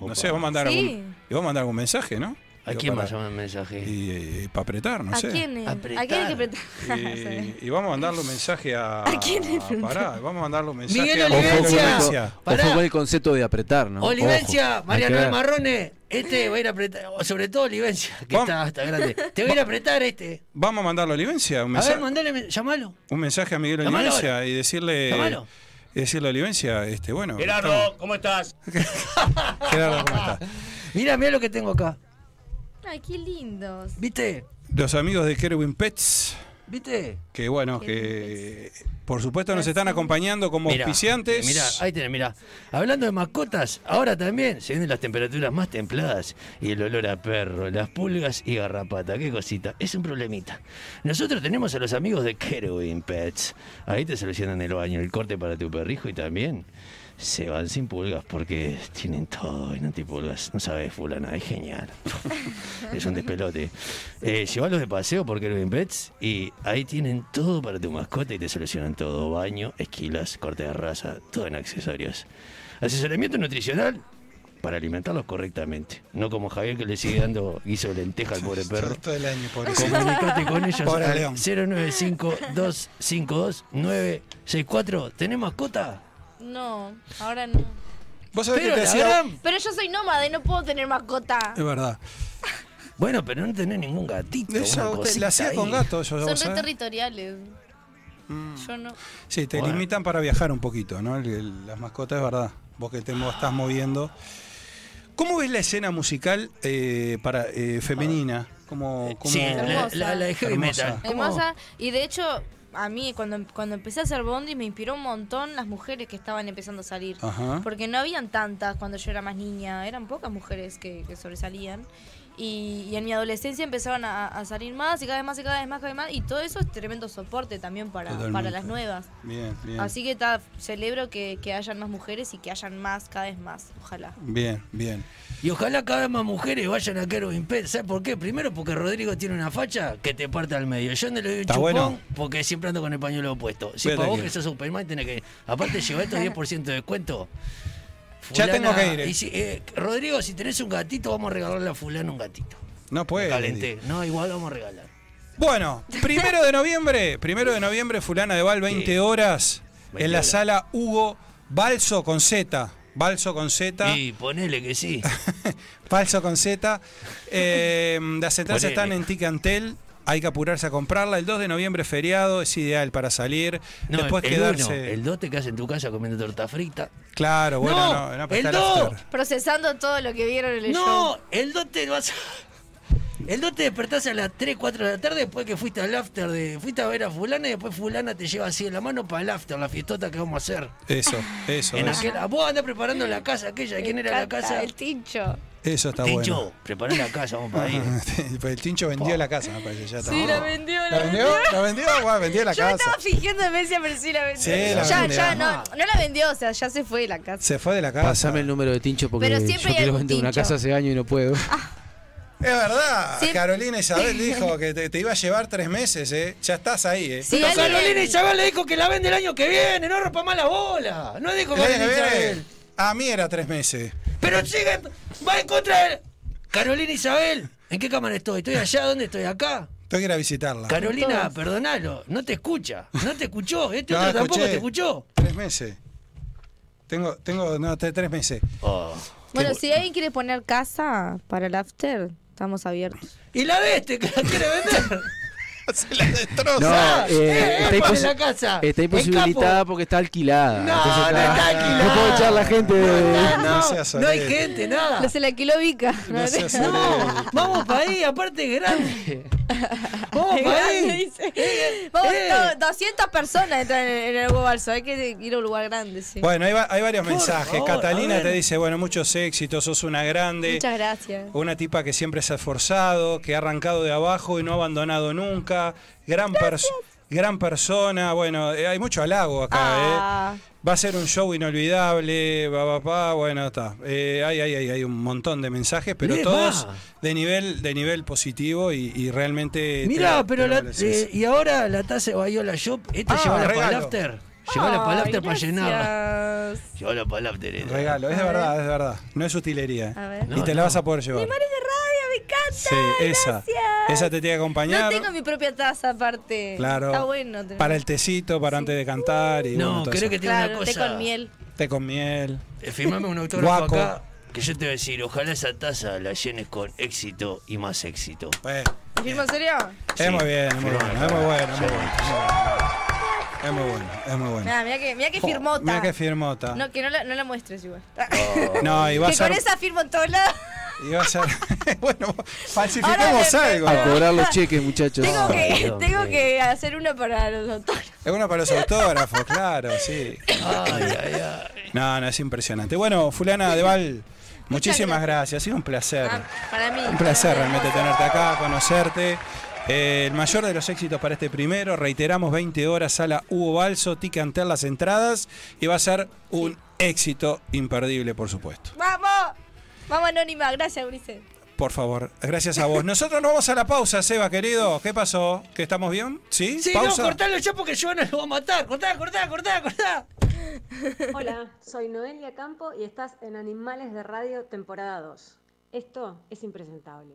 S3: No sé, vos mandar
S14: Sí.
S3: algún, y vos mandar algún mensaje, ¿no?
S12: ¿A quién
S3: va
S12: va a llamar el mensaje?
S3: Y, para apretar, no
S14: ¿A
S3: sé.
S14: quién, eh? ¿A quién hay que <laughs> apretar?
S3: Y, y vamos a mandarle un mensaje a.
S14: ¿A quién le preguntás?
S3: Pará, vamos a mandarle un mensaje
S12: Miguel
S3: a
S12: Olivencia.
S6: Ojo
S12: Pará.
S6: con el concepto de apretar, ¿no?
S12: Olivencia,
S6: Ojo, hay que
S12: Mariano de
S6: ver.
S12: Marrones, este va a ir a apretar, sobre todo Olivencia, que
S3: Vamos.
S12: está hasta grande. Te voy a ir a apretar este.
S3: Vamos a mandarle a Olivencia un
S12: A ver,
S3: mensaje.
S12: mandale, men- llamalo.
S3: Un mensaje a Miguel
S12: Llamalo
S3: Olivencia y decirle.
S12: Llamalo.
S3: y decirle a Olivencia, este, bueno.
S7: Gerardo, ¿cómo estás?
S3: estamos- Gerardo, ¿cómo estás?
S12: Mira, mira lo que tengo acá.
S14: Ay, qué lindos.
S12: ¿Viste?
S3: Los amigos de Kerwin Pets.
S12: ¿Viste?
S3: Que bueno, que por supuesto nos están acompañando como
S12: Mirá, eh,
S3: auspiciantes.
S12: Mirá, ahí tenés, mirá. Hablando de mascotas, ahora también se vienen las temperaturas más templadas y el olor a perro, las pulgas y garrapata. Qué cosita. Es un problemita. Nosotros tenemos a los amigos de Kerwin Pets. Ahí te solucionan el baño, el corte para tu perrijo y también se van sin pulgas porque tienen todo en antipulgas. No sabes, fulana, es genial. <laughs> es un despelote. Eh, llévalos de paseo por Kerwin Pets y ahí tienen todo para tu mascota y te solucionan todo. Baño, esquilas, corte de raza, todo en accesorios. Asesoramiento nutricional para alimentarlos correctamente. No como Javier que le sigue dando guiso de lenteja al pobre
S3: <laughs>
S12: perro.
S3: Todo el año, pobrecito.
S12: Comunicate con ellos
S3: Pobre
S12: al
S3: León.
S12: 095-252-964. ¿Tenés mascota?
S14: No, ahora no.
S3: ¿Vos
S12: sabés que te hacía-
S14: Pero yo soy nómada y no puedo tener mascota.
S3: Es verdad.
S12: Bueno, pero no tenés ningún gatito.
S3: Esa
S12: una
S3: usted
S12: cosita
S3: la hacía
S12: ahí.
S3: con gatos, yo
S14: Son
S3: vos
S14: re
S3: sabés.
S14: territoriales.
S3: Mm.
S14: Yo no.
S3: Sí, te
S12: Bueno.
S3: limitan para viajar un poquito, ¿no? El- el- las mascotas, es verdad. Vos que te mo- estás moviendo. ¿Cómo ves la escena musical eh, para, eh, femenina? ¿Cómo, cómo-
S12: Sí, la, la- la de heavy
S3: Hermosa.
S12: metal. ¿Cómo?
S14: Hermosa. Y de hecho, a mí cuando, cuando empecé a hacer Bondi me inspiró un montón las mujeres que estaban empezando a salir.
S3: Ajá.
S14: Porque no habían tantas cuando yo era más niña, eran pocas mujeres que, que sobresalían. Y, y en mi adolescencia empezaron a, a salir más y cada vez más y cada vez más, cada vez más. Y todo eso es tremendo soporte también para, para
S3: Totalmente.
S14: las nuevas.
S3: Bien, bien.
S14: Así que ta, celebro que, que hayan más mujeres y que hayan más, cada vez más. Ojalá.
S3: Bien, bien.
S12: Y ojalá cada vez más mujeres vayan a Kerwin Pet. ¿Sabes por qué? Primero porque Rodrigo tiene una facha que te parte al medio. Yo no le doy un
S3: Está
S12: chupón
S3: bueno.
S12: porque siempre ando con el pañuelo puesto. Si
S3: Vete
S12: para vos
S3: que-
S12: que sos Superman tenés que... Aparte lleva estos 10% de descuento.
S3: Ya tengo que ir, eh.
S12: y si- eh, Rodrigo, si tenés un gatito, vamos a regalarle a fulano un gatito.
S3: No puede.
S12: Calenté. No, igual vamos a regalar.
S3: Bueno, primero de noviembre, primero de noviembre, Fulana de Val, 20 horas, en la sala Hugo Balso con Z. Balso con Z.
S12: Y ponele que
S3: <laughs>
S12: sí.
S3: Falso con Z. Eh, las entradas
S12: Ponele.
S3: están en Ticantel. Hay que apurarse a comprarla. El 2 de noviembre es feriado, es ideal para salir.
S12: No,
S3: Después
S12: el,
S3: quedarse.
S12: uno, el dos te quedas en tu casa comiendo torta frita.
S3: Claro, bueno, no,
S12: No,
S3: no, pero
S12: el
S3: está el
S12: dos.
S3: after.
S14: Procesando todo lo que vieron en el
S12: No,
S14: show.
S12: el dote vas a- El dote despertás a las 3, 4 de la tarde después que fuiste al after de. Fuiste a ver a fulana y después fulana te lleva así de la mano para el after, la fiestota que vamos a hacer.
S3: Eso, eso.
S12: En
S3: eso.
S12: aquel- vos andás preparando la casa aquella, ¿quién era la casa?
S14: El tincho.
S3: Eso está
S12: Tincho,
S3: bueno. <laughs> Pues
S12: prepará la casa, vamos para ahí.
S3: el Tincho vendió la casa, me parece. Ya está.
S14: Sí, la vendió, la
S3: ¿La vendió?
S14: vendió.
S3: ¿La vendió? Bueno, vendió la
S14: Yo me
S3: casa.
S14: estaba fingiendo de Messi, pero sí la vendió.
S3: Sí, la
S14: ya,
S3: vendió.
S14: ya, no, no la vendió, o sea, ya se fue de la casa.
S3: Se fue de la casa.
S6: Pasame el número de Tincho porque
S14: Pero
S6: yo
S14: siempre hay
S6: quiero
S14: algún
S6: vender una
S14: Tincho.
S6: casa hace años y no puedo.
S3: Es verdad,
S14: Sí.
S3: Carolina Isabel dijo que te, te iba a llevar tres meses, ¿eh? Ya estás ahí, ¿eh?
S14: Sí,
S12: Pero
S14: alguien-
S12: Carolina Isabel le dijo que la vende el año que viene, no rompa más la bola. No dijo
S3: El año
S12: Carolina
S3: que viene,
S12: Isabel.
S3: a mí era tres meses.
S12: Pero sigue, va en contra de. Carolina Isabel, ¿en qué cámara estoy? ¿Estoy allá? ¿Dónde estoy? ¿Acá?
S3: Tengo que ir a visitarla.
S12: Carolina, perdonalo, no te escucha, no
S3: <laughs>
S12: te escuchó, este
S3: No,
S12: otro tampoco
S3: escuché.
S12: te escuchó.
S3: Tres meses. Tengo, tengo, no, te- tres meses.
S14: Bueno, si alguien quiere poner casa para el after, estamos abiertos.
S3: <laughs>
S12: Y la de este que la quiere vender. se la destroza.
S6: No, eh, está,
S12: ¡Epa,
S6: impos-
S12: en la casa!
S6: está imposibilitada
S12: Escapo.
S6: porque está alquilada.
S12: No,
S6: Entonces
S12: no está alquilada.
S6: No puedo echar la gente.
S12: Ah, No, no, no hay gente,
S3: Ah.
S12: nada.
S14: No se la alquiló Vica.
S12: No,
S14: <laughs>
S12: vamos para ahí, aparte es grande. Vamos
S14: Es
S12: para
S14: grande,
S12: ahí.
S14: dice. Eh. Vamos, to- 200 personas entran en, en el huevo balso. Hay que ir a un lugar grande, sí.
S3: Bueno, hay, va- hay varios
S14: Por
S3: mensajes.
S14: favor, a
S3: Catalina
S14: ver.
S3: te dice, bueno, muchos éxitos, sos una grande.
S14: Muchas gracias.
S3: Una tipa que siempre se ha esforzado, que ha arrancado de abajo y no ha abandonado nunca. Gran, pers- gran persona. Bueno, eh, hay mucho halago acá,
S14: Ah.
S3: ¿eh? Va a ser un show inolvidable, va, va, va, bueno, está. Eh, hay, hay, hay, hay un montón de mensajes, pero
S12: Mirá,
S3: todos
S12: va.
S3: de nivel, de nivel positivo y, y realmente.
S12: Mirá,
S3: te-
S12: pero
S3: te
S12: la,
S3: valorecés.
S12: eh, y ahora la taza de Bayola Shop, esta
S3: Ah,
S12: lleva la
S3: regalo.
S12: palafter. Lleva la palafter para llenarla.
S17: Yo la palabra
S12: eh.
S17: Teresa.
S3: Regalo, es de verdad, es de verdad. No es utilería.
S14: A ver.
S3: Y te la vas a poder llevar.
S14: Ay, me encanta.
S3: Sí, esa. Esa te tiene que
S14: No
S3: acompañar.
S14: tengo mi propia taza aparte.
S3: Claro.
S14: Está bueno. tener-
S3: Para el tecito, para antes de cantar. Y
S12: No,
S3: bueno, todo
S12: creo
S3: eso.
S12: que tiene
S14: Claro,
S12: una
S14: té
S12: cosa.
S14: con miel.
S3: Té con miel.
S17: Eh, Firmame un autógrafo
S3: Guaco.
S17: acá. Que yo te voy a decir, ojalá esa taza la llenes con éxito y más éxito.
S14: ¿Me firmo en serio?
S3: Es muy bien, es muy
S17: Sí.
S3: bueno, es muy bueno, es muy bueno. Es muy bueno, es muy bueno. Oh,
S14: Mirá, mirá que, mirá que firmota.
S3: Mira que firmota.
S14: No, que no la, no la muestres igual.
S3: <laughs>
S14: <laughs>
S3: No, y va a
S14: que con
S3: ser.
S14: esa firmo en todos lados.
S3: Y va a ser. <laughs> bueno, falsificamos
S14: Ahora me-
S3: algo.
S6: A cobrar los cheques, muchachos.
S14: Tengo, que, tengo que hacer uno para los doctores.
S3: Es uno para los autógrafos, claro, sí. No, no, es impresionante. Bueno, Fulana Deval, muchísimas gracias. Ha sido un placer.
S14: ah, Para mí.
S3: Un placer realmente tenerte acá, conocerte. Eh, el mayor de los éxitos para este primero, reiteramos 20 horas, sala Hugo Balso, ticantel las entradas y va a ser un éxito imperdible, por supuesto.
S14: ¡Vamos! Vamos, Anónima. Gracias, Ulises.
S3: Por favor, gracias a vos. Nosotros nos vamos a la pausa, Seba, querido. ¿Qué pasó? ¿Que estamos bien? ¿Sí?
S12: Sí,
S3: ¿Pausa?
S12: no, cortalo ya porque Joana lo va a matar. Cortá, cortá, cortá, cortá.
S18: Hola, soy Noelia Campo y estás en Animales de Radio, temporada 2. Esto es impresentable.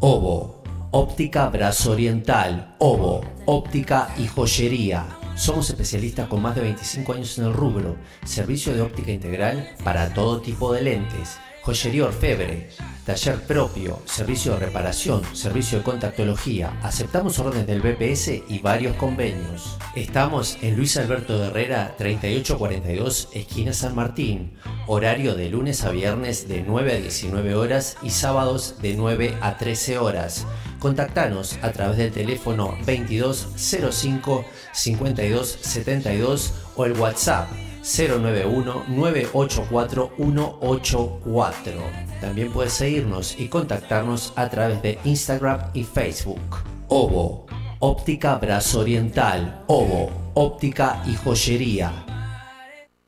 S2: Ovo, óptica brazo oriental, Ovo, óptica y joyería. Somos especialistas con más de 25 años en el rubro, servicio de óptica integral para todo tipo de lentes, joyería orfebre, taller propio, servicio de reparación, servicio de contactología, aceptamos órdenes del BPS y varios convenios. Estamos en Luis Alberto de Herrera 3842, esquina San Martín, horario de lunes a viernes de 9 a 19 horas y sábados de 9 a 13 horas. Contactanos a través del teléfono 2205 5272 o el WhatsApp 091 984 184. También puedes seguirnos y contactarnos a través de Instagram y Facebook. Ovo, óptica brazo oriental, Ovo, óptica y joyería.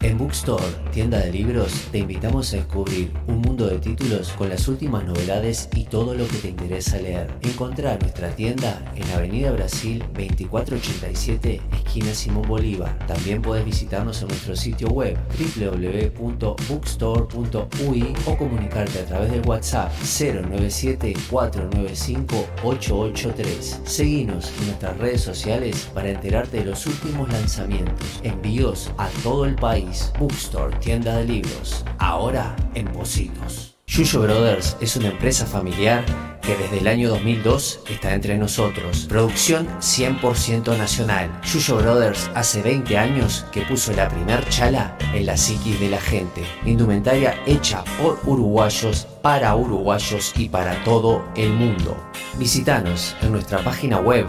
S2: En Bookstore, tienda de libros, te invitamos a descubrir un mundo de títulos con las últimas novedades y todo lo que te interesa leer. Encontrá nuestra tienda en Avenida Brasil 2487, esquina Simón Bolívar. También podés visitarnos en nuestro sitio web www.bookstore.ui o comunicarte a través del WhatsApp 097-495-883. Seguinos en nuestras redes sociales para enterarte de los últimos lanzamientos. Envíos a todo el país. Bookstore, tienda de libros. Ahora en Positos. Yuyo Brothers es una empresa familiar que desde el año 2002 está entre nosotros. Producción 100% nacional. Yuyo Brothers hace 20 años que puso la primer chala en la psiquis de la gente. Indumentaria hecha por uruguayos, para uruguayos y para todo el mundo. Visítanos en nuestra página web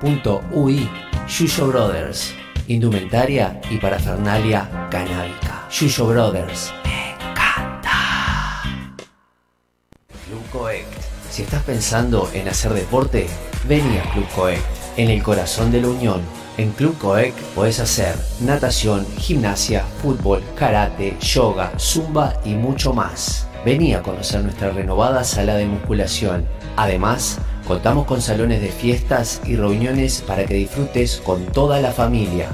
S2: www.yuyobrothers.com.ui Yuyo Brothers, indumentaria y parafernalia canábica. Yuyo Brothers, Club Coect. Si estás pensando en hacer deporte, vení a Club Coect, en el corazón de la Unión. En Club Coect podés hacer natación, gimnasia, fútbol, karate, yoga, zumba y mucho más.
S12: Vení a conocer nuestra renovada sala de musculación. Además, contamos con salones de fiestas y reuniones para que disfrutes con toda la familia.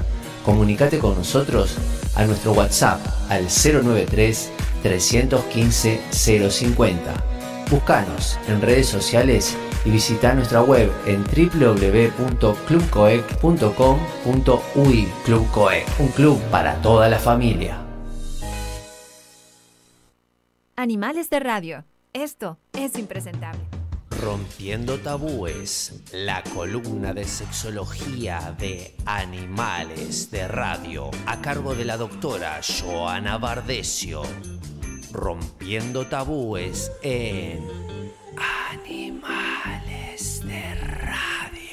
S12: Comunicate con nosotros a nuestro WhatsApp al 093 315 050. Búscanos en redes sociales y visita nuestra web en www.clubcoec.com.uy Club Coec, un club para toda la familia.
S14: Animales de radio. Esto es impresentable.
S12: Rompiendo tabúes, la columna de sexología de Animales de Radio, a cargo de la doctora Joana Bardesio. Rompiendo tabúes en Animales de Radio.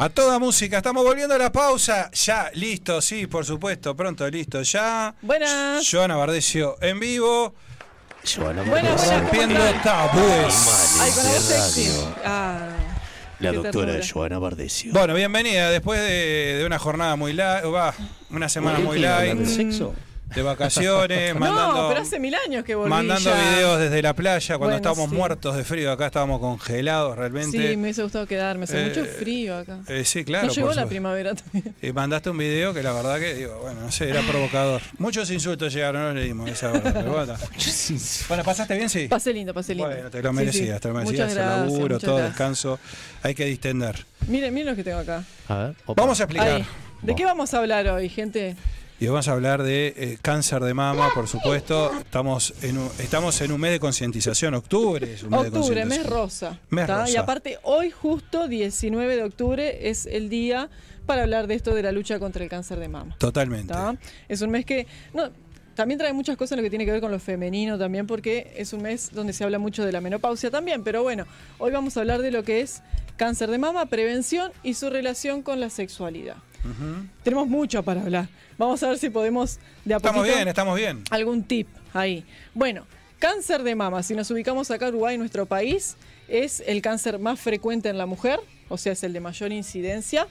S3: A toda música, estamos volviendo a la pausa. Ya, listo, sí, por supuesto, pronto, listo, ya.
S19: Buenas.
S3: Joana Bardesio en vivo. Joana
S19: Buenas, Bardesio. buenas, ¿cómo
S3: Rompiendo
S19: están?
S3: tabúes.
S19: Ay, con la voz
S20: de
S19: sexy.
S20: radio.
S19: Ah,
S20: La
S19: qué
S20: doctora
S19: ternura.
S20: Joana Bardesio.
S3: Bueno, bienvenida después de, de una jornada muy larga, va, una semana muy larga.
S19: Mm.
S3: De vacaciones,
S19: <laughs> No,
S3: mandando,
S19: pero hace mil años que volví
S3: mandando
S19: ya.
S3: videos desde la playa cuando
S19: Bueno,
S3: estábamos
S19: sí.
S3: muertos de frío, acá estábamos congelados realmente.
S19: Sí, me hubiese gustado quedarme. Hace
S3: este- Eh,
S19: mucho frío acá.
S3: eh, sí, claro,
S19: No llegó
S3: por
S19: la
S3: supuesto.
S19: primavera también.
S3: Y mandaste un video que la verdad que, digo, bueno, no sé, era provocador. Muchos insultos llegaron, no le dimos esa verdad. pero bueno.
S19: <laughs>
S3: Bueno, ¿pasaste bien? Sí.
S19: Pasé lindo, pasé lindo.
S3: Bueno, te lo
S19: Sí,
S3: merecías,
S19: sí.
S3: te lo
S19: Muchas
S3: merecías. el
S19: gracias,
S3: laburo,
S19: muchas
S3: todo,
S19: gracias.
S3: descanso. Hay que distender.
S19: Miren, miren lo que tengo acá.
S3: A ver, vamos a explicar.
S19: Ahí. ¿De qué vamos a hablar hoy, gente?
S3: Y vamos a hablar de eh, cáncer de mama, por supuesto. Estamos en un, estamos en un mes de concientización. Octubre es un mes de
S19: Octubre, mes
S3: concientización.
S19: rosa.
S3: Mes
S19: ¿tá? Y
S3: rosa.
S19: aparte, hoy justo 19 de octubre es el día para hablar de esto de la lucha contra el cáncer de mama.
S3: Totalmente.
S19: ¿tá? Es un mes que... No, también trae muchas cosas en lo que tiene que ver con lo femenino también, porque es un mes donde se habla mucho de la menopausia también. Pero bueno, hoy vamos a hablar de lo que es cáncer de mama, prevención y su relación con la sexualidad. Tenemos mucho para hablar. Vamos a ver si podemos de a
S3: Estamos
S19: poquito-
S3: bien, estamos bien.
S19: algún tip ahí. Bueno, cáncer de mama, si nos ubicamos acá en Uruguay, nuestro país, es el cáncer más frecuente en la mujer, o sea, es el de mayor incidencia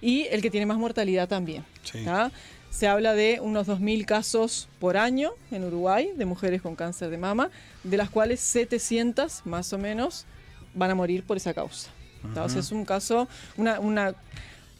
S19: y el que tiene más mortalidad también.
S3: Sí.
S19: ¿tá? Se habla de unos 2.000 casos por año en Uruguay de mujeres con cáncer de mama, de las cuales 700 más o menos van a morir por esa causa. ¿tá? O sea, es un caso, una, una-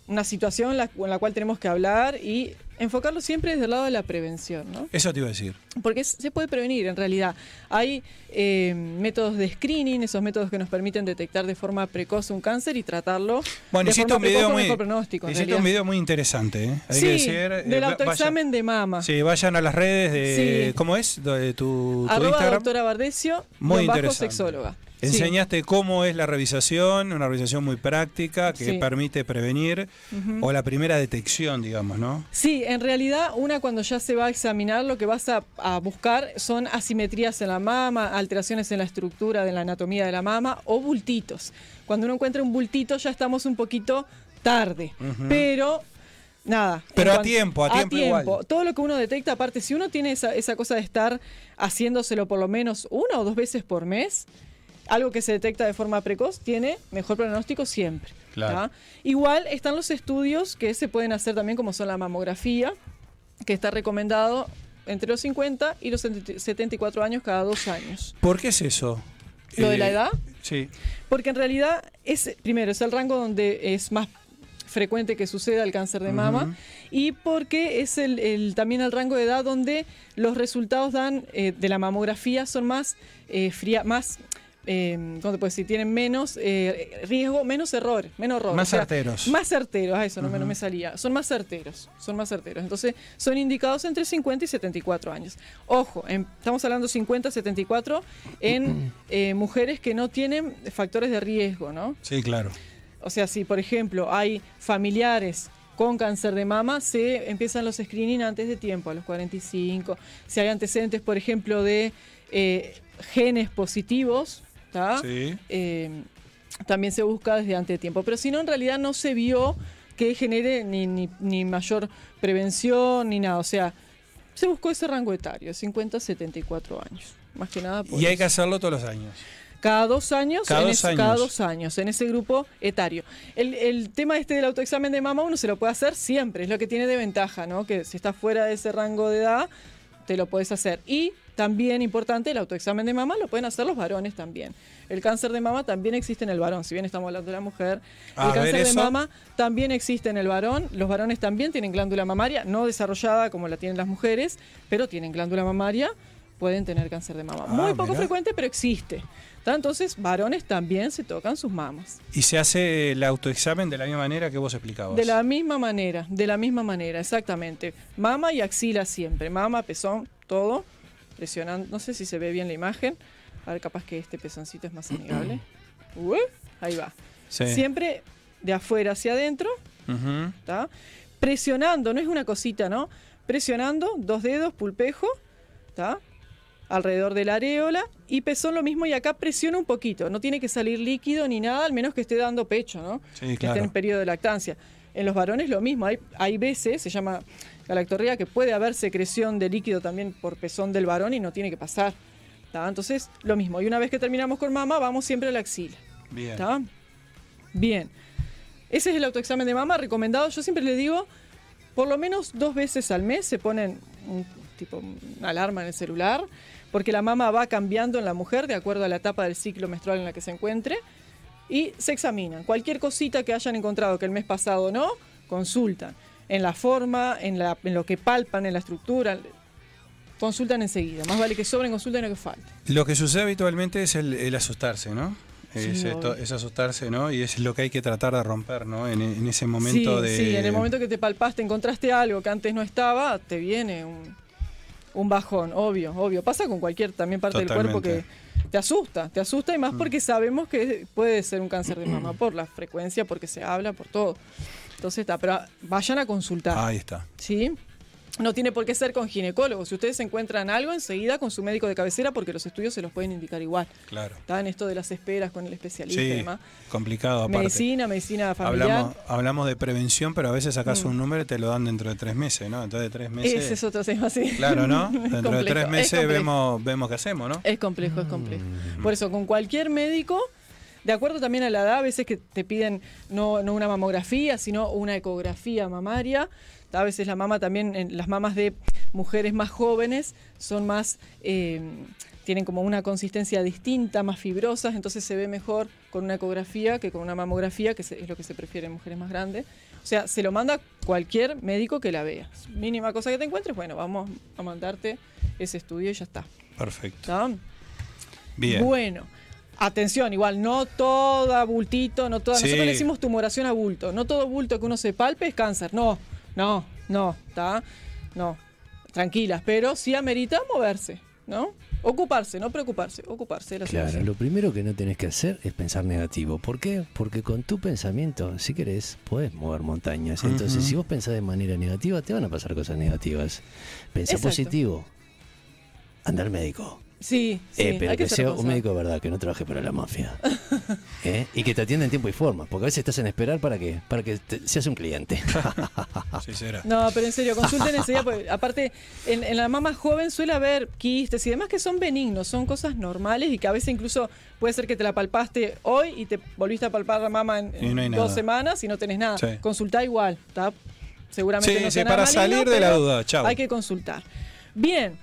S19: una situación en la, en la cual tenemos que hablar y enfocarlo siempre desde el lado de la prevención. ¿no?
S3: Eso te iba a decir.
S19: Porque es- se puede prevenir en realidad. Hay eh, métodos de screening, esos métodos que nos permiten detectar de forma precoz un cáncer y tratarlo.
S3: Bueno,
S19: de
S3: hiciste
S19: forma
S3: un video
S19: precoz con
S3: muy,
S19: mejor pronóstico. en
S3: hiciste
S19: realidad.
S3: un video muy interesante. ¿eh? Hay
S19: sí,
S3: que decir. eh,
S19: del
S3: va- vayan,
S19: autoexamen de mama.
S3: sí, vayan a las redes de.
S19: Sí.
S3: ¿Cómo es? De tu, tu
S19: Arroba
S3: Instagram.
S19: doctora Bardesio,
S3: Muy
S19: guión bajo
S3: interesante.
S19: sexóloga. Sí.
S3: Enseñaste cómo es la revisación, una revisación muy práctica que
S19: Sí.
S3: permite prevenir
S19: Ujú.
S3: o la primera detección, digamos, ¿no?
S19: Sí, en realidad una cuando ya se va a examinar lo que vas a, a buscar son asimetrías en la mama, alteraciones en la estructura de la anatomía de la mama o bultitos. Cuando uno encuentra un bultito ya estamos un poquito tarde,
S3: Ujú.
S19: pero nada.
S3: Pero
S19: en
S3: a
S19: cuanto-
S3: tiempo, a tiempo igual.
S19: Todo lo que uno detecta, aparte, si uno tiene esa, esa cosa de estar haciéndoselo por lo menos una o dos veces por mes, algo que se detecta de forma precoz tiene mejor pronóstico siempre.
S21: Claro.
S19: ¿tá? Igual están los estudios que se pueden hacer también, como son la mamografía, que está recomendado entre los 50 y los 74 años cada dos años.
S3: ¿Por qué es eso?
S19: ¿Lo de
S3: Eh,
S19: la edad?
S3: Sí.
S19: Porque en realidad es, primero, es el rango donde es más frecuente que suceda el cáncer de mama
S3: Ujú.
S19: y porque es el, el- también el rango de edad donde los resultados dan eh, de la mamografía son más eh, fría, más eh, ¿cómo te puedo decir? Tienen menos eh, riesgo, menos error, menos error.
S3: Más certeros.
S19: Más certeros, a eso no, me- no
S3: Ujú.
S19: me salía. Son más certeros, son más certeros. Entonces, son indicados entre 50 y 74 años. Ojo, en- estamos hablando 50, 74 en eh, mujeres que no tienen factores de riesgo, ¿no?
S3: Sí, claro.
S19: O sea, si por ejemplo hay familiares con cáncer de mama, se empiezan los screening antes de tiempo, a los 45. Si hay antecedentes, por ejemplo, de eh, genes positivos, ¿tá?
S3: Sí.
S19: Ah, Eh, también se busca desde antes de tiempo. Pero si no, en realidad no se vio que genere ni, ni- ni mayor prevención ni nada. O sea, se buscó ese rango etario, 50 74 años. Más que nada por
S3: Y hay
S19: eso.
S3: que hacerlo todos los años.
S19: Cada dos años,
S3: Cada
S19: en
S3: dos
S19: ese- cada
S3: años.
S19: dos años, en ese grupo etario. El, el tema este del autoexamen de mama uno se lo puede hacer siempre, es lo que tiene de ventaja, ¿no? Que si estás fuera de ese rango de edad, te lo puedes hacer. Y también importante, el autoexamen de mama lo pueden hacer los varones también. El cáncer de mama también existe en el varón, si bien estamos hablando de la mujer.
S3: A
S19: el
S3: ver,
S19: cáncer de
S3: eso.
S19: mama también existe en el varón. Los varones también tienen glándula mamaria, no desarrollada como la tienen las mujeres, pero tienen glándula mamaria, pueden tener cáncer de mama.
S3: Ah,
S19: Muy poco
S3: mirá.
S19: frecuente, pero existe. Ta, Entonces, varones también se tocan sus mamas.
S3: Y se hace el autoexamen de la misma manera que vos explicabas.
S19: De la misma manera, de la misma manera, exactamente. Mama y axila siempre. Mama, pezón, todo. Presionando. No sé si se ve bien la imagen. A ver, capaz que este pezoncito es
S3: <clears throat>
S19: más amigable. Ué, ahí va.
S3: Sí.
S19: Siempre de afuera hacia adentro.
S3: Ujú.
S19: ¿tá? Presionando, no es una cosita, ¿no? Presionando, dos dedos, pulpejo, ¿tá? Alrededor de la areola y pezón lo mismo y acá presiona un poquito, no tiene que salir líquido ni nada, al menos que esté dando pecho, ¿no?
S3: Sí,
S19: que
S3: claro.
S19: esté en periodo de lactancia. En los varones lo mismo, hay, hay veces, se llama galactorrea, que puede haber secreción de líquido también por pezón del varón y no tiene que pasar. ¿tá? Entonces, lo mismo. Y una vez que terminamos con mama, vamos siempre a la axila.
S3: Bien.
S19: ¿Está? Bien. Ese es el autoexamen de mama recomendado. Yo siempre le digo, por lo menos dos veces al mes se ponen un tipo una alarma en el celular, porque la mama va cambiando en la mujer de acuerdo a la etapa del ciclo menstrual en la que se encuentre y se examinan. Cualquier cosita que hayan encontrado que el mes pasado no, consultan. En la forma, en, la- en lo que palpan, en la estructura, consultan enseguida. Más vale que sobren, consulten a que falte.
S3: Lo que sucede habitualmente es el, el asustarse, ¿no? Es,
S19: Sí,
S3: esto-
S19: obvio.
S3: es asustarse, ¿no? Y es lo que hay que tratar de romper, ¿no? En, en ese momento
S19: sí,
S3: de...
S19: sí, en el momento que te palpaste, encontraste algo que antes no estaba, te viene un, un bajón, obvio, obvio. Pasa con cualquier también parte del cuerpo
S3: Totalmente. Mm.
S19: que te asusta, te asusta y más porque sabemos que puede ser un cáncer de mama por la frecuencia, porque se habla, por todo. Entonces está, pero vayan a consultar.
S3: Ahí está.
S19: ¿Sí? No tiene por qué ser con ginecólogos. Si ustedes encuentran algo, enseguida con su médico de cabecera, porque los estudios se los pueden indicar igual.
S3: Claro.
S19: Está en esto de las esperas con el especialista y
S3: Sí,
S19: demás.
S3: complicado aparte.
S19: Medicina, medicina familiar.
S3: Hablamos, hablamos de prevención, pero a veces sacas
S19: Mm.
S3: un número y te lo dan dentro de tres meses, ¿no? Entonces, tres meses.
S19: Ese es otro tema, sí. <laughs>
S3: Claro, ¿no?
S19: Es
S3: Dentro de
S19: complejo,
S3: tres
S19: es
S3: meses
S19: complejo.
S3: vemos, vemos qué hacemos, ¿no?
S19: Es complejo, es complejo. Por eso, con cualquier médico, de acuerdo también a la edad, a veces que te piden no, no una mamografía, sino una ecografía mamaria. A veces la mama también, en las mamas de mujeres más jóvenes son más, eh, tienen como una consistencia distinta, más fibrosas, entonces se ve mejor con una ecografía que con una mamografía, que se- es lo que se prefiere en mujeres más grandes. O sea, se lo manda cualquier médico que la vea. Mínima cosa que te encuentres, bueno, vamos a mandarte ese estudio y ya está.
S3: Perfecto.
S19: ¿Está?
S3: Bien.
S19: Bueno, atención, igual, no toda bultito, no toda.
S3: Sí.
S19: Nosotros le decimos tumoración a bulto. No todo bulto que uno se palpe es cáncer. No, no, no, ¿está? No. Tranquilas, pero sí amerita moverse, ¿no? Ocuparse, no preocuparse, ocuparse de la
S12: Claro,
S19: situación.
S12: lo primero que no tenés que hacer es pensar negativo. ¿Por qué? Porque con tu pensamiento, si querés, podés mover montañas. Entonces,
S3: Ujú.
S12: si vos pensás de manera negativa, te van a pasar cosas negativas. Pensá
S19: Exacto.
S12: positivo. Anda al médico.
S19: Sí, sí,
S12: Eh, pero
S19: hay
S12: que,
S19: que, ser
S12: sea un
S19: responsable.
S12: médico de verdad, que no trabaje para la mafia. ¿Eh? Y que te atienda en tiempo y forma. Porque a veces estás en esperar para que, para que te- seas un cliente.
S3: sí, será.
S19: No, pero en serio, consulten enseguida, porque aparte, en, en la mama joven suele haber quistes y demás que son benignos, son cosas normales y que a veces incluso puede ser que te la palpaste hoy y te volviste a palpar la mama en,
S3: Y no hay
S19: en
S3: nada.
S19: dos semanas y no tenés nada.
S3: Sí.
S19: Consultá igual, ¿tá? Seguramente
S3: Sí,
S19: no
S3: sí,
S19: sea nada
S3: para
S19: maligno,
S3: salir de la
S19: pero
S3: duda, chau.
S19: Hay que consultar. Bien,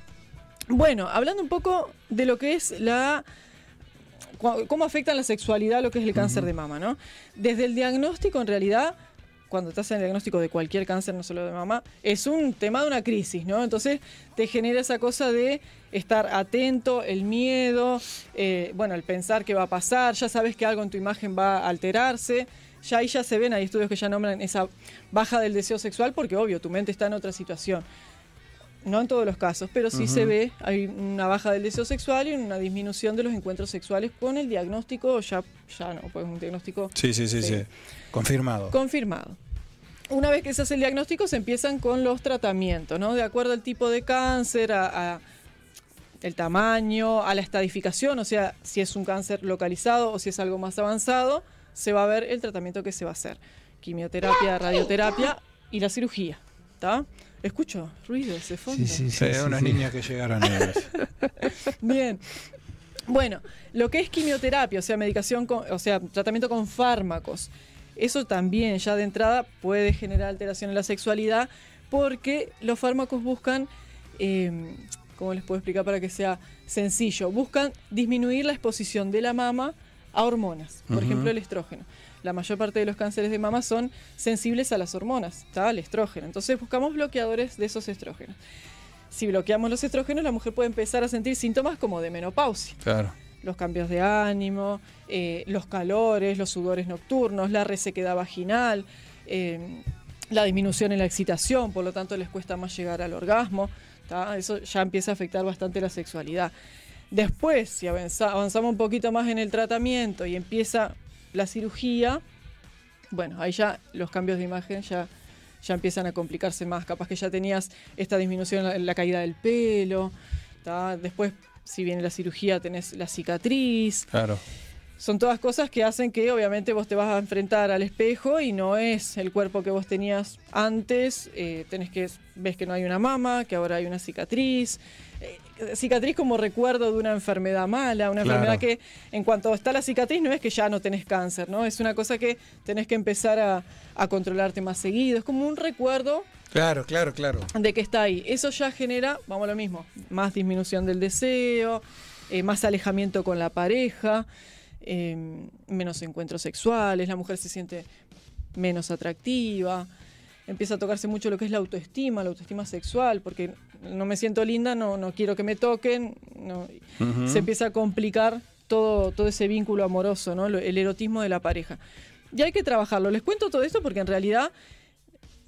S19: bueno, hablando un poco de lo que es la... cu- cómo afecta la sexualidad lo que es el cáncer de mama, ¿no? Desde el diagnóstico, en realidad, cuando te hacen el diagnóstico de cualquier cáncer, no solo de mama, es un tema de una crisis, ¿no? Entonces te genera esa cosa de estar atento, el miedo, eh, bueno, el pensar qué va a pasar, ya sabes que algo en tu imagen va a alterarse, ya ahí ya se ven, hay estudios que ya nombran esa baja del deseo sexual porque obvio, tu mente está en otra situación. No en todos los casos, pero sí se
S22: Ujú.
S19: ve, hay una baja del deseo sexual y una disminución de los encuentros sexuales con el diagnóstico, ya, ya no, pues un diagnóstico
S3: Sí, sí, sí, sí. Confirmado.
S19: Confirmado. Una vez que se hace el diagnóstico, se empiezan con los tratamientos, ¿no? De acuerdo al tipo de cáncer, a, a el tamaño, a la estadificación, o sea, si es un cáncer localizado o si es algo más avanzado, se va a ver el tratamiento que se va a hacer. Quimioterapia, radioterapia y la cirugía, ¿está? Escucho ruidos de fondo.
S3: Sí, unas niñas que llegaron. negras.
S19: Bien. Bueno, lo que es quimioterapia, o sea, medicación, con- o sea, tratamiento con fármacos, eso también ya de entrada puede generar alteración en la sexualidad porque los fármacos buscan, eh, ¿cómo les puedo explicar para que sea sencillo? Buscan disminuir la exposición de la mama a hormonas, <laughs> por
S22: Ujú.
S19: ejemplo el estrógeno. La mayor parte de los cánceres de mama son sensibles a las hormonas, ¿está? Al estrógeno. Entonces buscamos bloqueadores de esos estrógenos. Si bloqueamos los estrógenos, la mujer puede empezar a sentir síntomas como de menopausia.
S3: Claro.
S19: Los cambios de ánimo, eh, los calores, los sudores nocturnos, la resequedad vaginal, eh, la disminución en la excitación, por lo tanto les cuesta más llegar al orgasmo. ¿tá? Eso ya empieza a afectar bastante la sexualidad. Después, si avanza- avanzamos un poquito más en el tratamiento y empieza la cirugía, bueno, ahí ya los cambios de imagen ya, ya empiezan a complicarse más. Capaz que ya tenías esta disminución en la, en la caída del pelo. ¿tá? Después, si viene la cirugía, tenés la cicatriz.
S3: Claro.
S19: Son todas cosas que hacen que obviamente vos te vas a enfrentar al espejo y no es el cuerpo que vos tenías antes. eh, tenés que ves que no hay una mama, que ahora hay una cicatriz. Eh, cicatriz como recuerdo de una enfermedad mala, una
S22: Claro.
S19: enfermedad que en cuanto está la cicatriz no es que ya no tenés cáncer, ¿no? Es una cosa que tenés que empezar a, a controlarte más seguido. Es como un recuerdo
S22: Claro, claro, claro.
S19: de que está ahí. Eso ya genera, vamos a lo mismo, más disminución del deseo, eh, más alejamiento con la pareja, eh, menos encuentros sexuales, la mujer se siente menos atractiva, empieza a tocarse mucho lo que es la autoestima, la autoestima sexual, porque no me siento linda, no, no quiero que me toquen, no-
S22: Ujú.
S19: se empieza a complicar todo, todo ese vínculo amoroso, ¿no? Lo- el erotismo de la pareja. Y hay que trabajarlo. Les cuento todo esto porque en realidad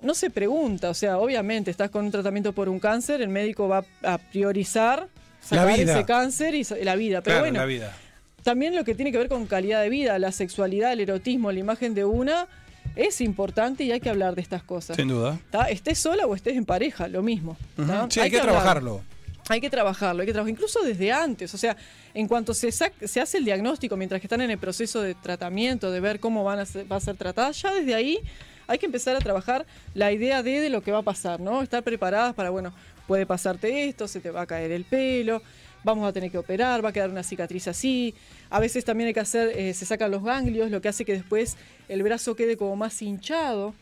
S19: no se pregunta, o sea, obviamente estás con un tratamiento por un cáncer, el médico va a priorizar sacar
S3: vida.
S19: ese cáncer y sa- la vida. Pero
S3: claro,
S19: bueno,
S3: la vida.
S19: también lo que tiene que ver con calidad de vida, la sexualidad, el erotismo, la imagen de una, es importante y hay que hablar de estas cosas.
S3: Sin duda.
S19: ¿Tá? Estés sola o estés en pareja, lo mismo.
S3: Ujú.
S19: ¿tá?
S3: Sí, hay, que,
S19: hablar.
S3: trabajarlo.
S19: Hay que trabajarlo, hay que trabajar incluso desde antes. O sea, en cuanto se, sac- se hace el diagnóstico, mientras que están en el proceso de tratamiento, de ver cómo van a ser, va a ser tratada, ya desde ahí hay que empezar a trabajar la idea de, de lo que va a pasar, ¿no? Estar preparadas para, bueno, puede pasarte esto, se te va a caer el pelo, vamos a tener que operar, va a quedar una cicatriz así. A veces también hay que hacer, eh, se sacan los ganglios, lo que hace que después el brazo quede como más hinchado.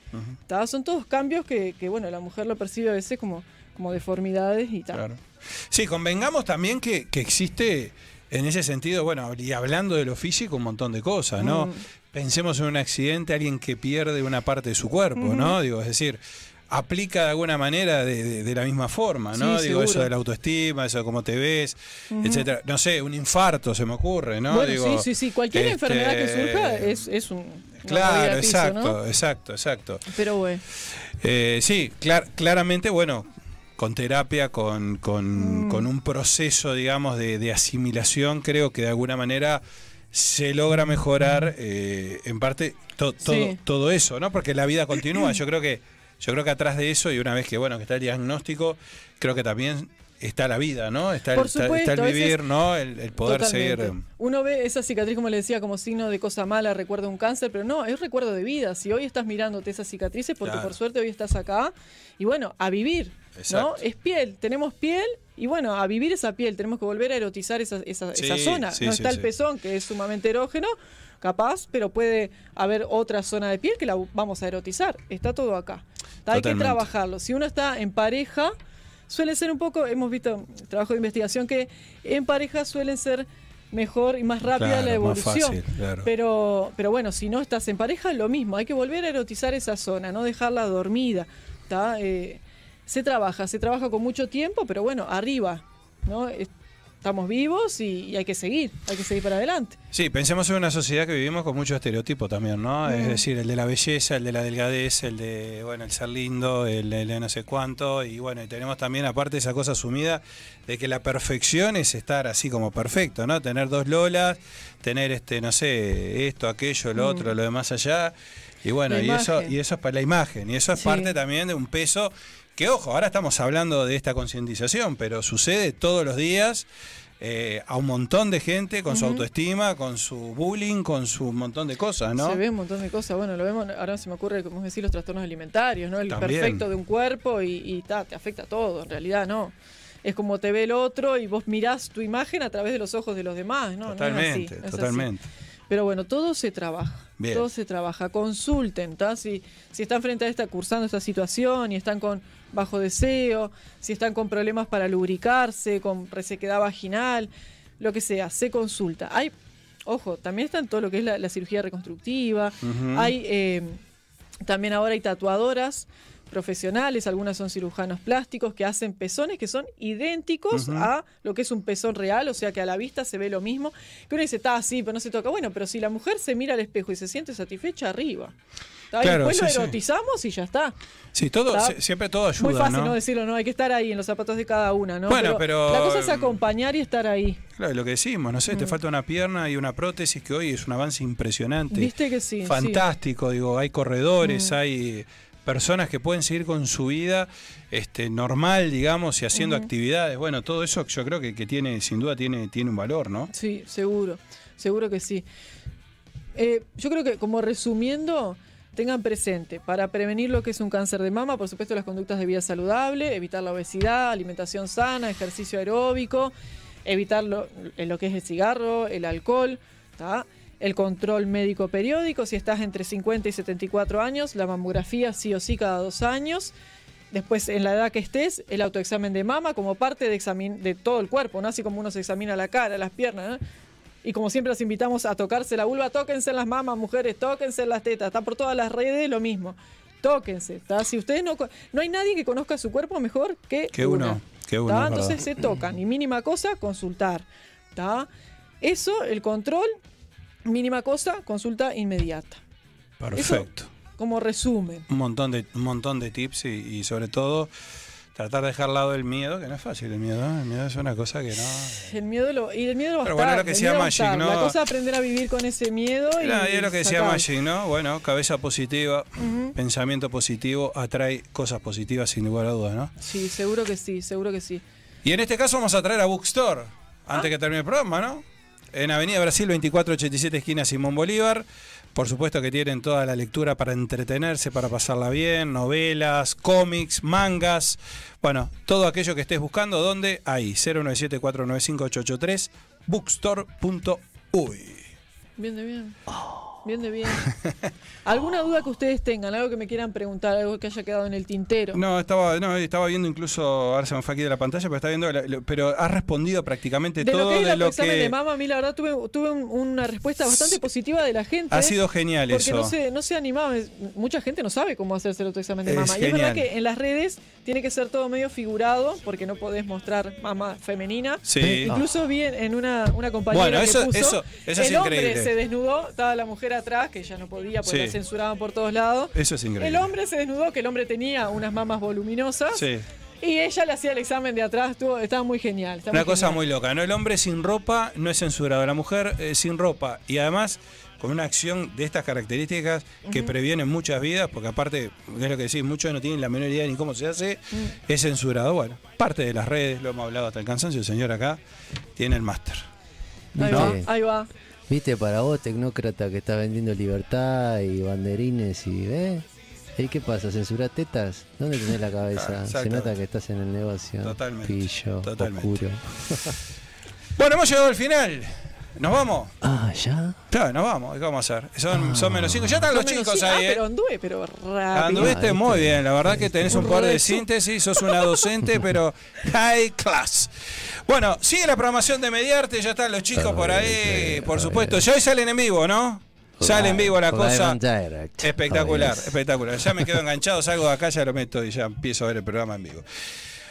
S19: ¿tá? Son todos cambios que, que, bueno, la mujer lo percibe a veces como, como deformidades y tal.
S3: Claro. Sí, convengamos también que, que existe en ese sentido, bueno, y hablando de lo físico, un montón de cosas, ¿no?
S19: Mm.
S3: Pensemos en un accidente, alguien que pierde una parte de su cuerpo,
S19: Ujú.
S3: ¿no? Digo, es decir, aplica de alguna manera de, de- de la misma forma, ¿no?
S19: Sí,
S3: Digo, eso
S19: seguro.
S3: de la autoestima, eso de cómo te ves,
S19: Ujú.
S3: etcétera. No sé, un infarto se me ocurre, ¿no?
S19: bueno,
S3: Digo,
S19: sí, sí, sí. Cualquier
S3: este,
S19: enfermedad que surja es, es un. una movida
S3: Claro,
S19: de piso,
S3: exacto,
S19: ¿no?
S3: exacto, exacto.
S19: Pero bueno.
S3: Eh, sí, clar- claramente, bueno, con terapia, con,
S19: Mm.
S3: con- con un proceso, digamos, de, de asimilación, creo que de alguna manera se logra mejorar eh, en parte to- todo,
S19: Mm. Sí.
S3: todo eso, ¿no? Porque la vida continúa.
S19: <clears throat>
S3: Yo creo que, yo creo que atrás de eso, y una vez que bueno, que está el diagnóstico, creo que también está la vida, ¿no? Está el,
S19: Por
S3: está- está
S19: supuesto,
S3: el
S19: ese es-
S3: vivir, ¿no? El, el <laughs> poder
S19: Totalmente.
S3: seguir.
S19: Uno ve esa cicatriz, como le decía, como signo de cosa mala, recuerda un cáncer, pero no, es recuerdo de vida. Si hoy estás mirándote esas cicatrices, porque
S22: Claro.
S19: por suerte hoy estás acá, y bueno, a vivir,
S22: Exacto.
S19: ¿no? Es piel, tenemos piel, y bueno, a vivir esa piel, tenemos que volver a erotizar esa, esa,
S22: Sí,
S19: esa zona.
S22: sí,
S19: no
S22: sí,
S19: está el
S22: sí.
S19: pezón, que es sumamente erógeno, capaz, pero puede haber otra zona de piel que la vamos a erotizar. Está todo acá. Hay que
S22: Totalmente.
S19: trabajarlo. Si uno está en pareja, suelen ser un poco, hemos visto trabajo de investigación que en pareja suelen ser mejor y más rápida
S3: Claro,
S19: la
S3: más
S19: evolución.
S3: fácil, claro.
S19: pero, pero bueno, si no estás en pareja, lo mismo, hay que volver a erotizar esa zona, no dejarla dormida. ¿tá? Eh, se trabaja, se trabaja con mucho tiempo, pero bueno, arriba, ¿no? Es- Estamos vivos y, y hay que seguir, hay que seguir para adelante.
S3: Sí, pensemos en una sociedad que vivimos con mucho estereotipo también, ¿no? Es
S19: Mm.
S3: decir, el de la belleza, el de la delgadez, el de, bueno, el ser lindo, el de la no sé cuánto. Y bueno, y tenemos también, aparte, esa cosa asumida de que la perfección es estar así como perfecto, ¿no? Tener dos lolas, tener este, no sé, esto, aquello, lo
S19: Mm.
S3: otro, lo demás allá. Y bueno,
S19: La
S3: y eso,
S19: imagen.
S3: y eso es para la imagen. Y eso es
S19: Sí.
S3: parte también de un peso que, ojo, ahora estamos hablando de esta concientización, pero sucede todos los días eh, a un montón de gente con su
S19: Ujú.
S3: autoestima, con su bullying, con su montón de cosas, ¿no?
S19: Se ve un montón de cosas. Bueno, lo vemos, ahora se me ocurre, como decir, los trastornos alimentarios, ¿no? El
S3: También.
S19: perfecto de un cuerpo y, y ta, te afecta todo, en realidad, ¿no? Es como te ve el otro y vos mirás tu imagen a través de los ojos de los demás, ¿no? No es así,
S3: totalmente,
S19: no es así.
S3: totalmente.
S19: Pero bueno, todo se trabaja.
S3: Bien.
S19: Todo se trabaja. Consulten, ¿tá? Si, si están frente a esta, cursando esta situación y están con bajo deseo, si están con problemas para lubricarse, con resequedad vaginal, lo que sea, se consulta. Hay, ojo, también está en todo lo que es la, la cirugía reconstructiva.
S22: Ujú.
S19: Hay, eh, también ahora hay tatuadoras profesionales, algunas son cirujanos plásticos que hacen pezones que son idénticos
S22: Ujú.
S19: a lo que es un pezón real, o sea que a la vista se ve lo mismo. Que uno dice, está así, pero no se toca. Bueno, pero si la mujer se mira al espejo y se siente satisfecha, arriba. Está, y
S3: Claro,
S19: después
S3: sí, sí.
S19: lo erotizamos y ya está.
S3: Sí, todo,
S19: Está
S3: se- siempre todo ayuda,
S19: Muy fácil
S3: ¿no?
S19: ¿no? decirlo, ¿no? Hay que estar ahí en los zapatos de cada una, ¿no?
S3: Bueno, pero-
S19: La cosa es acompañar y estar ahí.
S3: Claro, lo que decimos, no
S19: Mm.
S3: sé, te falta una pierna y una prótesis que hoy es un avance impresionante.
S19: Viste que sí, sí.
S3: Fantástico, digo, hay corredores,
S19: Mm.
S3: hay personas que pueden seguir con su vida este, normal, digamos, y haciendo actividades. Bueno, todo eso yo creo que, que tiene, sin duda, tiene, tiene un valor, ¿no?
S19: Sí, seguro, seguro que sí. Eh, yo creo que como resumiendo, tengan presente, para prevenir lo que es un cáncer de mama, por supuesto las conductas de vida saludable, evitar la obesidad, alimentación sana, ejercicio aeróbico, evitar lo, eh, lo que es el cigarro, el alcohol, ¿tá? el control médico periódico, si estás entre 50 y 74 años, la mamografía sí o sí cada dos años. Después, en la edad que estés, el autoexamen de mama como parte de, examin- de todo el cuerpo, ¿no? Así como uno se examina la cara, las piernas, ¿no? Y como siempre los invitamos a tocarse la vulva, tóquense las mamas, mujeres, tóquense las tetas, está por todas las redes lo mismo. Tóquense, ¿tá? Si ustedes no co- no hay nadie que conozca su cuerpo mejor que,
S3: Que uno,
S19: una,
S3: que uno,
S19: ¿tá?
S3: es
S19: Entonces
S3: verdad.
S19: se tocan y mínima cosa consultar, ¿tá? Eso, el control, mínima cosa, consulta inmediata.
S3: Perfecto.
S19: Como resumen.
S3: Un montón de, un montón de tips y, y sobre todo tratar de dejar al lado el miedo, que no es fácil el miedo, ¿eh? el miedo es una cosa que no...
S19: El miedo lo, y el miedo lo va a
S3: Pero bueno,
S19: estar,
S3: lo que
S19: el
S3: decía
S19: miedo va a
S3: Magic,
S19: estar.
S3: ¿no?
S19: La cosa es aprender a vivir con ese miedo y,
S3: Claro, y es lo que decía
S19: sacarlo.
S3: Magic, ¿no? Bueno, cabeza positiva,
S19: Ujú.
S3: pensamiento positivo, atrae cosas positivas sin lugar a dudas, ¿no?
S19: Sí, seguro que sí, seguro que sí.
S3: Y en este caso vamos a traer a Bookstore, antes que termine el programa, ¿no? En Avenida Brasil 2487, esquina Simón Bolívar. Por supuesto que tienen toda la lectura para entretenerse, para pasarla bien, novelas, cómics, mangas, bueno, todo aquello que estés buscando, ¿dónde? Ahí, 097-495-883, bookstore.uy.
S19: Bien de bien.
S3: Oh.
S19: Bien de
S3: <laughs>
S19: bien. ¿Alguna duda que ustedes tengan? Algo que me quieran preguntar, algo que haya quedado en el tintero.
S3: No, estaba, no, estaba viendo incluso, ahora se me fue aquí de la pantalla, pero está viendo, la- lo- pero has respondido prácticamente
S19: de
S3: todo
S19: lo que es
S3: de
S19: el
S3: lo
S19: examen de
S3: que
S19: mama, a mí la verdad tuve, tuve un- una respuesta bastante positiva de la gente.
S3: ha sido genial
S19: Porque
S3: eso.
S19: no se, no se animaba, es- mucha gente no sabe cómo hacerse el autoexamen de
S3: Es
S19: mama. Y es verdad
S3: genial.
S19: que en las redes tiene que ser todo medio figurado, porque no podés mostrar mama femenina.
S3: Sí.
S19: Eh, Incluso vi en, en una, una compañera
S3: Bueno,
S19: que
S3: eso-
S19: puso,
S3: eso- eso es
S19: el hombre
S3: increíble.
S19: se desnudó, estaba la mujer atrás, que ya no podía porque
S3: Sí.
S19: la censuraban por todos lados.
S3: Eso es increíble.
S19: El hombre se desnudó, que el hombre tenía unas mamas voluminosas.
S3: Sí.
S19: Y ella le hacía el examen de atrás, estuvo- estaba muy genial. estaba
S3: Una
S19: muy
S3: cosa
S19: genial.
S3: muy loca, ¿no? El hombre sin ropa no es censurado, la mujer eh, sin ropa y además con una acción de estas características que
S19: Ujú.
S3: previenen muchas vidas, porque aparte, es lo que decís, muchos no tienen la menor idea ni cómo se hace,
S19: Mm.
S3: es censurado. Bueno, parte de las redes, lo hemos hablado hasta el cansancio, el señor acá tiene el máster.
S19: Ahí
S5: ¿no?
S19: va, ahí va.
S5: Viste, para vos, tecnócrata que está vendiendo libertad y banderines y. ¿Eh? ¿Y qué pasa? ¿Censura tetas? ¿Dónde tenés la cabeza?
S3: Claro,
S5: Se nota que estás en el negocio.
S3: Ah, Totalmente,
S5: Pillo,
S3: totalmente.
S5: oscuro.
S3: Bueno, hemos llegado al final. ¿Nos vamos?
S5: Ah, ya.
S3: Claro, nos vamos. ¿Qué vamos a hacer? Son, son menos 5. Ya están
S19: Son
S3: los
S19: menos
S3: chicos
S19: cien-
S3: ahí,
S19: Ah,
S3: ¿eh? Ah,
S19: pero anduve, pero rápido. Ah,
S3: Anduviste muy bien, la verdad que tenés un par de síntesis, sos una
S19: <laughs>
S3: docente, pero high class. Bueno, sigue la programación de Mediarte, ya están los chicos por ahí, por supuesto. Ya hoy salen en vivo, ¿no? Sale en vivo la
S5: Live
S3: cosa.
S5: and direct.
S3: Espectacular,
S5: Oh, yes.
S3: espectacular. Ya me quedo enganchado, salgo de acá, ya lo meto y ya empiezo a ver el programa en vivo.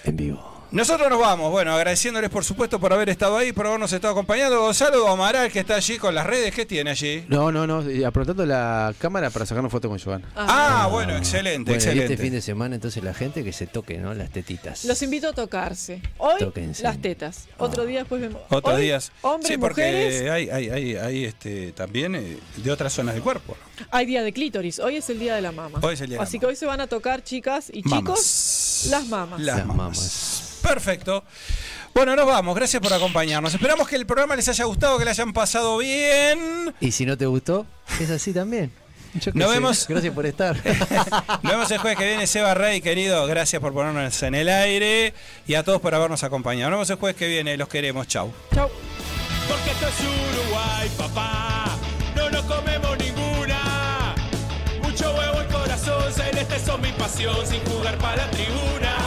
S5: En vivo.
S3: Nosotros nos vamos, bueno, agradeciéndoles por supuesto por haber estado ahí, por habernos estado acompañando. Gonzalo Amaral, que está allí con las redes, ¿qué tiene allí?
S6: No, no, no, eh, apuntando la cámara para sacarnos foto con Giovanna.
S3: Ah, bueno, excelente,
S5: Bueno, y
S3: excelente.
S5: este fin de semana, entonces la gente que se toque, ¿no? Las tetitas.
S19: Los invito a tocarse. Hoy
S5: Tóquense.
S19: las tetas. Otro día después vemos.
S3: Otros
S19: Hoy,
S3: días.
S19: Hombres,
S3: sí, porque
S19: mujeres.
S3: hay, hay, hay, hay, este, también eh, de otras zonas del cuerpo.
S19: Hay día de clítoris. Hoy es el día de la mama.
S3: Hoy es el día de la
S19: Así que hoy se van a tocar chicas y
S3: Mamas.
S19: chicos las mamas.
S3: Las Las mamas. Perfecto. Bueno, nos vamos. Gracias por acompañarnos. Esperamos que el programa les haya gustado, que le hayan pasado bien.
S5: Y si no te gustó, es así también. Yo qué
S3: Nos
S5: sé.
S3: vemos.
S5: Gracias por estar.
S3: <laughs> Nos vemos el jueves que viene. Seba Rey, querido, gracias por ponernos en el aire y a todos por habernos acompañado. Nos vemos el jueves que viene. Los queremos. Chau.
S10: Porque esto es Uruguay, papá. No nos comemos ninguna. Mucho huevo y corazón celeste son mi pasión sin jugar para la tribuna.